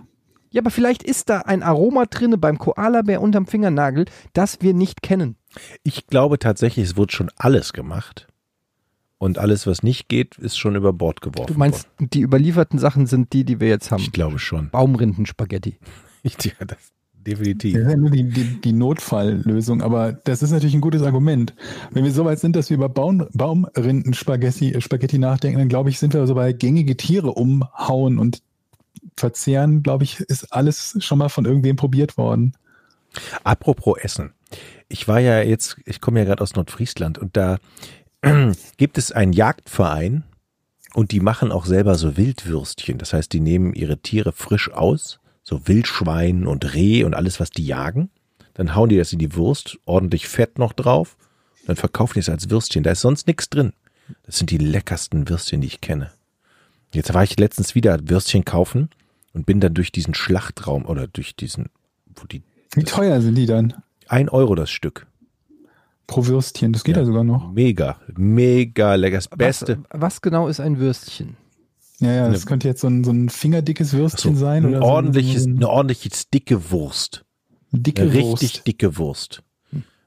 Speaker 2: Ja, aber vielleicht ist da ein Aroma drinne beim Koalabär unterm Fingernagel, das wir nicht kennen.
Speaker 6: ich glaube tatsächlich, es wurde schon alles gemacht. Und alles, was nicht geht, ist schon über Bord geworfen
Speaker 2: Du meinst, die überlieferten Sachen sind die, die wir jetzt
Speaker 6: worden.
Speaker 2: haben.
Speaker 6: Ich glaube schon.
Speaker 2: Baumrindenspaghetti.
Speaker 6: Ich, ja, das, definitiv.
Speaker 5: Das ist ja nur die, die, die Notfalllösung, aber das ist natürlich ein gutes Argument. Wenn wir so weit sind, dass wir über Baum, Baumrinden-Spaghetti äh, Spaghetti nachdenken, dann glaube ich, sind wir so bei gängige Tiere umhauen und verzehren, glaube ich, ist alles schon mal von irgendwem probiert worden.
Speaker 6: Apropos Essen. Ich war ja jetzt, ich komme ja gerade aus Nordfriesland und da gibt es einen Jagdverein und die machen auch selber so Wildwürstchen. Das heißt, die nehmen ihre Tiere frisch aus, so Wildschwein und Reh und alles, was die jagen. Dann hauen die das in die Wurst, ordentlich Fett noch drauf. Dann verkaufen die es als Würstchen. Da ist sonst nichts drin. Das sind die leckersten Würstchen, die ich kenne. Jetzt war ich letztens wieder Würstchen kaufen und bin dann durch diesen Schlachtraum oder durch diesen, wo die
Speaker 5: Wie teuer sind die dann?
Speaker 6: ein Euro das Stück.
Speaker 5: Pro Würstchen, das geht ja,
Speaker 6: Ja.
Speaker 5: sogar noch.
Speaker 6: Mega, mega lecker. Das Beste.
Speaker 2: Was, was genau ist ein Würstchen?
Speaker 5: Ja, ja, das
Speaker 6: Eine-
Speaker 5: könnte jetzt so ein, so ein fingerdickes Würstchen
Speaker 6: So,
Speaker 5: sein.
Speaker 6: ein
Speaker 5: Oder
Speaker 6: ordentliches,
Speaker 5: so ein- so
Speaker 6: eine ordentliches dicke Wurst.
Speaker 5: eine dicke
Speaker 6: Eine
Speaker 5: Wurst.
Speaker 6: richtig dicke Wurst.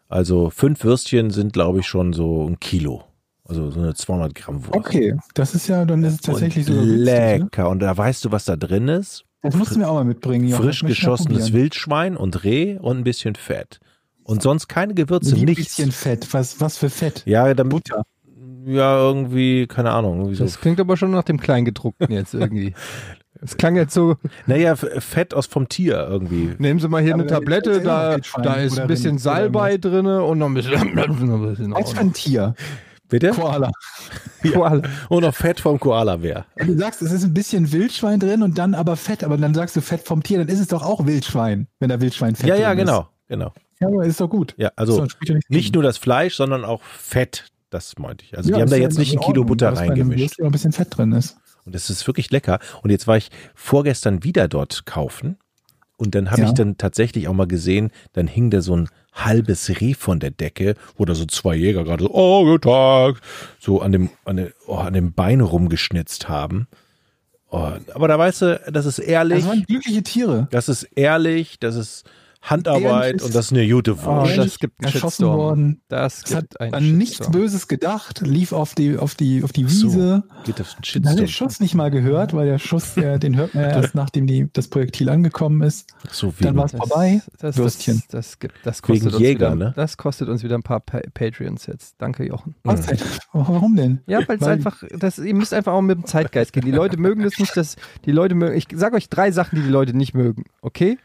Speaker 6: Also fünf Würstchen sind, glaube ich, schon so ein Kilo. Also so eine 200 Gramm Wurst.
Speaker 5: Okay, das ist ja, dann ist es tatsächlich
Speaker 6: und
Speaker 5: sogar günstig, ne?
Speaker 6: lecker. Und da weißt du, was da drin ist?
Speaker 5: Das mussten wir auch mal mitbringen. Jochen.
Speaker 6: Frisch
Speaker 5: Das möchte ich mal
Speaker 6: geschossenes
Speaker 5: probieren.
Speaker 6: Wildschwein und Reh und ein bisschen Fett. Und sonst keine Gewürze,
Speaker 5: Wie ein
Speaker 6: nichts.
Speaker 5: bisschen Fett. Was, was für Fett?
Speaker 6: ja, damit,
Speaker 5: Butter.
Speaker 6: ja, irgendwie, keine Ahnung. Irgendwie so
Speaker 2: Das klingt aber schon nach dem Kleingedruckten jetzt irgendwie. Es klang jetzt so,
Speaker 6: Naja, F- Fett aus vom Tier irgendwie.
Speaker 2: nehmen Sie mal hier
Speaker 5: Aber
Speaker 2: eine
Speaker 5: da ist ja
Speaker 2: Tablette,
Speaker 5: immer
Speaker 2: da,
Speaker 5: Wildschwein
Speaker 2: da ist
Speaker 5: oder
Speaker 2: ein bisschen
Speaker 5: Rind oder
Speaker 2: Salbei drinne und noch ein bisschen, noch ein bisschen
Speaker 5: Als ein Tier.
Speaker 6: Bitte?
Speaker 5: Koala.
Speaker 2: Koala.
Speaker 6: Und noch Fett vom Koala wäre.
Speaker 5: Wenn du sagst, es ist ein bisschen Wildschwein drin und dann aber Fett, aber dann sagst du Fett vom Tier, dann ist es doch auch Wildschwein, wenn da Wildschweinfett
Speaker 6: Ja,
Speaker 5: drin
Speaker 6: ja,
Speaker 5: ist.
Speaker 6: genau, genau.
Speaker 5: Ja, aber ist doch gut.
Speaker 6: Ja,
Speaker 5: So,
Speaker 6: also
Speaker 5: das spielt ja nichts
Speaker 6: nicht
Speaker 5: gegen.
Speaker 6: nur das Fleisch, sondern auch Fett. Das meinte ich. Also
Speaker 5: Ja,
Speaker 6: die haben
Speaker 5: ist
Speaker 6: da
Speaker 5: ja
Speaker 6: jetzt nicht
Speaker 5: in
Speaker 6: ein Kilo
Speaker 5: Ordnung,
Speaker 6: Butter
Speaker 5: dass bei einem
Speaker 6: reingemischt.
Speaker 5: Würstchen auch ein bisschen Fett drin ist.
Speaker 6: Und das ist wirklich lecker. Und jetzt war ich vorgestern wieder dort kaufen. Und dann habe
Speaker 5: Ja.
Speaker 6: ich dann tatsächlich auch mal gesehen, dann hing da so ein halbes Reh von der Decke, wo da so zwei Jäger gerade so, oh, guten Tag, so an dem, an dem, oh, an dem Bein rumgeschnitzt haben. Oh, aber da weißt du, das ist ehrlich.
Speaker 5: Das waren glückliche Tiere.
Speaker 6: Das ist ehrlich, das ist Handarbeit
Speaker 5: Ehrenfest.
Speaker 6: und das ist eine gute
Speaker 2: Oh,
Speaker 6: Wurst.
Speaker 2: das gibt einen
Speaker 5: erschossen
Speaker 2: Shitstorm.
Speaker 5: worden.
Speaker 2: Das
Speaker 5: Es hat
Speaker 2: gibt einen
Speaker 5: an nichts
Speaker 2: Shitstorm.
Speaker 5: Böses gedacht, lief auf die, auf die, auf die
Speaker 6: so.
Speaker 5: Wiese.
Speaker 6: Geht auf den
Speaker 5: Dann hat den
Speaker 6: Shitstorm.
Speaker 5: Schuss nicht mal gehört, weil der Schuss, der, den hört man ja erst, nachdem die, das Projektil angekommen ist.
Speaker 6: So
Speaker 5: Dann war
Speaker 6: wenig.
Speaker 5: es vorbei.
Speaker 2: Das,
Speaker 5: Würstchen.
Speaker 2: Das, das, gibt, das
Speaker 6: Wegen
Speaker 2: kostet uns
Speaker 6: Jäger,
Speaker 2: wieder,
Speaker 6: ne?
Speaker 2: Das kostet uns wieder ein paar pa Patreons jetzt. Danke, Jochen.
Speaker 5: Was denn? Warum denn?
Speaker 2: Ja, weil es
Speaker 5: Weil-
Speaker 2: einfach, das, ihr müsst einfach auch mit dem Zeitgeist gehen. Die Leute mögen das nicht, dass die Leute mögen. Ich sage euch drei Sachen, die die Leute nicht mögen. Okay?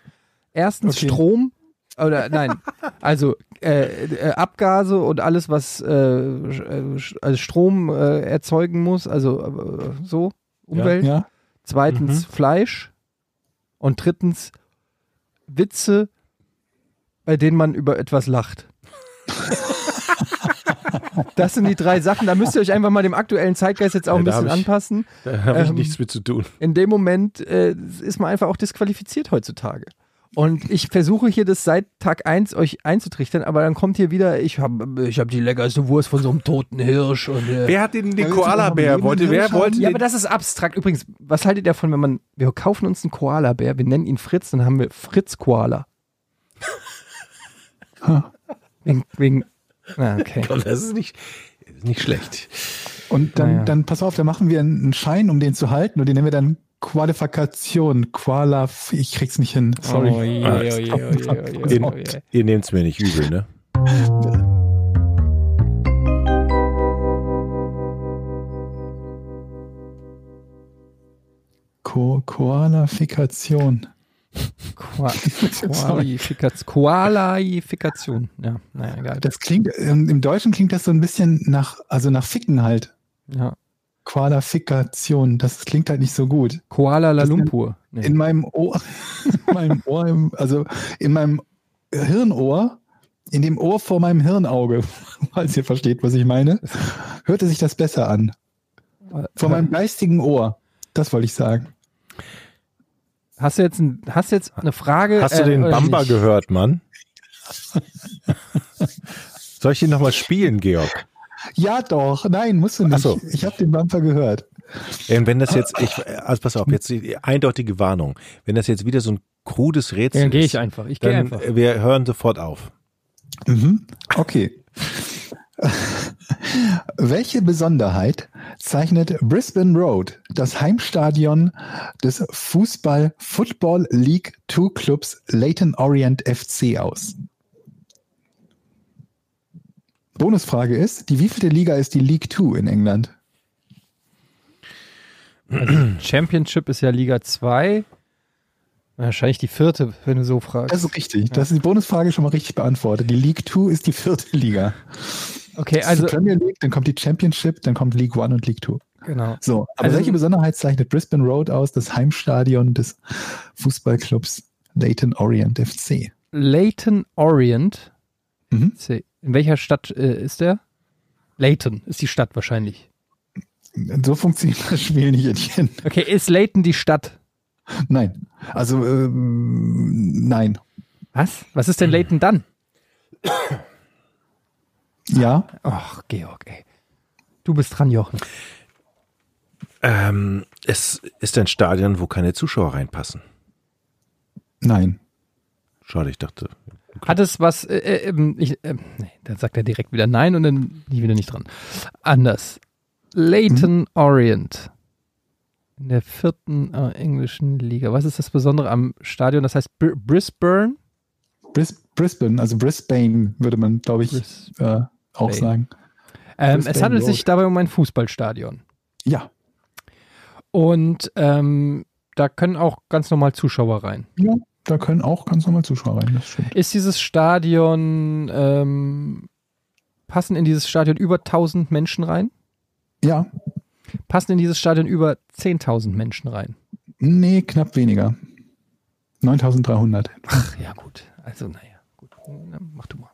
Speaker 2: Erstens
Speaker 5: Okay.
Speaker 2: Strom oder nein, also äh, äh, Abgase und alles, was äh, sch- äh, also Strom äh, erzeugen muss, also äh, so Umwelt.
Speaker 5: Ja,
Speaker 2: Zweitens
Speaker 6: Mhm.
Speaker 2: Fleisch und drittens Witze, bei denen man über etwas lacht. Das sind die drei Sachen. Da müsst ihr euch einfach mal dem aktuellen Zeitgeist jetzt auch
Speaker 6: Ja,
Speaker 2: ein
Speaker 6: da hab
Speaker 2: bisschen
Speaker 6: ich-
Speaker 2: anpassen.
Speaker 6: Da habe ich
Speaker 2: Ähm,
Speaker 6: nichts mit zu tun.
Speaker 2: In dem Moment äh, ist man einfach auch disqualifiziert heutzutage. Und ich versuche hier das seit Tag 1 euch einzutrichtern, aber dann kommt hier wieder, ich habe ich hab die leckerste Wurst von so einem toten Hirsch und äh,
Speaker 6: Wer hat den, den
Speaker 5: willst du noch
Speaker 6: Koala-Bär?
Speaker 5: einen
Speaker 6: Wollte,
Speaker 5: lebenden
Speaker 6: wer
Speaker 5: Hirsch
Speaker 6: wollte
Speaker 2: Ja, aber
Speaker 6: den?
Speaker 2: das ist abstrakt. Übrigens, was haltet ihr davon, wenn man, wir kaufen uns einen Koala-Bär, wir nennen ihn Fritz, dann haben wir Fritz-Koala. wegen, wegen, na, okay.
Speaker 6: Das ist nicht, ist nicht schlecht.
Speaker 5: Und dann,
Speaker 2: Naja.
Speaker 5: dann pass auf, da machen wir einen Schein, um den zu halten und den nennen wir dann Qualifikation. Quala, ich krieg's nicht
Speaker 2: Oh,
Speaker 5: hin. Sorry.
Speaker 6: Ah, Ihr, ihr nehmt es mir nicht übel, ne?
Speaker 5: Ko Koalafikation.
Speaker 2: Koa- Koalifikaz- Koalaifikation. Ja, naja, egal.
Speaker 5: Das klingt, ähm, im Deutschen klingt das so ein bisschen nach, also nach Ficken halt.
Speaker 2: Ja.
Speaker 5: Qualifikation, das klingt halt nicht so gut.
Speaker 2: Koala La Lumpur. Nee.
Speaker 5: In meinem Ohr, in meinem Ohr, im- also in meinem Hirnohr, in dem Ohr vor meinem Hirnauge, falls ihr versteht, was ich meine, hörte sich das besser an. Vor meinem geistigen Ohr. Das wollte ich sagen.
Speaker 2: Hast du jetzt, ein, hast du jetzt eine Frage?
Speaker 6: Hast du
Speaker 2: äh,
Speaker 6: den
Speaker 2: oder
Speaker 6: Bamba
Speaker 2: nicht?
Speaker 6: gehört, Mann? Soll ich ihn nochmal spielen, Georg?
Speaker 5: Ja, doch. Nein, musst du nicht.
Speaker 6: Ach so.
Speaker 5: Ich habe den Bumper gehört.
Speaker 6: Ey, Und wenn das jetzt, ich, also pass auf, jetzt die eindeutige Warnung. Wenn das jetzt wieder so ein krudes Rätsel
Speaker 2: Dann gehe ich
Speaker 6: ist,
Speaker 2: einfach. Ich gehe
Speaker 6: dann
Speaker 2: einfach.
Speaker 6: äh, wir hören sofort auf.
Speaker 5: Mhm. Okay. Welche Besonderheit zeichnet Brisbane Road, das Heimstadion des Fußball Football League Two Clubs Leighton Orient FC aus? Bonusfrage ist, die wievielte Liga ist die League Two in England?
Speaker 2: Championship ist ja Liga 2. Wahrscheinlich die vierte, wenn du so fragst.
Speaker 5: Das ist richtig. Das ist die Bonusfrage schon mal richtig beantwortet. Die League Two ist die vierte Liga.
Speaker 2: okay,
Speaker 5: Das ist
Speaker 2: also,
Speaker 5: die Premier League, dann kommt die Championship, dann kommt League One und League Two.
Speaker 2: genau.
Speaker 5: So, aber
Speaker 2: Also-
Speaker 5: welche Besonderheit zeichnet Brisbane Road aus, das Heimstadion des Fußballclubs Leighton Orient FC?
Speaker 2: Leighton Orient.
Speaker 5: Mhm.
Speaker 2: See. In welcher Stadt äh, ist der? Leighton ist die Stadt wahrscheinlich.
Speaker 5: So funktioniert das Spiel nicht, Etienne.
Speaker 2: Okay, ist Leighton die Stadt?
Speaker 5: Nein. Also, ähm, nein.
Speaker 2: Was? Was ist denn Leighton dann?
Speaker 5: Ja,
Speaker 2: Ach, Georg, ey. Du bist dran, Jochen.
Speaker 6: Ähm, es ist ein Stadion, wo keine Zuschauer reinpassen.
Speaker 5: nein.
Speaker 6: Schade, ich dachte.
Speaker 2: Hat es was, äh, äh, ähm, ich, ähm, nee, dann sagt er direkt wieder nein und dann bin ich wieder nicht dran. Anders. Leighton
Speaker 5: Mhm.
Speaker 2: Orient. In der vierten äh, englischen Liga. Was ist das Besondere am Stadion? Das heißt Br Brisbane?
Speaker 5: Bris Brisbane, also Brisbane würde man, glaube ich,
Speaker 2: Bris
Speaker 5: äh, auch
Speaker 2: Bane.
Speaker 5: sagen.
Speaker 2: ähm, es
Speaker 5: Brisbane
Speaker 2: handelt sich
Speaker 5: Road.
Speaker 2: dabei um ein Fußballstadion.
Speaker 5: Ja.
Speaker 2: Und ähm, da können auch ganz normal Zuschauer rein.
Speaker 5: ja, da können auch ganz normal Zuschauer rein, das stimmt.
Speaker 2: Ist dieses Stadion, ähm, passen in dieses Stadion über 1000 Menschen rein?
Speaker 5: Ja,
Speaker 2: Passen in dieses Stadion über 10.000 Menschen rein?
Speaker 5: nee, knapp weniger. 9300.
Speaker 2: Ach ja, gut. Also, naja, gut. Na, mach du mal.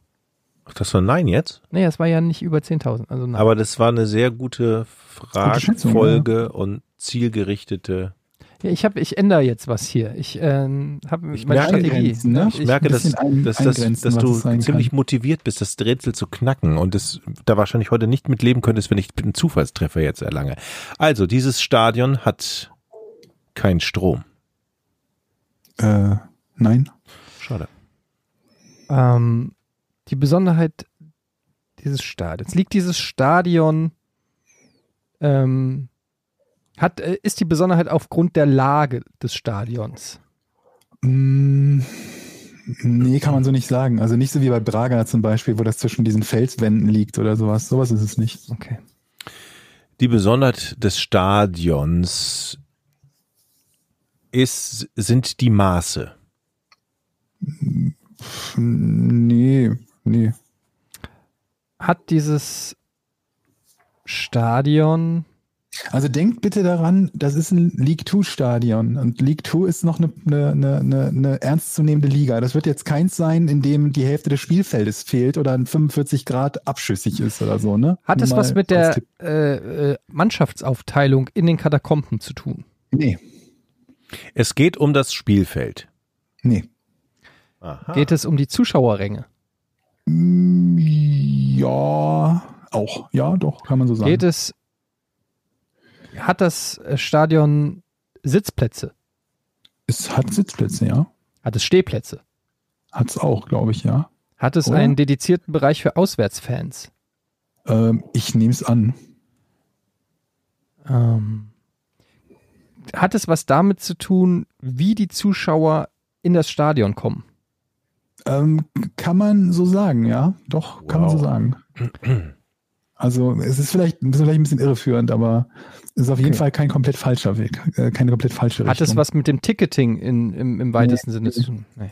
Speaker 6: Ach, das war Nein jetzt?
Speaker 2: Naja, es war ja nicht über 10.000. Also, nein.
Speaker 6: Aber das war eine sehr gute
Speaker 5: Schätzung,
Speaker 6: Fragfolge und zielgerichtete.
Speaker 2: ja, ich, hab, ich ändere jetzt was hier. Ich ähm, habe meine
Speaker 6: merke
Speaker 2: Strategie.
Speaker 5: Eingrenzen, ne?
Speaker 6: Ich,
Speaker 2: Ich-
Speaker 6: merke,
Speaker 5: ein
Speaker 6: dass,
Speaker 5: bisschen ein-
Speaker 6: dass, dass,
Speaker 5: eingrenzen,
Speaker 6: dass
Speaker 5: was
Speaker 6: du
Speaker 5: es sein
Speaker 6: ziemlich
Speaker 5: kann.
Speaker 6: motiviert bist, das Rätsel zu knacken und das da wahrscheinlich heute nicht mit leben könntest, wenn ich einen Zufallstreffer jetzt erlange. Also, dieses Stadion hat keinen Strom.
Speaker 5: Äh, nein.
Speaker 6: Schade.
Speaker 2: ähm, die Besonderheit dieses Stadions. Liegt dieses Stadion, ähm, hat, äh, ist die Besonderheit aufgrund der Lage des Stadions?
Speaker 5: Mm, Nee, kann man so nicht sagen. Also nicht so wie bei Braga zum Beispiel, wo das zwischen diesen Felswänden liegt oder sowas. Sowas ist es nicht.
Speaker 2: Okay.
Speaker 6: Die Besonderheit des Stadions ist, sind die Maße.
Speaker 5: Nee, nee.
Speaker 2: Hat dieses Stadion,
Speaker 5: Also denkt bitte daran, das ist ein League Two Stadion und League Two ist noch eine, eine, eine, eine, eine ernstzunehmende Liga. Das wird jetzt keins sein, in dem die Hälfte des Spielfeldes fehlt oder ein 45 Grad abschüssig ist oder so, ne?
Speaker 2: hat es
Speaker 5: Nur
Speaker 2: was
Speaker 5: mal
Speaker 2: mit der
Speaker 5: als Tipp.
Speaker 2: äh, äh, Mannschaftsaufteilung in den Katakomben zu tun?
Speaker 5: Nee,
Speaker 6: Es geht um das Spielfeld.
Speaker 5: nee.
Speaker 6: Aha.
Speaker 2: Geht es um die Zuschauerränge?
Speaker 5: Mm, Ja, auch. Ja, doch, kann man so sagen.
Speaker 2: Geht es, hat das äh, Stadion Sitzplätze?
Speaker 5: es hat Sitzplätze, ja.
Speaker 2: Hat es Stehplätze?
Speaker 5: Hat's auch, glaube ich, ja.
Speaker 2: Hat es
Speaker 5: Oder?
Speaker 2: einen dedizierten Bereich für Auswärtsfans?
Speaker 5: Ähm, ich nehme es an.
Speaker 2: Ähm, hat es was damit zu tun, wie die Zuschauer in das Stadion kommen?
Speaker 5: Ähm, kann man so sagen, ja. Doch, kann man so
Speaker 6: Wow.
Speaker 5: sagen. Also es ist vielleicht, ist vielleicht ein bisschen irreführend, aber es ist auf jeden
Speaker 2: Okay.
Speaker 5: Fall kein komplett falscher Weg, äh, keine komplett falsche
Speaker 2: Hat es
Speaker 5: Richtung.
Speaker 2: was mit dem Ticketing in, im, im weitesten Sinne zu tun? Nee.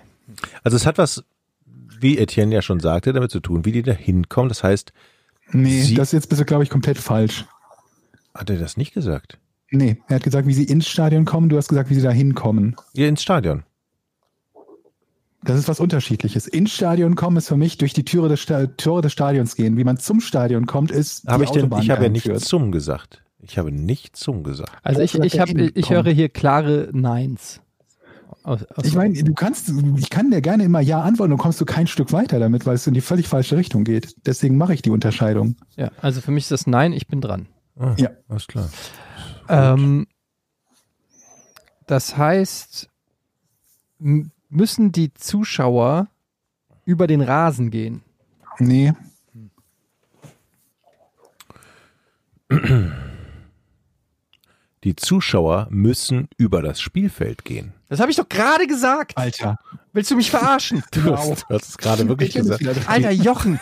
Speaker 6: Also es hat was, wie Etienne ja schon sagte, damit zu tun, wie die da hinkommen. Das heißt,
Speaker 5: Nee,
Speaker 6: Sie-
Speaker 5: das ist jetzt bist du, glaube ich, komplett falsch.
Speaker 6: hat er das nicht gesagt?
Speaker 5: Nee, er hat gesagt, wie sie ins Stadion kommen, du hast gesagt, wie sie da hinkommen.
Speaker 6: Ihr ins Stadion.
Speaker 5: Das ist was Unterschiedliches. Ins Stadion kommen ist für mich durch die Türe des, Sta Tore des Stadions gehen. Wie man zum Stadion kommt, ist
Speaker 6: Habe
Speaker 5: die
Speaker 6: ich denn,
Speaker 5: Autobahn,
Speaker 6: ich
Speaker 5: die
Speaker 6: habe ja
Speaker 5: einen
Speaker 6: nicht
Speaker 5: führt.
Speaker 6: zum gesagt. Ich habe nicht zum gesagt.
Speaker 2: Also ich, ich, hab, ich höre hier klare Neins. Aus- aus-
Speaker 5: Ich meine, du kannst, ich kann dir gerne immer Ja antworten, dann kommst du kein Stück weiter damit, weil es in die völlig falsche Richtung geht. Deswegen mache ich die Unterscheidung.
Speaker 2: ja, also für mich ist das Nein, ich bin dran.
Speaker 6: Ah,
Speaker 5: Ja.
Speaker 6: Alles klar.
Speaker 2: Ähm, das heißt, m- müssen die Zuschauer über den Rasen gehen?
Speaker 5: Nee,
Speaker 6: Die Zuschauer müssen über das Spielfeld gehen.
Speaker 2: Das habe ich doch gerade gesagt.
Speaker 5: Alter.
Speaker 2: Willst du mich verarschen?
Speaker 6: Du hast, du hast es gerade wirklich
Speaker 5: bin
Speaker 6: gesagt.
Speaker 5: wieder dran.
Speaker 2: Alter, Jochen,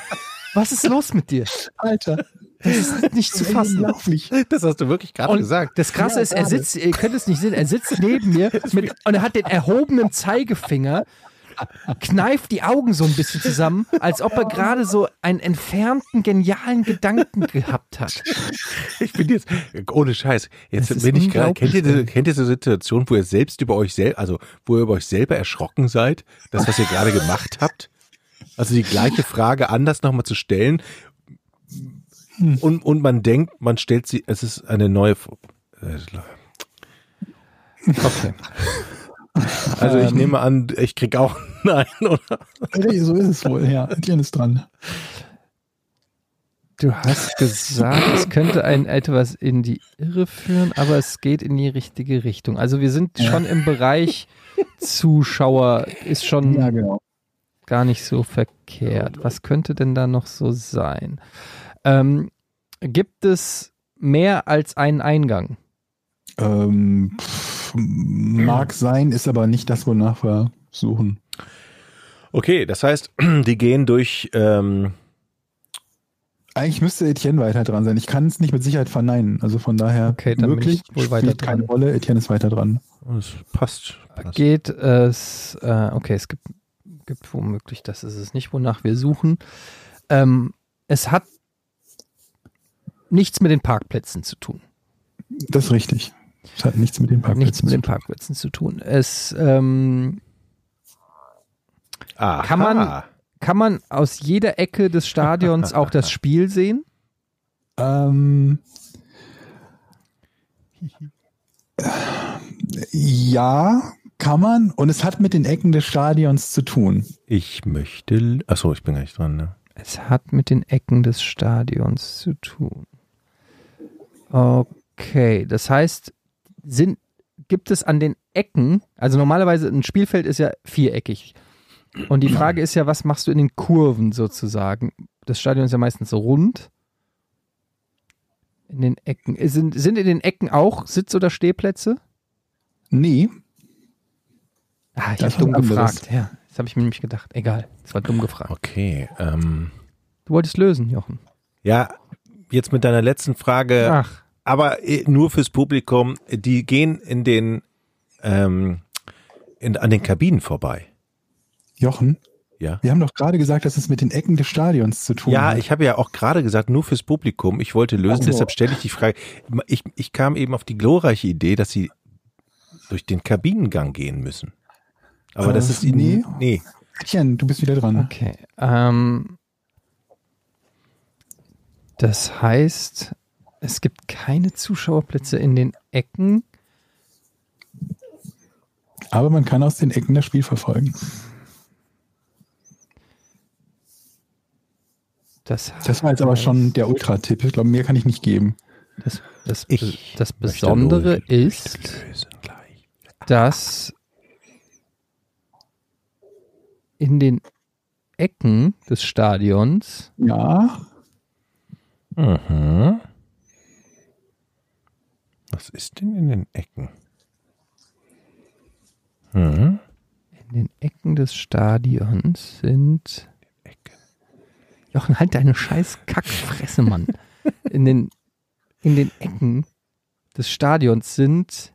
Speaker 2: was ist los mit dir?
Speaker 5: Alter.
Speaker 2: Das ist nicht zu fassen.
Speaker 5: Unglaublich.
Speaker 6: Das hast du wirklich gerade
Speaker 2: Und
Speaker 6: gesagt.
Speaker 2: das Krasse
Speaker 5: Ja,
Speaker 2: ist, er
Speaker 5: gerade.
Speaker 2: sitzt, ihr könnt es nicht sehen, er sitzt neben mir mit, und er hat den erhobenen Zeigefinger, kneift die Augen so ein bisschen zusammen, als ob er gerade so einen entfernten, genialen Gedanken gehabt hat.
Speaker 6: Ich bin jetzt, ohne Scheiß, jetzt
Speaker 2: Das ist
Speaker 6: bin ich gerade,
Speaker 2: unglaublich,
Speaker 6: kennt ihr, diese, kennt ihr diese Situation, wo ihr selbst über euch selbst, also wo ihr über euch selber erschrocken seid, das, was ihr gerade gemacht habt? Also die gleiche Frage anders nochmal zu stellen
Speaker 2: Hm.
Speaker 6: und, und man denkt, man stellt sie, es ist eine neue, F- äh,
Speaker 2: Okay. Ähm.
Speaker 6: also ich nehme an, ich krieg auch Nein, oder?
Speaker 5: Alter, so ist es wohl, ja. Etienne ist dran.
Speaker 2: Du hast gesagt, es könnte einen etwas in die Irre führen, aber es geht in die richtige Richtung. Also wir sind schon im Bereich Zuschauer, ist
Speaker 6: Mhm.
Speaker 2: schon
Speaker 5: Ja, genau.
Speaker 2: gar nicht so verkehrt. Was könnte denn da noch so sein? Ähm, gibt es mehr als einen Eingang?
Speaker 5: Ähm, pff, mag sein, ist aber nicht das, wonach wir suchen.
Speaker 6: Okay, das heißt, die gehen durch, ähm,
Speaker 5: Eigentlich müsste Etienne weiter dran sein. Ich kann es nicht mit Sicherheit verneinen. Also von daher
Speaker 2: Okay, dann bin
Speaker 5: möglich,
Speaker 2: ich wohl weiter
Speaker 5: spielt keine
Speaker 2: dran.
Speaker 5: Rolle. Etienne ist weiter dran.
Speaker 6: oh, es passt. passt.
Speaker 2: Geht es, äh, okay, es gibt, gibt womöglich, das ist es nicht, wonach wir suchen. Ähm, es hat nichts mit den Parkplätzen zu tun.
Speaker 5: Das ist richtig. Das hat nichts mit dem Parkplätzen
Speaker 2: nichts mit
Speaker 5: zu
Speaker 2: den
Speaker 5: tun.
Speaker 2: Parkplätzen zu tun. Es ähm,
Speaker 6: Aha.
Speaker 2: kann man- kann man aus jeder Ecke des Stadions auch das Spiel sehen.
Speaker 5: Ähm, ja, kann man. Und es hat mit den Ecken des Stadions zu tun.
Speaker 6: Ich möchte, achso, ich bin gar nicht dran, ne?
Speaker 2: Es hat mit den Ecken des Stadions zu tun. Okay, das heißt, sind, gibt es an den Ecken, also normalerweise ein Spielfeld ist ja viereckig. Und die Frage ist ja, was machst du in den Kurven sozusagen? Das Stadion ist ja meistens rund. In den Ecken. Sind, sind in den Ecken auch Sitz- oder Stehplätze?
Speaker 5: Nee,
Speaker 2: Ah, ich habe
Speaker 5: Das ist was
Speaker 2: dumm
Speaker 5: anderes.
Speaker 2: gefragt. Ja, das habe ich mir nämlich gedacht. Egal, das war dumm gefragt.
Speaker 6: Okay. Ähm,
Speaker 2: Du wolltest lösen, Jochen.
Speaker 6: ja, jetzt mit deiner letzten Frage.
Speaker 2: Ach,
Speaker 6: aber äh, nur fürs Publikum. Die gehen in den ähm, in, an den Kabinen vorbei.
Speaker 5: Jochen,
Speaker 6: Ja.
Speaker 5: wir haben doch gerade gesagt, dass es mit den Ecken des Stadions zu tun
Speaker 6: Ja,
Speaker 5: hat.
Speaker 6: ich habe ja auch gerade gesagt, nur fürs Publikum. Ich wollte lösen,
Speaker 5: Ach so.
Speaker 6: deshalb stelle ich die Frage. Ich, ich kam eben auf die glorreiche Idee, dass sie durch den Kabinengang gehen müssen. Aber das
Speaker 5: Äh,
Speaker 6: ist die
Speaker 5: nee.
Speaker 6: Nee.
Speaker 5: Etienne, du bist wieder dran.
Speaker 2: okay. Ähm, das heißt, es gibt keine Zuschauerplätze in den Ecken.
Speaker 5: Aber man kann aus den Ecken das Spiel verfolgen.
Speaker 2: Das,
Speaker 5: Das war jetzt aber schon der Ultra-Tipp. Ich glaube, mehr kann ich nicht geben.
Speaker 2: Das, das,
Speaker 6: Ich
Speaker 2: das
Speaker 6: möchte
Speaker 2: Besondere
Speaker 6: lösen.
Speaker 2: ist, dass in den Ecken des Stadions
Speaker 5: Ja.
Speaker 6: Mhm. Was ist denn in den Ecken? Mhm.
Speaker 2: In den Ecken des Stadions sind. Jochen, halt deine scheiß Kackfresse, Mann. In den, in den Ecken des Stadions sind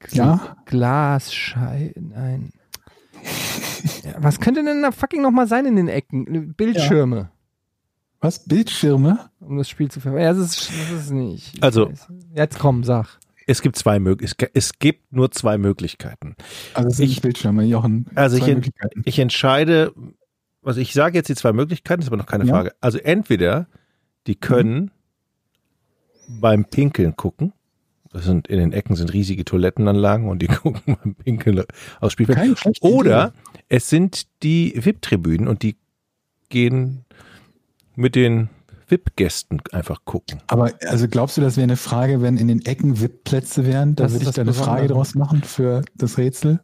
Speaker 2: Gl
Speaker 5: Ja.
Speaker 2: Glasscheiben. Nein. Ja, was könnte denn da fucking nochmal sein in den Ecken? Bildschirme,
Speaker 5: Was? Bildschirme?
Speaker 2: um das Spiel zu verfolgen. Ja, das ist, das ist nicht.
Speaker 6: Also-
Speaker 2: Jetzt komm, sag.
Speaker 6: Es gibt zwei Mög es, ge- es gibt nur zwei Möglichkeiten.
Speaker 5: Also es sind
Speaker 6: Ich-
Speaker 5: Bildschirme, Jochen.
Speaker 6: Also
Speaker 5: Zwei
Speaker 6: ich-
Speaker 5: Möglichkeiten.
Speaker 6: Ich entscheide, also ich sage jetzt die zwei Möglichkeiten, ist aber noch keine
Speaker 5: Ja.
Speaker 6: Frage. Also entweder die können beim Pinkeln gucken. Das sind in den Ecken sind riesige Toilettenanlagen und die gucken beim Pinkeln aufs Spielfeld.
Speaker 5: Keine schlechte
Speaker 6: Oder es sind die VIP-Tribünen und die gehen mit den VIP-Gästen einfach gucken.
Speaker 5: Aber also glaubst du, das wäre eine Frage, wenn in den Ecken VIP-Plätze wären? Da
Speaker 2: Das
Speaker 5: würde
Speaker 2: ist
Speaker 5: ich
Speaker 2: das
Speaker 5: da eine Frage
Speaker 2: Besondere.
Speaker 5: draus machen für das Rätsel.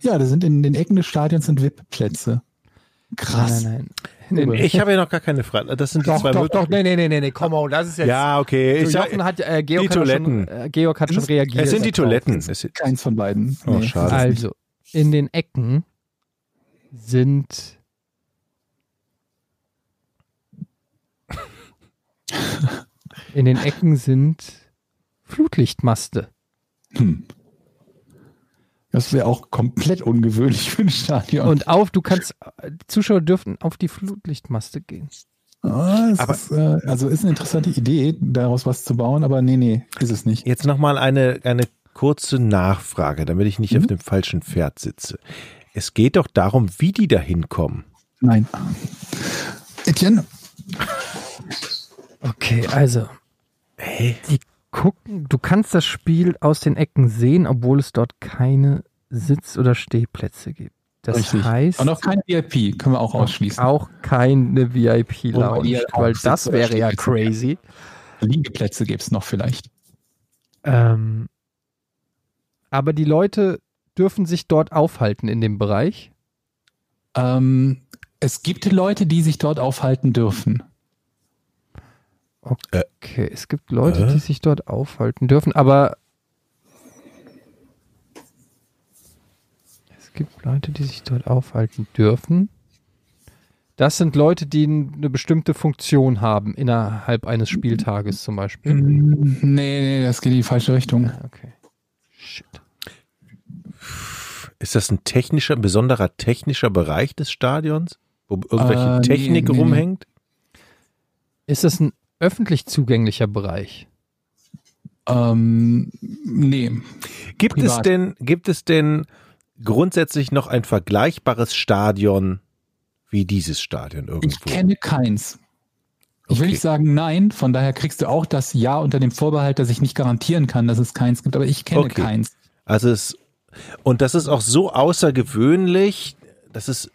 Speaker 5: Ja, da sind in den Ecken des Stadions sind VIP-Plätze.
Speaker 2: Nein,
Speaker 5: Krass.
Speaker 2: nein, nein. In den
Speaker 6: Ich habe ja noch gar keine Frage. Das sind die
Speaker 2: Doch,
Speaker 6: zwei
Speaker 2: doch, doch,
Speaker 6: Möglichkeiten.
Speaker 2: nee, nee, nee, nee, nee, komm on, das ist jetzt.
Speaker 6: Ja, okay.
Speaker 2: so,
Speaker 6: Ich sag,
Speaker 2: Jochen hat, äh, Georg
Speaker 6: die
Speaker 2: hat auch
Speaker 6: Toiletten.
Speaker 2: Schon, äh, Georg hat schon
Speaker 5: Es-
Speaker 2: reagiert.
Speaker 6: es sind die
Speaker 2: darauf.
Speaker 6: Toiletten. Es sind,
Speaker 5: Keins von beiden.
Speaker 6: Oh,
Speaker 5: das
Speaker 6: schade.
Speaker 5: ist es nicht.
Speaker 2: Also, in den Ecken sind. In den Ecken sind Flutlichtmaste.
Speaker 5: Hm. Das wäre auch komplett ungewöhnlich für ein Stadion.
Speaker 2: Und auf, du kannst, die Zuschauer dürfen auf die Flutlichtmaste gehen.
Speaker 5: Ah, es
Speaker 6: Aber-
Speaker 5: ist, äh, also ist eine interessante Idee, daraus was zu bauen, aber nee, nee, ist es nicht.
Speaker 6: Jetzt nochmal eine, eine kurze Nachfrage, damit ich nicht auf dem falschen Pferd sitze. Es geht doch darum, wie die da hinkommen.
Speaker 5: Nein. Etienne,
Speaker 2: Okay, also. Die gucken, du kannst das Spiel aus den Ecken sehen, obwohl es dort keine Sitz- oder Stehplätze gibt. Das
Speaker 5: Richtig.
Speaker 2: heißt
Speaker 5: und auch kein VIP, können wir auch ausschließen.
Speaker 2: auch keine
Speaker 5: Wobei
Speaker 2: VIP-Lounge,
Speaker 5: ihr auch
Speaker 2: weil
Speaker 5: Sitz-
Speaker 2: das
Speaker 5: oder
Speaker 2: wäre ja
Speaker 5: Stehplätze habt.
Speaker 2: crazy.
Speaker 5: Liegeplätze gäbe es noch vielleicht.
Speaker 2: Ähm, aber die Leute dürfen sich dort aufhalten in dem Bereich.
Speaker 5: Ähm, es gibt Leute, die sich dort aufhalten dürfen.
Speaker 2: Okay, es gibt Leute,
Speaker 6: Äh?
Speaker 2: die sich dort aufhalten dürfen, aber es gibt Leute, die sich dort aufhalten dürfen. Das sind Leute, die n- eine bestimmte Funktion haben innerhalb eines Spieltages zum Beispiel.
Speaker 5: Mhm. Nee, nee, das geht in die falsche Richtung.
Speaker 2: Okay. Shit.
Speaker 6: Ist das ein technischer, ein besonderer technischer Bereich des Stadions, wo
Speaker 5: Äh,
Speaker 6: irgendwelche
Speaker 5: nee,
Speaker 6: Technik
Speaker 5: nee, nee.
Speaker 6: rumhängt?
Speaker 2: Ist das ein öffentlich zugänglicher Bereich?
Speaker 5: Ähm, nee.
Speaker 6: Gibt es
Speaker 5: Privat.
Speaker 6: denn, gibt es denn grundsätzlich noch ein vergleichbares Stadion wie dieses Stadion
Speaker 5: Ich
Speaker 6: irgendwo?
Speaker 5: kenne keins. Ich will
Speaker 6: Okay.
Speaker 5: nicht sagen nein, von daher kriegst du auch das Ja unter dem Vorbehalt, dass ich nicht garantieren kann, dass es keins gibt, aber ich kenne
Speaker 6: Okay.
Speaker 5: keins.
Speaker 6: Also es, und das ist auch so außergewöhnlich, dass es,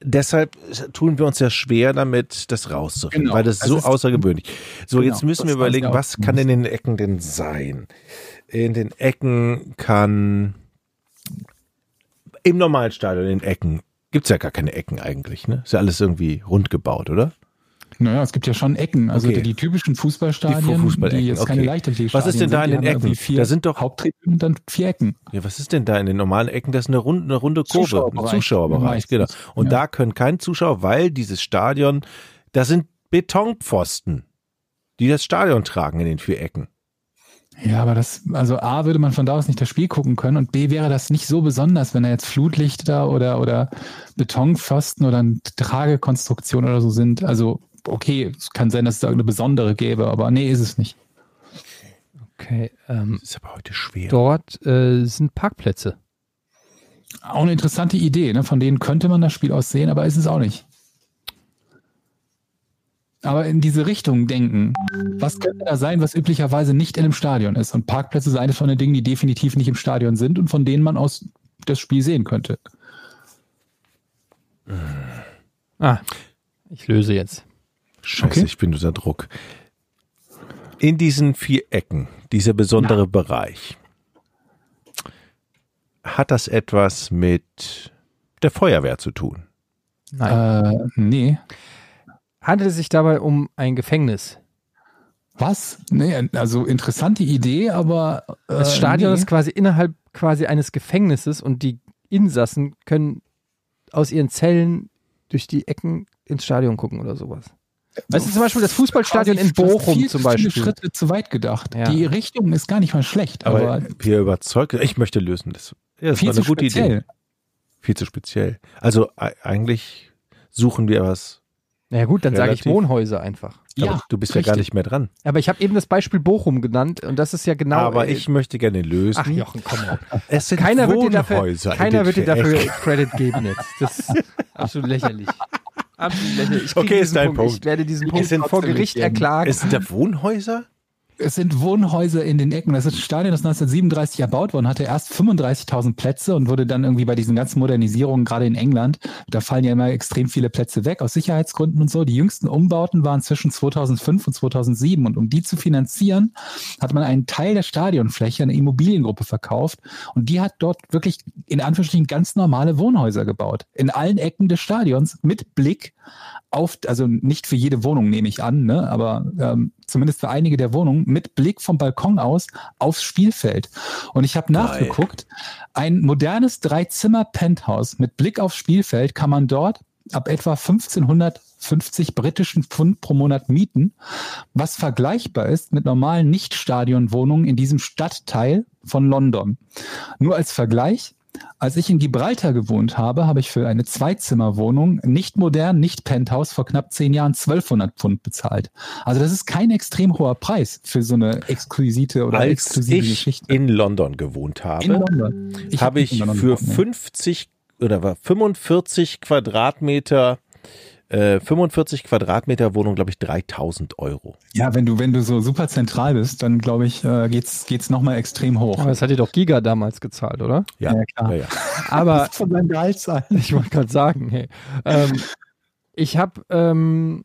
Speaker 6: deshalb tun wir uns ja schwer damit, das rauszufinden,
Speaker 5: Genau.
Speaker 6: weil das
Speaker 5: Das
Speaker 6: so
Speaker 5: ist-
Speaker 6: außergewöhnlich. So,
Speaker 5: Genau,
Speaker 6: jetzt müssen wir
Speaker 5: das weiß ich
Speaker 6: überlegen,
Speaker 5: auch Mhm.
Speaker 6: was kann in den Ecken denn sein? In den Ecken kann Im normalen Stadion, in Ecken. Gibt es ja gar keine Ecken eigentlich, ne? Ist ja alles irgendwie rund gebaut, oder?
Speaker 5: Naja, es gibt ja schon Ecken. Also
Speaker 6: Okay.
Speaker 5: die, die typischen Fußballstadien,
Speaker 6: Die
Speaker 5: die,
Speaker 6: Fu- Fußballecken,
Speaker 5: jetzt keine
Speaker 6: okay.
Speaker 5: Leichtathletik
Speaker 6: Was ist denn da in den Ecken?
Speaker 5: Vier
Speaker 6: Da sind doch-
Speaker 5: Haupttribünen und dann vier Ecken.
Speaker 6: Ja, was ist denn da in den normalen Ecken? Das ist eine runde, eine runde Kurve,
Speaker 5: Zuschauerbereich.
Speaker 6: ein Zuschauerbereich,
Speaker 5: Meistens,
Speaker 6: genau. Und
Speaker 5: ja.
Speaker 6: da können kein Zuschauer, weil dieses Stadion, da sind Betonpfosten, die das Stadion tragen in den vier Ecken.
Speaker 5: Ja, aber das, also A, würde man von da aus nicht das Spiel gucken können und B, wäre das nicht so besonders, wenn da jetzt Flutlichter oder, oder Betonpfosten oder eine Tragekonstruktion oder so sind. Also, okay, es kann sein, dass es da irgendeine besondere gäbe, aber nee, ist es nicht.
Speaker 2: Okay, ähm,
Speaker 6: Das ist aber heute schwer.
Speaker 2: dort äh, sind Parkplätze.
Speaker 5: Auch eine interessante Idee, ne? von denen könnte man das Spiel aus sehen, aber ist es auch nicht. Aber in diese Richtung denken. Was könnte da sein, was üblicherweise nicht in einem Stadion ist? Und Parkplätze sind eines von den Dingen, die definitiv nicht im Stadion sind und von denen man aus das Spiel sehen könnte.
Speaker 2: Ah, ich löse jetzt.
Speaker 6: Scheiße,
Speaker 5: Okay.
Speaker 6: ich bin unter Druck. In diesen vier Ecken, dieser besondere Bereich, hat das etwas mit der Feuerwehr zu tun?
Speaker 2: Nein.
Speaker 5: Äh, nee.
Speaker 2: Handelt es sich dabei um ein Gefängnis?
Speaker 5: Was? Nee, also interessante Idee, aber. Äh,
Speaker 2: Das Stadion
Speaker 5: nee.
Speaker 2: ist quasi innerhalb quasi eines Gefängnisses und die Insassen können aus ihren Zellen durch die Ecken ins Stadion gucken oder sowas. Weißt du, zum Beispiel das Fußballstadion
Speaker 5: quasi
Speaker 2: in Bochum
Speaker 5: viel
Speaker 2: zum
Speaker 5: zu viele
Speaker 2: Beispiel.
Speaker 5: Schritte zu weit gedacht.
Speaker 2: Ja.
Speaker 5: Die Richtung ist gar nicht mal schlecht, aber,
Speaker 6: Aber Pierre überzeugt, ich möchte lösen. Das, ja, das
Speaker 5: viel
Speaker 6: war eine
Speaker 5: zu
Speaker 6: gute
Speaker 5: speziell.
Speaker 6: Idee. Viel zu speziell. Also e- eigentlich suchen wir was.
Speaker 2: Na ja gut, dann sage ich
Speaker 6: Relativ.
Speaker 2: Wohnhäuser einfach.
Speaker 5: Ja,
Speaker 6: aber du bist ja gar
Speaker 5: richtig.
Speaker 6: nicht mehr dran.
Speaker 2: Aber ich habe eben das Beispiel Bochum genannt und das ist ja genau.
Speaker 6: aber
Speaker 2: äh,
Speaker 6: ich möchte gerne lösen.
Speaker 2: Ach Jochen, komm auf.
Speaker 6: es sind
Speaker 2: Keiner wird dir dafür,
Speaker 6: Wohnhäuser in
Speaker 2: keiner
Speaker 6: den
Speaker 2: wird dir
Speaker 6: vier
Speaker 2: dafür
Speaker 6: Ecken.
Speaker 2: Credit geben jetzt. Das ist absolut lächerlich. Absolut lächerlich. Ich krieg
Speaker 6: Okay, ist
Speaker 2: diesen
Speaker 6: dein Punkt.
Speaker 2: Ich werde diesen Punkt
Speaker 6: sind
Speaker 2: vor
Speaker 5: trotzdem
Speaker 2: Gericht
Speaker 5: nicht geben.
Speaker 2: erklagen.
Speaker 6: Es sind da Wohnhäuser?
Speaker 5: Es sind Wohnhäuser in den Ecken. Das ist ein Stadion, das 1937 erbaut worden, hatte erst 35.000 Plätze und wurde dann irgendwie bei diesen ganzen Modernisierungen, gerade in England, da fallen ja immer extrem viele Plätze weg, aus Sicherheitsgründen und so. Die jüngsten Umbauten waren zwischen 2005 und 2007 und um die zu finanzieren, hat man einen Teil der Stadionfläche an eine Immobiliengruppe verkauft und die hat dort wirklich in Anführungsstrichen ganz normale Wohnhäuser gebaut. In allen Ecken des Stadions mit Blick auf, also nicht für jede Wohnung nehme ich an, ne, aber ähm, zumindest für einige der Wohnungen mit Blick vom Balkon aus aufs Spielfeld. Und ich habe nachgeguckt, ein modernes Drei-Zimmer-Penthouse mit Blick aufs Spielfeld kann man dort ab etwa 1550 britischen Pfund pro Monat mieten, was vergleichbar ist mit normalen Nicht-Stadion-Wohnungen in diesem Stadtteil von London. Nur als Vergleich, als ich in Gibraltar gewohnt habe, habe ich für eine Zweizimmerwohnung, nicht modern, nicht Penthouse, vor knapp zehn Jahren 1200 Pfund bezahlt. Also das ist kein extrem hoher Preis für so eine exquisite oder
Speaker 6: Als
Speaker 5: exklusive
Speaker 6: ich
Speaker 5: Geschichte.
Speaker 6: in London gewohnt habe,
Speaker 5: In London. hab
Speaker 6: habe
Speaker 5: nicht in
Speaker 6: ich
Speaker 5: London
Speaker 6: für
Speaker 5: gewohnt, nee.
Speaker 6: 50 oder war 45 Quadratmeter, äh, 45 Quadratmeter Wohnung, glaube ich, 3000 Euro.
Speaker 5: Ja, wenn du, wenn du so super zentral bist, dann glaube ich, äh, geht's, geht's nochmal extrem hoch.
Speaker 2: Aber das hat dir doch Giga damals gezahlt, oder?
Speaker 6: Ja,
Speaker 5: Ja, klar.
Speaker 6: ja, ja.
Speaker 2: Aber
Speaker 5: von deinem Gehalt sein.
Speaker 2: ich wollte gerade sagen, hey, ähm, ich habe, ähm,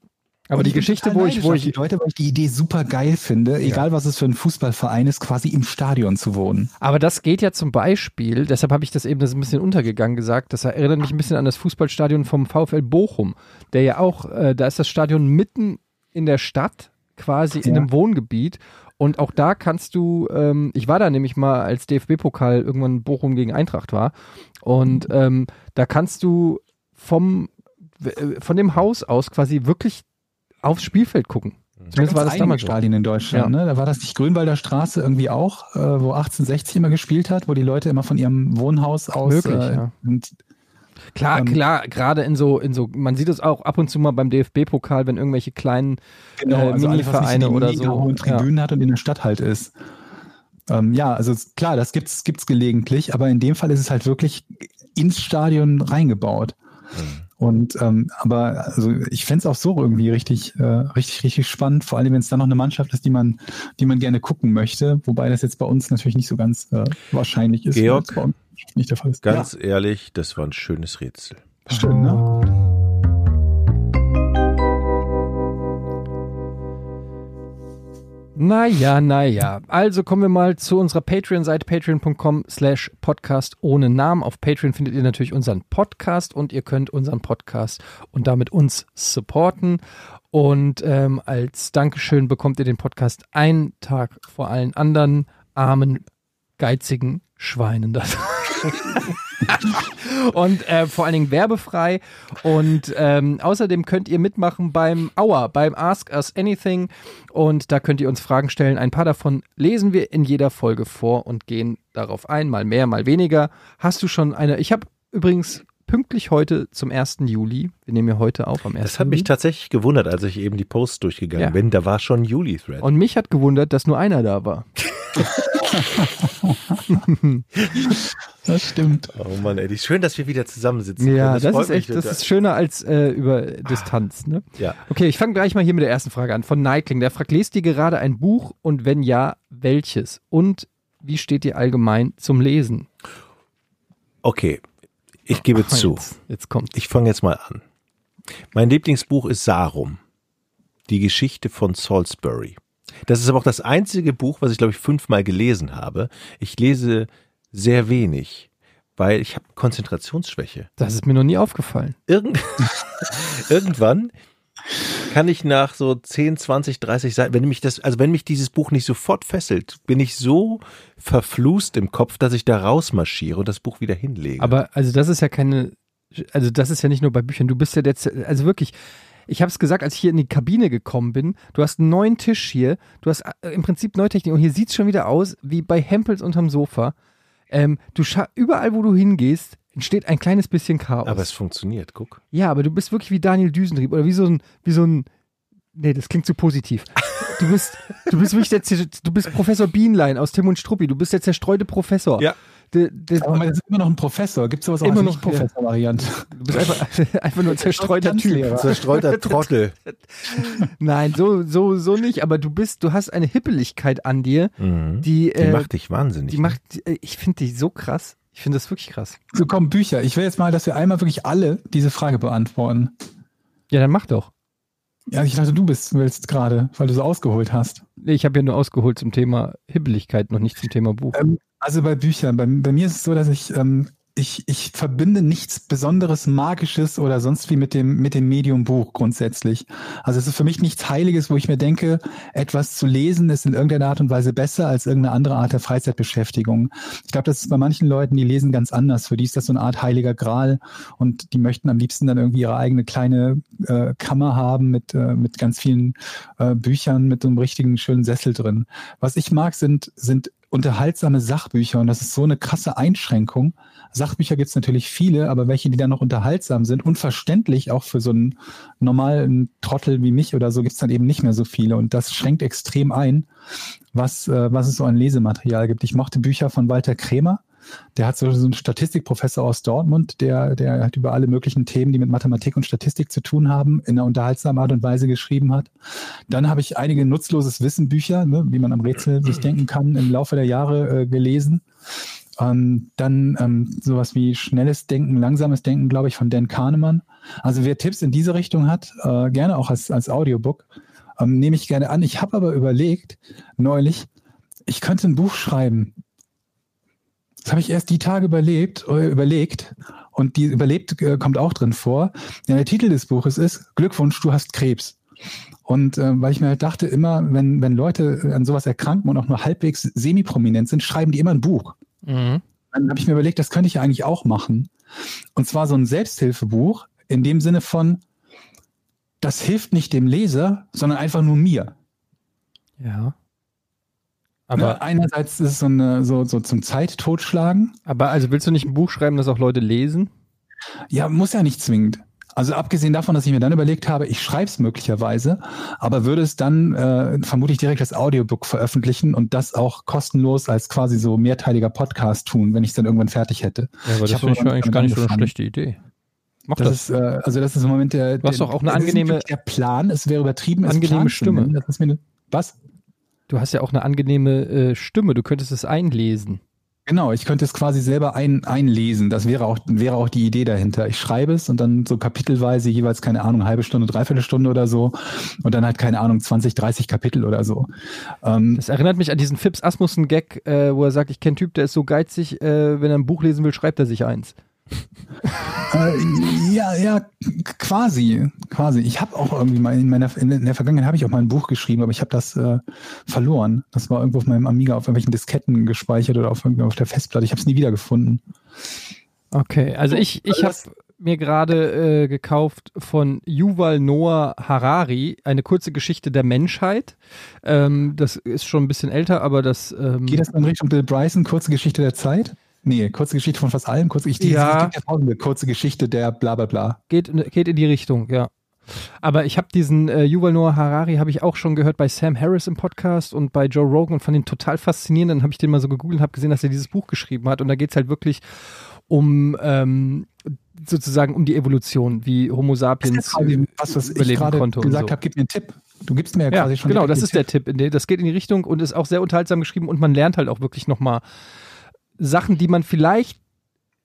Speaker 2: aber
Speaker 5: Und
Speaker 2: die
Speaker 5: bin
Speaker 2: Geschichte,
Speaker 5: total
Speaker 2: wo ich, wo
Speaker 5: neidisch auf
Speaker 2: ich,
Speaker 5: die Leute, weil Ah, ich die Idee super geil finde, egal was es für ein Fußballverein ist, quasi im Stadion zu wohnen.
Speaker 2: aber das geht ja zum Beispiel, deshalb habe ich das eben das ist ein bisschen untergegangen gesagt, das erinnert mich ein bisschen an das Fußballstadion vom VfL Bochum, der ja auch, äh, da ist das Stadion mitten in der Stadt, quasi in
Speaker 5: Ja.
Speaker 2: einem Wohngebiet und auch da kannst du, ähm, ich war da nämlich mal als DFB-Pokal irgendwann Bochum gegen Eintracht war und ähm, da kannst du vom, w- äh, von dem Haus aus quasi wirklich aufs Spielfeld gucken. Zumindest war
Speaker 5: Gibt's
Speaker 2: das damals
Speaker 5: einige
Speaker 2: so.
Speaker 5: Stadien in Deutschland. Ne? Da war das nicht Grünwalder Straße irgendwie auch, äh, wo 1860 immer gespielt hat, wo die Leute immer von ihrem Wohnhaus aus.
Speaker 2: Möglich,
Speaker 5: äh,
Speaker 2: ja.
Speaker 5: und,
Speaker 2: Klar,
Speaker 5: Ähm,
Speaker 2: klar, gerade in so, in so, man sieht es auch ab und zu mal beim DFB-Pokal, wenn irgendwelche kleinen
Speaker 5: genau,
Speaker 2: äh,
Speaker 5: also alles, was nicht
Speaker 2: Mini-Vereine
Speaker 5: die
Speaker 2: oder
Speaker 5: mega
Speaker 2: so.
Speaker 5: hohen Tribünen hat und in der Stadt halt ist. Ähm, ja, also es- klar, das gibt's gibt's gelegentlich, aber in dem Fall ist es halt wirklich ins Stadion reingebaut.
Speaker 2: Hm.
Speaker 5: Und ähm, aber also ich fänd's auch so irgendwie richtig, äh, richtig, richtig spannend, vor allem wenn es dann noch eine Mannschaft ist, die man, die man gerne gucken möchte, wobei das jetzt bei uns natürlich nicht so ganz äh, wahrscheinlich ist.
Speaker 6: Georg?
Speaker 5: weil es bei uns nicht der Fall ist.
Speaker 6: Ganz ehrlich, das war ein schönes Rätsel.
Speaker 5: ja, schön,
Speaker 2: Ah.
Speaker 5: ne?
Speaker 2: Ja. Naja, naja. Also kommen wir mal zu unserer Patreon-Seite, patreon.com slash podcast ohne Namen. Auf Patreon findet ihr natürlich unseren Podcast und ihr könnt unseren Podcast und damit uns supporten. Und ähm, als Dankeschön bekommt ihr den Podcast einen Tag vor allen anderen armen, geizigen Schweinen. Das und äh, vor allen Dingen werbefrei. Und ähm, außerdem könnt ihr mitmachen beim Hour, beim Ask Us Anything. Und da könnt ihr uns Fragen stellen. Ein paar davon lesen wir in jeder Folge vor und gehen darauf ein, mal mehr, mal weniger. Hast du schon eine? Ich habe übrigens pünktlich heute zum 1. Juli, wir nehmen ja heute auf am 1.
Speaker 6: Das hat
Speaker 2: Juli.
Speaker 6: mich tatsächlich gewundert, als ich eben die Posts durchgegangen
Speaker 2: Ja.
Speaker 6: bin. Da war schon Juli-Thread.
Speaker 2: und mich hat gewundert, dass nur einer da war.
Speaker 5: Das stimmt.
Speaker 6: Oh Mann, ey, die- schön, dass wir wieder zusammensitzen.
Speaker 2: Ja,
Speaker 6: können.
Speaker 2: das,
Speaker 6: freut
Speaker 2: ist echt,
Speaker 6: mich
Speaker 2: das
Speaker 6: total.
Speaker 2: ist schöner als äh, über Distanz, ne?
Speaker 6: Ja.
Speaker 2: Okay, ich fange gleich mal hier mit der ersten Frage an. Von Neikling. Der fragt, lest ihr gerade ein Buch und wenn ja, welches? Und wie steht ihr allgemein zum Lesen?
Speaker 6: Okay, ich gebe zu.
Speaker 2: Oh, Jetzt, jetzt kommt.
Speaker 6: Ich fange jetzt mal an. Mein Lieblingsbuch ist Sarum. Die Geschichte von Salisbury. Das ist aber auch das einzige Buch, was ich glaube ich fünfmal gelesen habe. Ich lese sehr wenig, weil ich habe Konzentrationsschwäche.
Speaker 2: Das ist mir noch nie aufgefallen.
Speaker 6: Irgend irgendwann kann ich nach so 10, 20, 30 Seiten, wenn mich das, also wenn mich dieses Buch nicht sofort fesselt, bin ich so verflußt im Kopf, dass ich da rausmarschiere und das Buch wieder hinlege.
Speaker 2: Aber also das ist ja keine, also das ist ja nicht nur bei Büchern. Du bist ja jetzt, also wirklich, ich habe es gesagt, als ich hier in die Kabine gekommen bin, du hast einen neuen Tisch hier, du hast äh, im Prinzip Neutechnik und hier sieht's schon wieder aus wie bei Hempels unterm Sofa. Ähm, du scha überall, wo du hingehst, entsteht ein kleines bisschen Chaos.
Speaker 6: aber es funktioniert, guck.
Speaker 2: Ja, aber du bist wirklich wie Daniel Düsentrieb oder wie so ein, wie so ein, nee, das klingt zu positiv. Du bist, du bist wirklich der, Zer- du bist Professor Bienlein aus Tim und Struppi, du bist der zerstreute Professor.
Speaker 6: Ja.
Speaker 2: Der, der,
Speaker 5: Aber man ist immer noch ein Professor. Gibt es sowas
Speaker 2: Immer
Speaker 5: als
Speaker 2: noch,
Speaker 5: nicht Professor-Variante?
Speaker 2: du bist einfach, einfach nur ein zerstreuter Typ.
Speaker 5: Tanzlehrer.
Speaker 1: Zerstreuter Trottel.
Speaker 2: Nein, so, so, so nicht, aber du bist, du hast eine Hippeligkeit an dir,
Speaker 6: Mhm.
Speaker 2: die,
Speaker 6: Die
Speaker 2: äh,
Speaker 6: macht dich wahnsinnig.
Speaker 2: die macht, äh, ich finde die so krass. Ich finde das wirklich krass.
Speaker 5: So kommen Bücher. Ich will jetzt mal, dass wir einmal wirklich alle diese Frage beantworten.
Speaker 2: Ja, dann mach doch.
Speaker 5: Ja, ich dachte, du bist willst gerade, weil du so ausgeholt hast.
Speaker 2: Nee, Ich habe ja nur ausgeholt zum Thema Hippeligkeit, noch nicht zum Thema Buch.
Speaker 5: Ähm, Also bei Büchern, bei, bei mir ist es so, dass ich, ähm, ich, ich verbinde nichts Besonderes, Magisches oder sonst wie mit dem, mit dem Medium Buch grundsätzlich. Also es ist für mich nichts Heiliges, wo ich mir denke, etwas zu lesen ist in irgendeiner Art und Weise besser als irgendeine andere Art der Freizeitbeschäftigung. Ich glaube, das ist bei manchen Leuten, die lesen ganz anders. Für die ist das so eine Art heiliger Gral und die möchten am liebsten dann irgendwie ihre eigene kleine äh, Kammer haben mit, äh, mit ganz vielen äh, Büchern, mit so einem richtigen schönen Sessel drin. Was ich mag, sind, sind unterhaltsame Sachbücher und das ist so eine krasse Einschränkung. Sachbücher gibt es natürlich viele, aber welche, die dann noch unterhaltsam sind und verständlich auch für so einen normalen Trottel wie mich oder so, gibt es dann eben nicht mehr so viele und das schränkt extrem ein, was, äh, was es so an Lesematerial gibt. Ich mochte Bücher von Walter Kremer. Der hat so so einen Statistikprofessor aus Dortmund, der, der halt über alle möglichen Themen, die mit Mathematik und Statistik zu tun haben, in einer unterhaltsamen Art und Weise geschrieben hat. Dann habe ich einige nutzloses Wissenbücher, ne, wie man am Rätsel sich denken kann, im Laufe der Jahre äh, gelesen. Ähm, dann ähm, sowas wie schnelles Denken, langsames Denken, glaube ich, von Dan Kahnemann. Also wer Tipps in diese Richtung hat, äh, gerne auch als, als Audiobook, ähm, nehme ich gerne an. Ich habe aber überlegt, neulich, ich könnte ein Buch schreiben. Das habe ich erst die Tage überlebt, äh, überlegt und die überlebt äh, kommt auch drin vor. Ja, der Titel des Buches ist Glückwunsch, du hast Krebs. Und äh, weil ich mir halt dachte, immer, wenn, wenn Leute an sowas erkranken und auch nur halbwegs semi-prominent sind, schreiben die immer ein Buch.
Speaker 2: Äh, mhm.
Speaker 5: Dann habe ich mir überlegt, das könnte ich ja eigentlich auch machen. Und zwar so ein Selbsthilfebuch in dem Sinne von, das hilft nicht dem Leser, sondern einfach nur mir.
Speaker 2: Ja.
Speaker 5: Aber
Speaker 2: Aber,
Speaker 5: Ne? einerseits ist es so, eine, so, so zum Zeit totschlagen.
Speaker 2: aber also willst du nicht ein Buch schreiben, das auch Leute lesen?
Speaker 5: Ja, muss ja nicht zwingend. Also abgesehen davon, dass ich mir dann überlegt habe, ich schreibe es möglicherweise, aber würde es dann äh, vermutlich direkt als Audiobook veröffentlichen und das auch kostenlos als quasi so mehrteiliger Podcast tun, wenn ich es dann irgendwann fertig hätte.
Speaker 2: Ja, aber
Speaker 5: Ich
Speaker 2: das
Speaker 5: hab
Speaker 2: finde ich
Speaker 5: aber
Speaker 2: eigentlich
Speaker 5: damit
Speaker 2: gar nicht so eine
Speaker 5: angefangen.
Speaker 2: schlechte Idee. Mach
Speaker 5: Das,
Speaker 2: das.
Speaker 5: ist äh, also das ist im Moment der.
Speaker 2: Du hast
Speaker 5: der,
Speaker 2: doch auch eine
Speaker 5: das ist
Speaker 2: angenehme-
Speaker 5: natürlich der Plan. Es wäre übertrieben, es
Speaker 2: angenehme
Speaker 5: Plan zu
Speaker 2: Stimme.
Speaker 5: nennen. Das ist mir eine, was?
Speaker 2: Du hast ja auch eine angenehme äh, Stimme, du könntest es einlesen.
Speaker 5: Genau, ich könnte es quasi selber ein, einlesen. Das wäre auch, wäre auch die Idee dahinter. Ich schreibe es und dann so kapitelweise jeweils, keine Ahnung, halbe Stunde, dreiviertel Stunde oder so. Und dann halt, keine Ahnung, 20, 30 Kapitel oder so. Ähm,
Speaker 2: Das erinnert mich an diesen Fips Asmussen-Gag, äh, wo er sagt, ich kenne einen Typ, der ist so geizig, äh, wenn er ein Buch lesen will, schreibt er sich eins.
Speaker 5: Äh, ja, ja, k- quasi, quasi. Ich habe auch irgendwie mal in meiner in der Vergangenheit habe ich auch mal ein Buch geschrieben, aber ich habe das äh, verloren. Das war irgendwo auf meinem Amiga auf irgendwelchen Disketten gespeichert oder auf, irgend- auf der Festplatte. Ich habe es nie wiedergefunden.
Speaker 2: Okay, also ich, ich habe mir gerade äh, gekauft von Yuval Noah Harari eine kurze Geschichte der Menschheit. Ähm, das ist schon ein bisschen älter, aber das. Ähm,
Speaker 5: Geht das in Richtung Bill Bryson? Kurze Geschichte der Zeit? Nee, kurze Geschichte von fast allem. Kurze, ich, die-
Speaker 2: Ja.
Speaker 5: es gibt ja tausende. Kurze Geschichte der bla bla bla.
Speaker 2: geht, in- geht in die Richtung, ja. Aber ich habe diesen äh, Yuval Noah Harari habe ich auch schon gehört bei Sam Harris im Podcast und bei Joe Rogan und fand ihn total faszinierend. Dann habe ich den mal so gegoogelt und habe gesehen, dass er dieses Buch geschrieben hat. Und da geht es halt wirklich um ähm, sozusagen um die Evolution, wie Homo
Speaker 5: Das ist
Speaker 2: sapiens. äh,
Speaker 5: ja quasi was, was ich
Speaker 2: überleben
Speaker 5: gerade
Speaker 2: konnte und
Speaker 5: gesagt
Speaker 2: so.
Speaker 5: habe, gib mir einen Tipp. Du gibst mir ja,
Speaker 2: Ja,
Speaker 5: quasi schon
Speaker 2: genau,
Speaker 5: direkt
Speaker 2: das
Speaker 5: einen
Speaker 2: ist der Tipp. In der, das geht in die Richtung und ist auch sehr unterhaltsam geschrieben und man lernt halt auch wirklich nochmal Sachen, die man vielleicht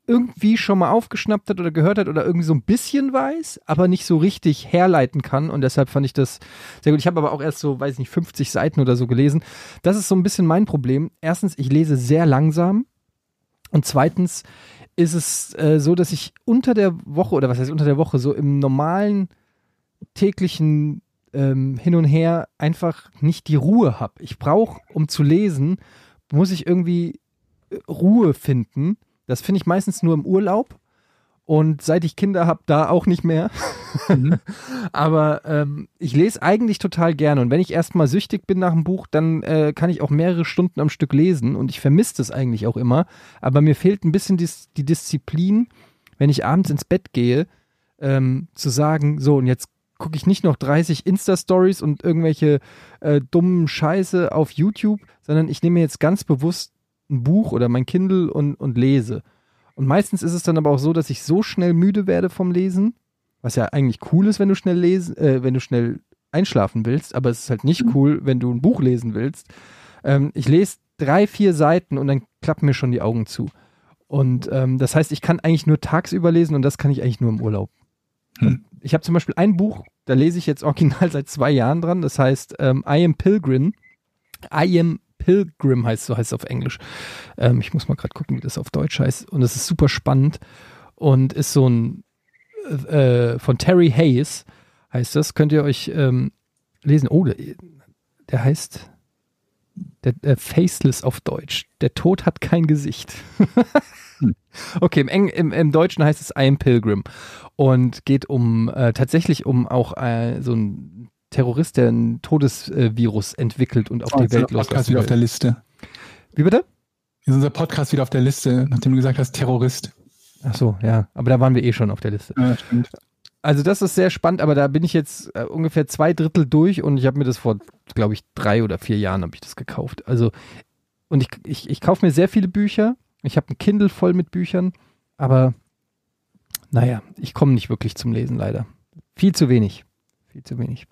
Speaker 2: irgendwie schon mal aufgeschnappt hat oder gehört hat oder irgendwie so ein bisschen weiß, aber nicht so richtig herleiten kann und deshalb fand ich das sehr gut. Ich habe aber auch erst so, weiß ich nicht, 50 Seiten oder so gelesen. Das ist so ein bisschen mein Problem. Erstens, ich lese sehr langsam und zweitens ist es äh, so, dass ich unter der Woche oder was heißt unter der Woche so im normalen täglichen ähm, hin und her einfach nicht die Ruhe habe. Ich brauche, um zu lesen, muss ich irgendwie äh, Ruhe finden. Das finde ich meistens nur im Urlaub. Und seit ich Kinder habe, da auch nicht mehr. Aber ähm, ich lese eigentlich total gerne. Und wenn ich erstmal süchtig bin nach einem Buch, dann äh, kann ich auch mehrere Stunden am Stück lesen. Und ich vermisse das eigentlich auch immer. Aber mir fehlt ein bisschen dis die Disziplin, wenn ich abends ins Bett gehe, ähm, zu sagen, so und jetzt gucke ich nicht noch 30 Insta-Stories und irgendwelche äh, dummen Scheiße auf YouTube, sondern ich nehme jetzt ganz bewusst ein Buch oder mein Kindle und, und lese. Und meistens ist es dann aber auch so, dass ich so schnell müde werde vom Lesen, was ja eigentlich cool ist, wenn du schnell lesen, äh, wenn du schnell einschlafen willst, aber es ist halt nicht cool, wenn du ein Buch lesen willst. Ähm, ich lese drei, vier Seiten und dann klappen mir schon die Augen zu. Und ähm, das heißt, ich kann eigentlich nur tagsüber lesen und das kann ich eigentlich nur im Urlaub.
Speaker 5: Hm.
Speaker 2: Ich habe zum Beispiel ein Buch, da lese ich jetzt original seit zwei Jahren dran, das heißt ähm, I Am Pilgrim. I Am Pilgrim heißt so heißt es auf Englisch. Ähm, ich muss mal gerade gucken, wie das auf Deutsch heißt. Und es ist super spannend und ist so ein äh, von Terry Hayes heißt das. Könnt ihr euch ähm, lesen? Oh, der, der heißt der, der Faceless auf Deutsch. Der Tod hat kein Gesicht. okay, im, Eng, im, im Deutschen heißt es I am Pilgrim und geht um äh, tatsächlich um auch äh, so ein Terrorist, der ein Todesvirus entwickelt und auf
Speaker 5: Tipp.
Speaker 2: die Welt
Speaker 5: unser Podcast wieder auf Oh, der
Speaker 2: loslässt.
Speaker 5: Liste.
Speaker 2: Wie bitte?
Speaker 5: Ist unser Podcast wieder auf der Liste, nachdem du gesagt hast, Terrorist.
Speaker 2: Ach so, ja. Aber da waren wir eh schon auf der Liste.
Speaker 5: Ja, stimmt.
Speaker 2: Also das ist sehr spannend, aber da bin ich jetzt äh, ungefähr zwei Drittel durch und ich habe mir das vor, glaube ich, drei oder vier Jahren habe ich das gekauft. Also und ich, ich, ich kaufe mir sehr viele Bücher. Ich habe ein Kindle voll mit Büchern, aber naja, ich komme nicht wirklich zum Lesen leider. Viel zu wenig. Viel zu wenig.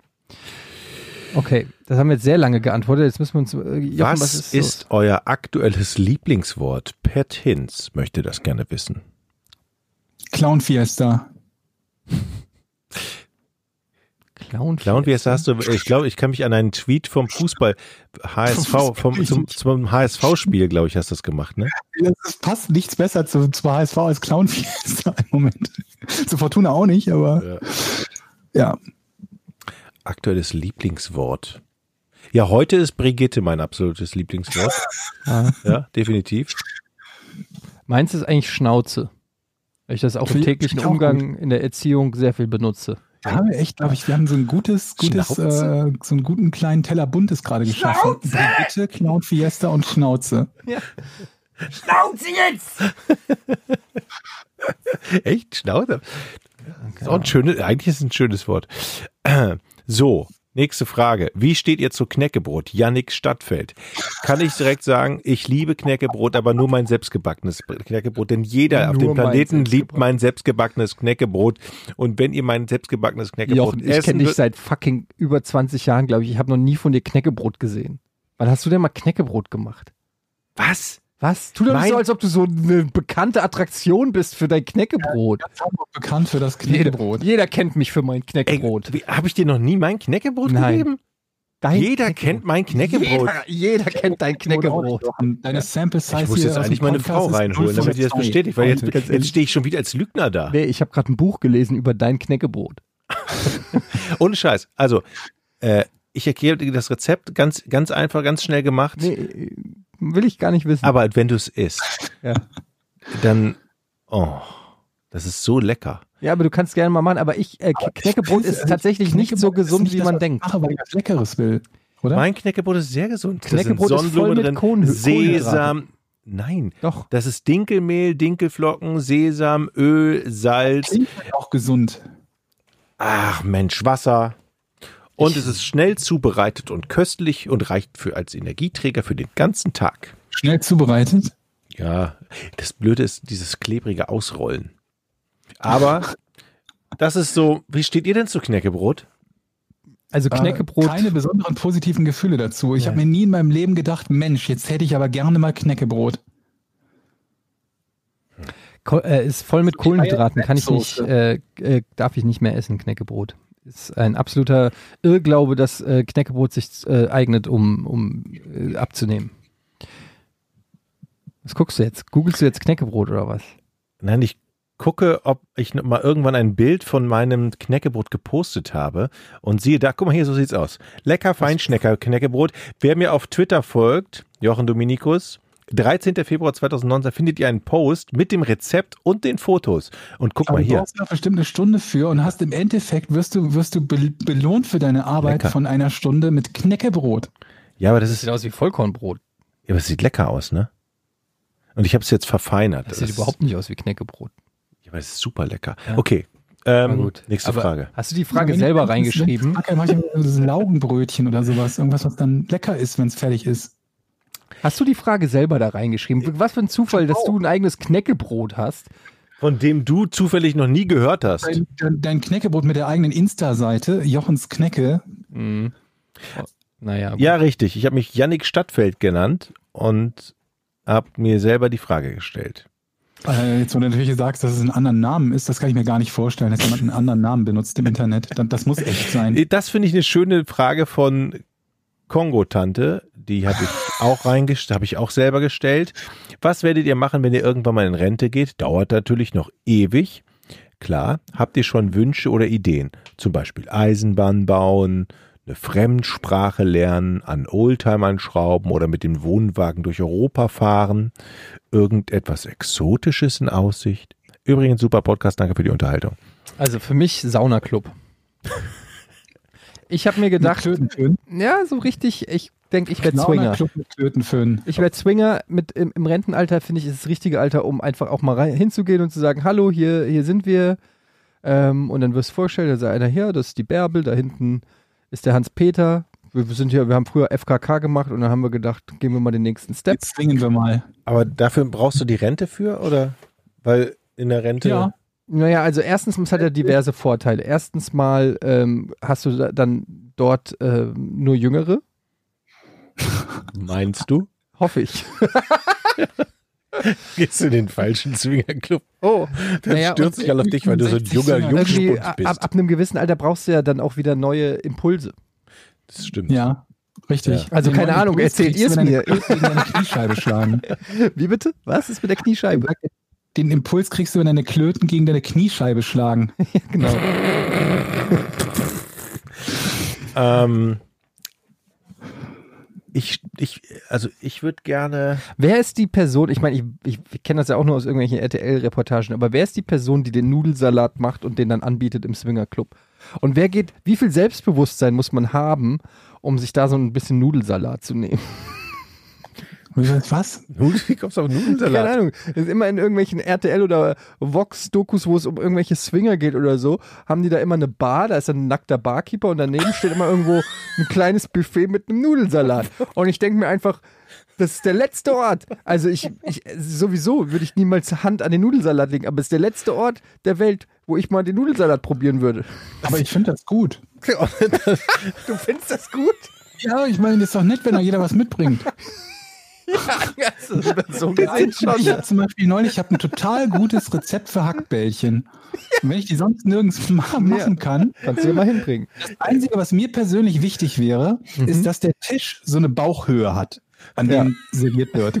Speaker 2: Okay, das haben wir jetzt sehr lange geantwortet. Jetzt müssen wir uns. Äh, Jochen,
Speaker 6: ne? Was,
Speaker 2: los?
Speaker 6: ist, euer aktuelles Lieblingswort? Pat Hinz möchte das gerne wissen.
Speaker 5: Clown Fiesta.
Speaker 2: Clown?
Speaker 6: Clown, wie heißt das? hast du? Ich glaube, ich kann mich an einen Tweet vom Fußball HSV vom zum, zum HSV-Spiel, glaube ich, hast du das gemacht, ne?
Speaker 5: Es passt nichts besser zu, zu HSV als Clown Fiesta im Moment. Zu Fortuna auch nicht, aber ja.
Speaker 6: Aktuelles Lieblingswort. Ja, heute ist Brigitte mein absolutes Lieblingswort.
Speaker 2: Ah.
Speaker 6: Ja, definitiv.
Speaker 2: Meins ist eigentlich Schnauze. Weil ich das auch im
Speaker 5: Finde ich
Speaker 2: täglichen
Speaker 5: auch
Speaker 2: Umgang in der Erziehung sehr viel benutze.
Speaker 5: Da haben wir echt, glaube ich, wir haben so ein gutes, gutes, äh,
Speaker 6: Schnauze?
Speaker 5: so einen guten kleinen Teller Buntes gerade geschafft. Brigitte, Clown Fiesta und Schnauze.
Speaker 6: Echt? Schnauze? Ist
Speaker 2: genau.
Speaker 6: auch ein schönes, eigentlich ist es ein schönes Wort. So, nächste Frage. Wie steht ihr zu Knäckebrot? Yannick Stadtfeld. Kann ich direkt sagen, ich liebe Knäckebrot, aber nur mein selbstgebackenes Knäckebrot, denn jeder auf
Speaker 2: Nur
Speaker 6: dem
Speaker 2: mein
Speaker 6: Planeten liebt
Speaker 2: selbstgebackenes.
Speaker 6: mein selbstgebackenes Knäckebrot. Und wenn ihr mein selbstgebackenes Knäckebrot
Speaker 2: Jochen, ich
Speaker 6: essen
Speaker 2: kenne dich
Speaker 6: würdet-
Speaker 2: seit fucking über 20 Jahren, glaube ich. Ich habe noch nie von dir Knäckebrot gesehen. Wann hast du denn mal Knäckebrot gemacht?
Speaker 6: Was?
Speaker 2: Was? Tu doch nicht
Speaker 1: Nein.
Speaker 2: so, als ob du so eine bekannte Attraktion bist für dein Knäckebrot.
Speaker 5: Hamburg bekannt für das
Speaker 2: Jeder,
Speaker 5: Knäckebrot.
Speaker 2: jeder kennt mich für mein Knäckebrot.
Speaker 6: Habe ich dir noch nie mein Knäckebrot
Speaker 2: Nein.
Speaker 6: gegeben?
Speaker 2: Dein
Speaker 6: Jeder kennt mein Knäckebrot.
Speaker 2: Jeder, jeder kennt dein Knäckebrot.
Speaker 5: Deine Sample Size
Speaker 6: Ich muss jetzt eigentlich meine Frau reinholen, damit die das bestätigt, weil jetzt, jetzt stehe ich schon wieder als Lügner da.
Speaker 2: Nee, ich habe gerade ein Buch gelesen über dein Knäckebrot.
Speaker 6: Ohne Scheiß. Also, äh, ich erkläre dir das Rezept ganz, ganz einfach, ganz schnell gemacht.
Speaker 2: Nee, äh, will ich gar nicht wissen.
Speaker 6: Aber wenn du es isst,
Speaker 2: Ja.
Speaker 6: dann, oh, das ist so lecker.
Speaker 2: ja, aber du kannst gerne mal machen. Aber ich, äh, Knäckebrot ist tatsächlich nicht so gesund, wie man denkt.
Speaker 5: Aber ich was Leckeres will, oder?
Speaker 6: Mein Knäckebrot ist sehr gesund. Da sind
Speaker 2: Knäckebrot ist voll
Speaker 6: Sonnenblumen
Speaker 2: mit
Speaker 6: drin,
Speaker 2: Kohlen-
Speaker 6: Sesam. Nein,
Speaker 2: Doch.
Speaker 6: das ist Dinkelmehl, Dinkelflocken, Sesam, Öl, Salz.
Speaker 5: Klingt halt auch gesund.
Speaker 6: Ach Mensch, Wasser. Und es ist schnell zubereitet und köstlich und reicht für als Energieträger für den ganzen Tag.
Speaker 5: Schnell zubereitet.
Speaker 6: Ja, das Blöde ist dieses klebrige Ausrollen. Aber das ist so, wie steht ihr denn zu Knäckebrot?
Speaker 2: Also
Speaker 5: Äh,
Speaker 2: Knäckebrot.
Speaker 5: Keine besonderen positiven Gefühle dazu. Ich habe mir nie in meinem Leben gedacht, Mensch, jetzt hätte ich aber gerne mal Knäckebrot.
Speaker 2: Ko äh, ist voll mit Kohlenhydraten, kann ich nicht,
Speaker 5: Soße.
Speaker 2: äh, äh, darf ich nicht mehr essen, Knäckebrot. Ist ein absoluter Irrglaube, dass äh, Knäckebrot sich äh, eignet, um, um äh, abzunehmen. Was guckst du jetzt? Googlest du jetzt Knäckebrot oder was?
Speaker 6: Nein, ich gucke, ob ich noch mal irgendwann ein Bild von meinem Knäckebrot gepostet habe und siehe da, guck mal hier, so sieht's aus. Lecker Feinschnecker Knäckebrot. Wer mir auf Twitter folgt, Jochen Dominikus, 13. Februar 2019 findet ihr einen Post mit dem Rezept und den Fotos. Und guck
Speaker 5: Aber
Speaker 6: mal
Speaker 5: du
Speaker 6: hier.
Speaker 5: brauchst da bestimmt eine Stunde für und hast im Endeffekt wirst du, wirst du be belohnt für deine Arbeit
Speaker 6: Lecker.
Speaker 5: von einer Stunde mit Knäckebrot.
Speaker 6: Ja, aber das ist, ja,
Speaker 2: aus wie Vollkornbrot.
Speaker 6: aber es sieht lecker aus, ne? Und ich habe es jetzt verfeinert.
Speaker 2: Das sieht
Speaker 6: ist-
Speaker 2: überhaupt nicht aus wie Knäckebrot.
Speaker 6: Ja, aber es ist super lecker.
Speaker 2: Ja.
Speaker 6: Okay.
Speaker 2: Na
Speaker 6: Ähm,
Speaker 2: gut.
Speaker 6: Nächste
Speaker 2: Aber
Speaker 6: Frage.
Speaker 2: Hast du die Frage
Speaker 5: Wenn ich
Speaker 2: selber
Speaker 5: dann-
Speaker 2: reingeschrieben?
Speaker 5: Dann mache ich mir so ein Laugenbrötchen oder sowas. Irgendwas, was dann lecker ist, wenn es fertig ist.
Speaker 2: Hast du die Frage selber da reingeschrieben? Was für ein Zufall, dass du ein eigenes Knäckebrot hast.
Speaker 6: Von dem du zufällig noch nie gehört hast.
Speaker 5: Dein, dein, dein Knäckebrot mit der eigenen Insta-Seite, Jochens Knäcke.
Speaker 2: Naja,
Speaker 6: Ja, richtig. Ich habe mich Yannick Stadtfeld genannt und habe mir selber die Frage gestellt.
Speaker 5: Äh, jetzt, wo du natürlich sagst, dass es einen anderen Namen ist, das kann ich mir gar nicht vorstellen, dass jemand einen anderen Namen benutzt im Internet. Dann, das muss echt sein.
Speaker 6: Äh, Das finde ich eine schöne Frage von Kongo-Tante. Die habe ich auch reingestellt, habe ich auch selber gestellt. Was werdet ihr machen, wenn ihr irgendwann mal in Rente geht? Dauert natürlich noch ewig. Klar, habt ihr schon Wünsche oder Ideen? Zum Beispiel Eisenbahn bauen, eine Fremdsprache lernen, an Oldtimern schrauben oder mit dem Wohnwagen durch Europa fahren. Irgendetwas Exotisches in Aussicht. Übrigens, super Podcast, danke für die Unterhaltung.
Speaker 2: Also für mich Saunaclub. Ich habe mir
Speaker 5: Mit
Speaker 2: gedacht,
Speaker 5: Klötenföhn.
Speaker 2: ja, so richtig, ich denke, ich werde Zwinger.
Speaker 5: Launerclub mit Klötenföhn.
Speaker 2: Ich werde Zwinger mit im, im Rentenalter, finde ich, ist das richtige Alter, um einfach auch mal rein, hinzugehen und zu sagen, hallo, hier, hier sind wir. Ähm, und dann wirst du vorstellen, da sei einer hier, das ist die Bärbel, da hinten ist der Hans-Peter. Wir wir sind hier, wir haben früher FKK gemacht und dann haben wir gedacht, gehen wir mal den nächsten Step.
Speaker 5: Jetzt singen wir mal.
Speaker 6: Aber dafür brauchst du die Rente für, oder? Weil in der Rente.
Speaker 5: Ja.
Speaker 2: Naja, also erstens es hat er diverse Vorteile. Erstens mal ähm, hast du da, dann dort ähm, nur Jüngere,
Speaker 6: Meinst du?
Speaker 2: hoffe ich.
Speaker 6: Gehst du in den falschen Zwingerclub?
Speaker 2: Oh,
Speaker 6: Dann stürzt sich alle auf dich, weil du so ein junger
Speaker 5: 60
Speaker 2: irgendwie
Speaker 6: Jungspund
Speaker 2: ab,
Speaker 6: bist.
Speaker 2: ab einem gewissen Alter brauchst du ja dann auch wieder neue Impulse.
Speaker 6: Das stimmt.
Speaker 5: Ja, richtig.
Speaker 6: Ja.
Speaker 2: Also
Speaker 5: Wenn du
Speaker 2: keine
Speaker 5: einen
Speaker 2: Ahnung,
Speaker 5: Fuß
Speaker 2: erzählt
Speaker 5: kriegst,
Speaker 2: ihr's
Speaker 5: wenn
Speaker 2: mir.
Speaker 5: deine Klöten Gegen deine Kniescheibe schlagen.
Speaker 2: Wie bitte? Was ist mit der Kniescheibe?
Speaker 5: Den Impuls kriegst du, wenn deine Klöten gegen deine Kniescheibe schlagen.
Speaker 2: Genau.
Speaker 6: Ähm, ich, ich, also ich würde gerne.
Speaker 2: Wer ist die Person, ich meine, ich, ich, ich kenne das ja auch nur aus irgendwelchen RTL-Reportagen, aber wer ist die Person, die den Nudelsalat macht und den dann anbietet im Swingerclub? Und wer geht, wie viel Selbstbewusstsein muss man haben, um sich da so ein bisschen Nudelsalat zu nehmen?
Speaker 5: Und ich sag, Was?
Speaker 6: Wie kommst du auf
Speaker 2: Keine
Speaker 6: Nudelsalat?
Speaker 2: Ahnung. Das ist immer in irgendwelchen RTL oder Vox-Dokus, wo es um irgendwelche Swinger geht oder so, haben die da immer eine Bar, da ist dann ein nackter Barkeeper und daneben steht immer irgendwo ein kleines Buffet mit einem Nudelsalat. Und ich denke mir einfach, das ist der letzte Ort. Also ich, ich sowieso würde ich niemals Hand an den Nudelsalat legen, aber es ist der letzte Ort der Welt, wo ich mal den Nudelsalat probieren würde.
Speaker 5: Aber ich finde das gut.
Speaker 2: Du findest das gut?
Speaker 5: Ja, ich meine, das ist doch nett, wenn da jeder was mitbringt.
Speaker 2: so gesehen
Speaker 5: Ich habe zum Beispiel neulich, ich habe ein total gutes Rezept für Hackbällchen. Und wenn ich die sonst nirgends ma machen kann,
Speaker 2: Kannst du ja mal hinbringen.
Speaker 5: das Einzige, was mir persönlich wichtig wäre, ist, dass der Tisch so eine Bauchhöhe hat, an
Speaker 2: Ja.
Speaker 5: dem serviert wird.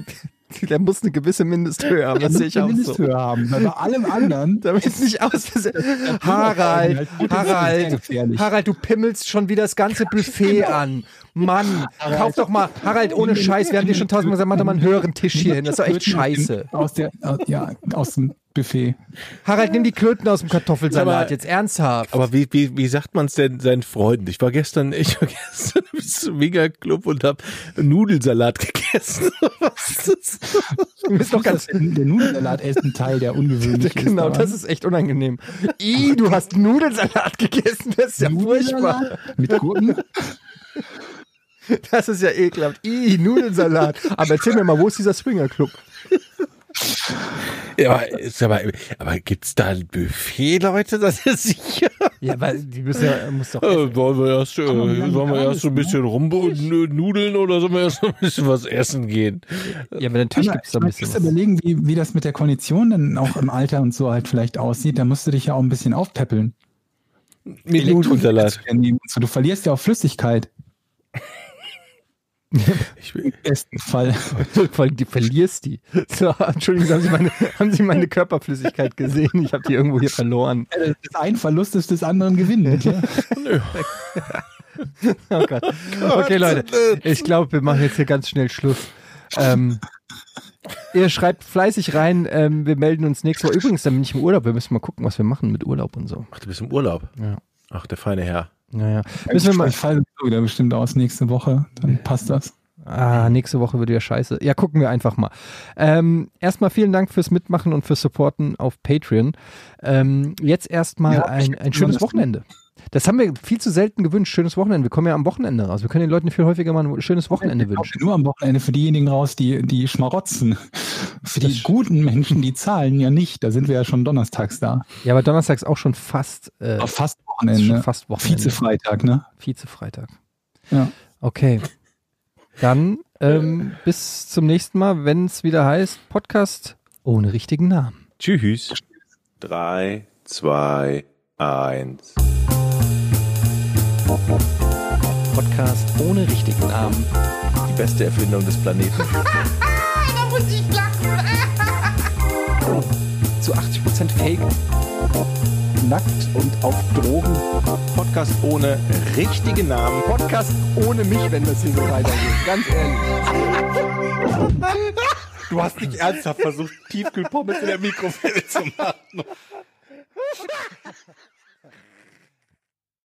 Speaker 2: Der muss eine gewisse Mindesthöhe haben, das sehe ich auch so.
Speaker 5: Mindesthöhe haben. Weil bei allem anderen,
Speaker 2: Damit es nicht aus.
Speaker 5: Harald,
Speaker 2: Harald,
Speaker 5: Harald,
Speaker 2: Harald, Harald, du pimmelst schon wieder das ganze Buffet an. Mann, kauf doch mal, Genau. Harald, ohne Scheiß, wir haben dir schon tausendmal gesagt, mach doch mal einen höheren Tisch hier hin, das ist doch echt scheiße.
Speaker 5: Aus, der, äh, ja, aus dem Buffet.
Speaker 2: Harald, nimm die Klöten aus dem Kartoffelsalat
Speaker 6: Aber-
Speaker 2: jetzt ernsthaft.
Speaker 6: Aber wie, wie, wie sagt man es denn seinen Freunden? Ich war gestern, ich war gestern bis zum Mega-Club und habe Nudelsalat gegessen. Was ist das?
Speaker 2: du bist doch ganz.
Speaker 5: Der Nudelsalat ist ein Teil, der ungewöhnlich ist.
Speaker 2: Genau,
Speaker 5: daran.
Speaker 2: das ist echt unangenehm. I, du hast Nudelsalat gegessen, das ist ja furchtbar.
Speaker 5: Nudelsalat mit Gurken.
Speaker 2: Das ist ja ekelhaft. I, Nudelsalat. Aber erzähl mir mal, wo ist dieser Swingerclub?
Speaker 6: Ja, aber, ist aber, aber gibt's da ein Buffet, Leute? Das ist sicher.
Speaker 2: Ja, weil die müssen ja, muss doch.
Speaker 6: Äh, wollen wir erst, äh,
Speaker 5: wir haben
Speaker 6: sollen wir
Speaker 5: alles,
Speaker 6: erst so ein bisschen rum nudeln oder sollen wir erst noch ein bisschen was essen gehen?
Speaker 2: Ja, aber natürlich gibt es da ein bisschen.
Speaker 5: Du musst überlegen, wie, wie das mit der Kondition dann auch im Alter und so halt vielleicht aussieht. Da musst du dich ja auch ein bisschen aufpäppeln.
Speaker 6: Mit
Speaker 5: Elektrolyte zu nehmen und so. Du verlierst ja auch Flüssigkeit.
Speaker 6: Ich will,
Speaker 5: Im besten Fall.
Speaker 2: Vor allem, die verlierst die. So, Entschuldigung, haben Sie, meine, haben Sie meine Körperflüssigkeit gesehen? Ich habe die irgendwo hier verloren.
Speaker 5: Das ein Verlust ist des anderen Gewinn. bitte.
Speaker 2: Oh Gott. Okay, Leute. Ich glaube, wir machen jetzt hier ganz schnell Schluss. Ähm, ihr schreibt fleißig rein. Ähm, wir melden uns nächste Woche. Übrigens, dann bin ich im Urlaub. Wir müssen mal gucken, was wir machen mit Urlaub und so.
Speaker 6: ach, du bist im Urlaub.
Speaker 2: Ja.
Speaker 6: Ach, der feine Herr.
Speaker 2: Naja. Müssen wir mal.
Speaker 5: Ich falle so wieder bestimmt aus nächste Woche. Dann passt das. Hm.
Speaker 2: Ah, nächste Woche wird wieder scheiße. Ja, gucken wir einfach mal. Ähm, erstmal vielen Dank fürs Mitmachen und fürs Supporten auf Patreon. Ähm, jetzt erstmal
Speaker 5: Ja, ich-
Speaker 2: ein, ein schönes Wochenende. Das haben wir viel zu selten gewünscht, schönes Wochenende. Wir kommen ja am Wochenende raus. Wir können den Leuten viel häufiger mal ein schönes Wochenende
Speaker 5: Ich
Speaker 2: wünschen.
Speaker 5: nur am Wochenende für diejenigen raus, die, die schmarotzen. Für die
Speaker 2: Das-
Speaker 5: guten Menschen, die zahlen ja nicht. Da sind wir ja schon donnerstags da.
Speaker 2: Ja, aber donnerstags auch schon fast, äh,
Speaker 5: Auf fast
Speaker 2: ist
Speaker 5: Wochenende.
Speaker 2: schon fast Wochenende.
Speaker 5: Vize-Freitag, ne?
Speaker 2: Vize-Freitag.
Speaker 5: Ja.
Speaker 2: Okay. Dann ähm, bis zum nächsten Mal, wenn es wieder heißt Podcast ohne richtigen Namen.
Speaker 6: Tschüss. Drei, zwei, eins.
Speaker 2: Podcast ohne richtigen Namen.
Speaker 6: Die beste Erfindung des Planeten.
Speaker 3: Da muss ich lachen.
Speaker 4: Zu 80% Fake. Nackt und auf Drogen.
Speaker 6: Podcast ohne richtigen Namen.
Speaker 4: Podcast ohne mich, wenn das hier so weitergeht. Ganz ehrlich.
Speaker 1: Du hast nicht ernsthaft versucht, Tiefkühlpommes in der Mikrofile zu machen.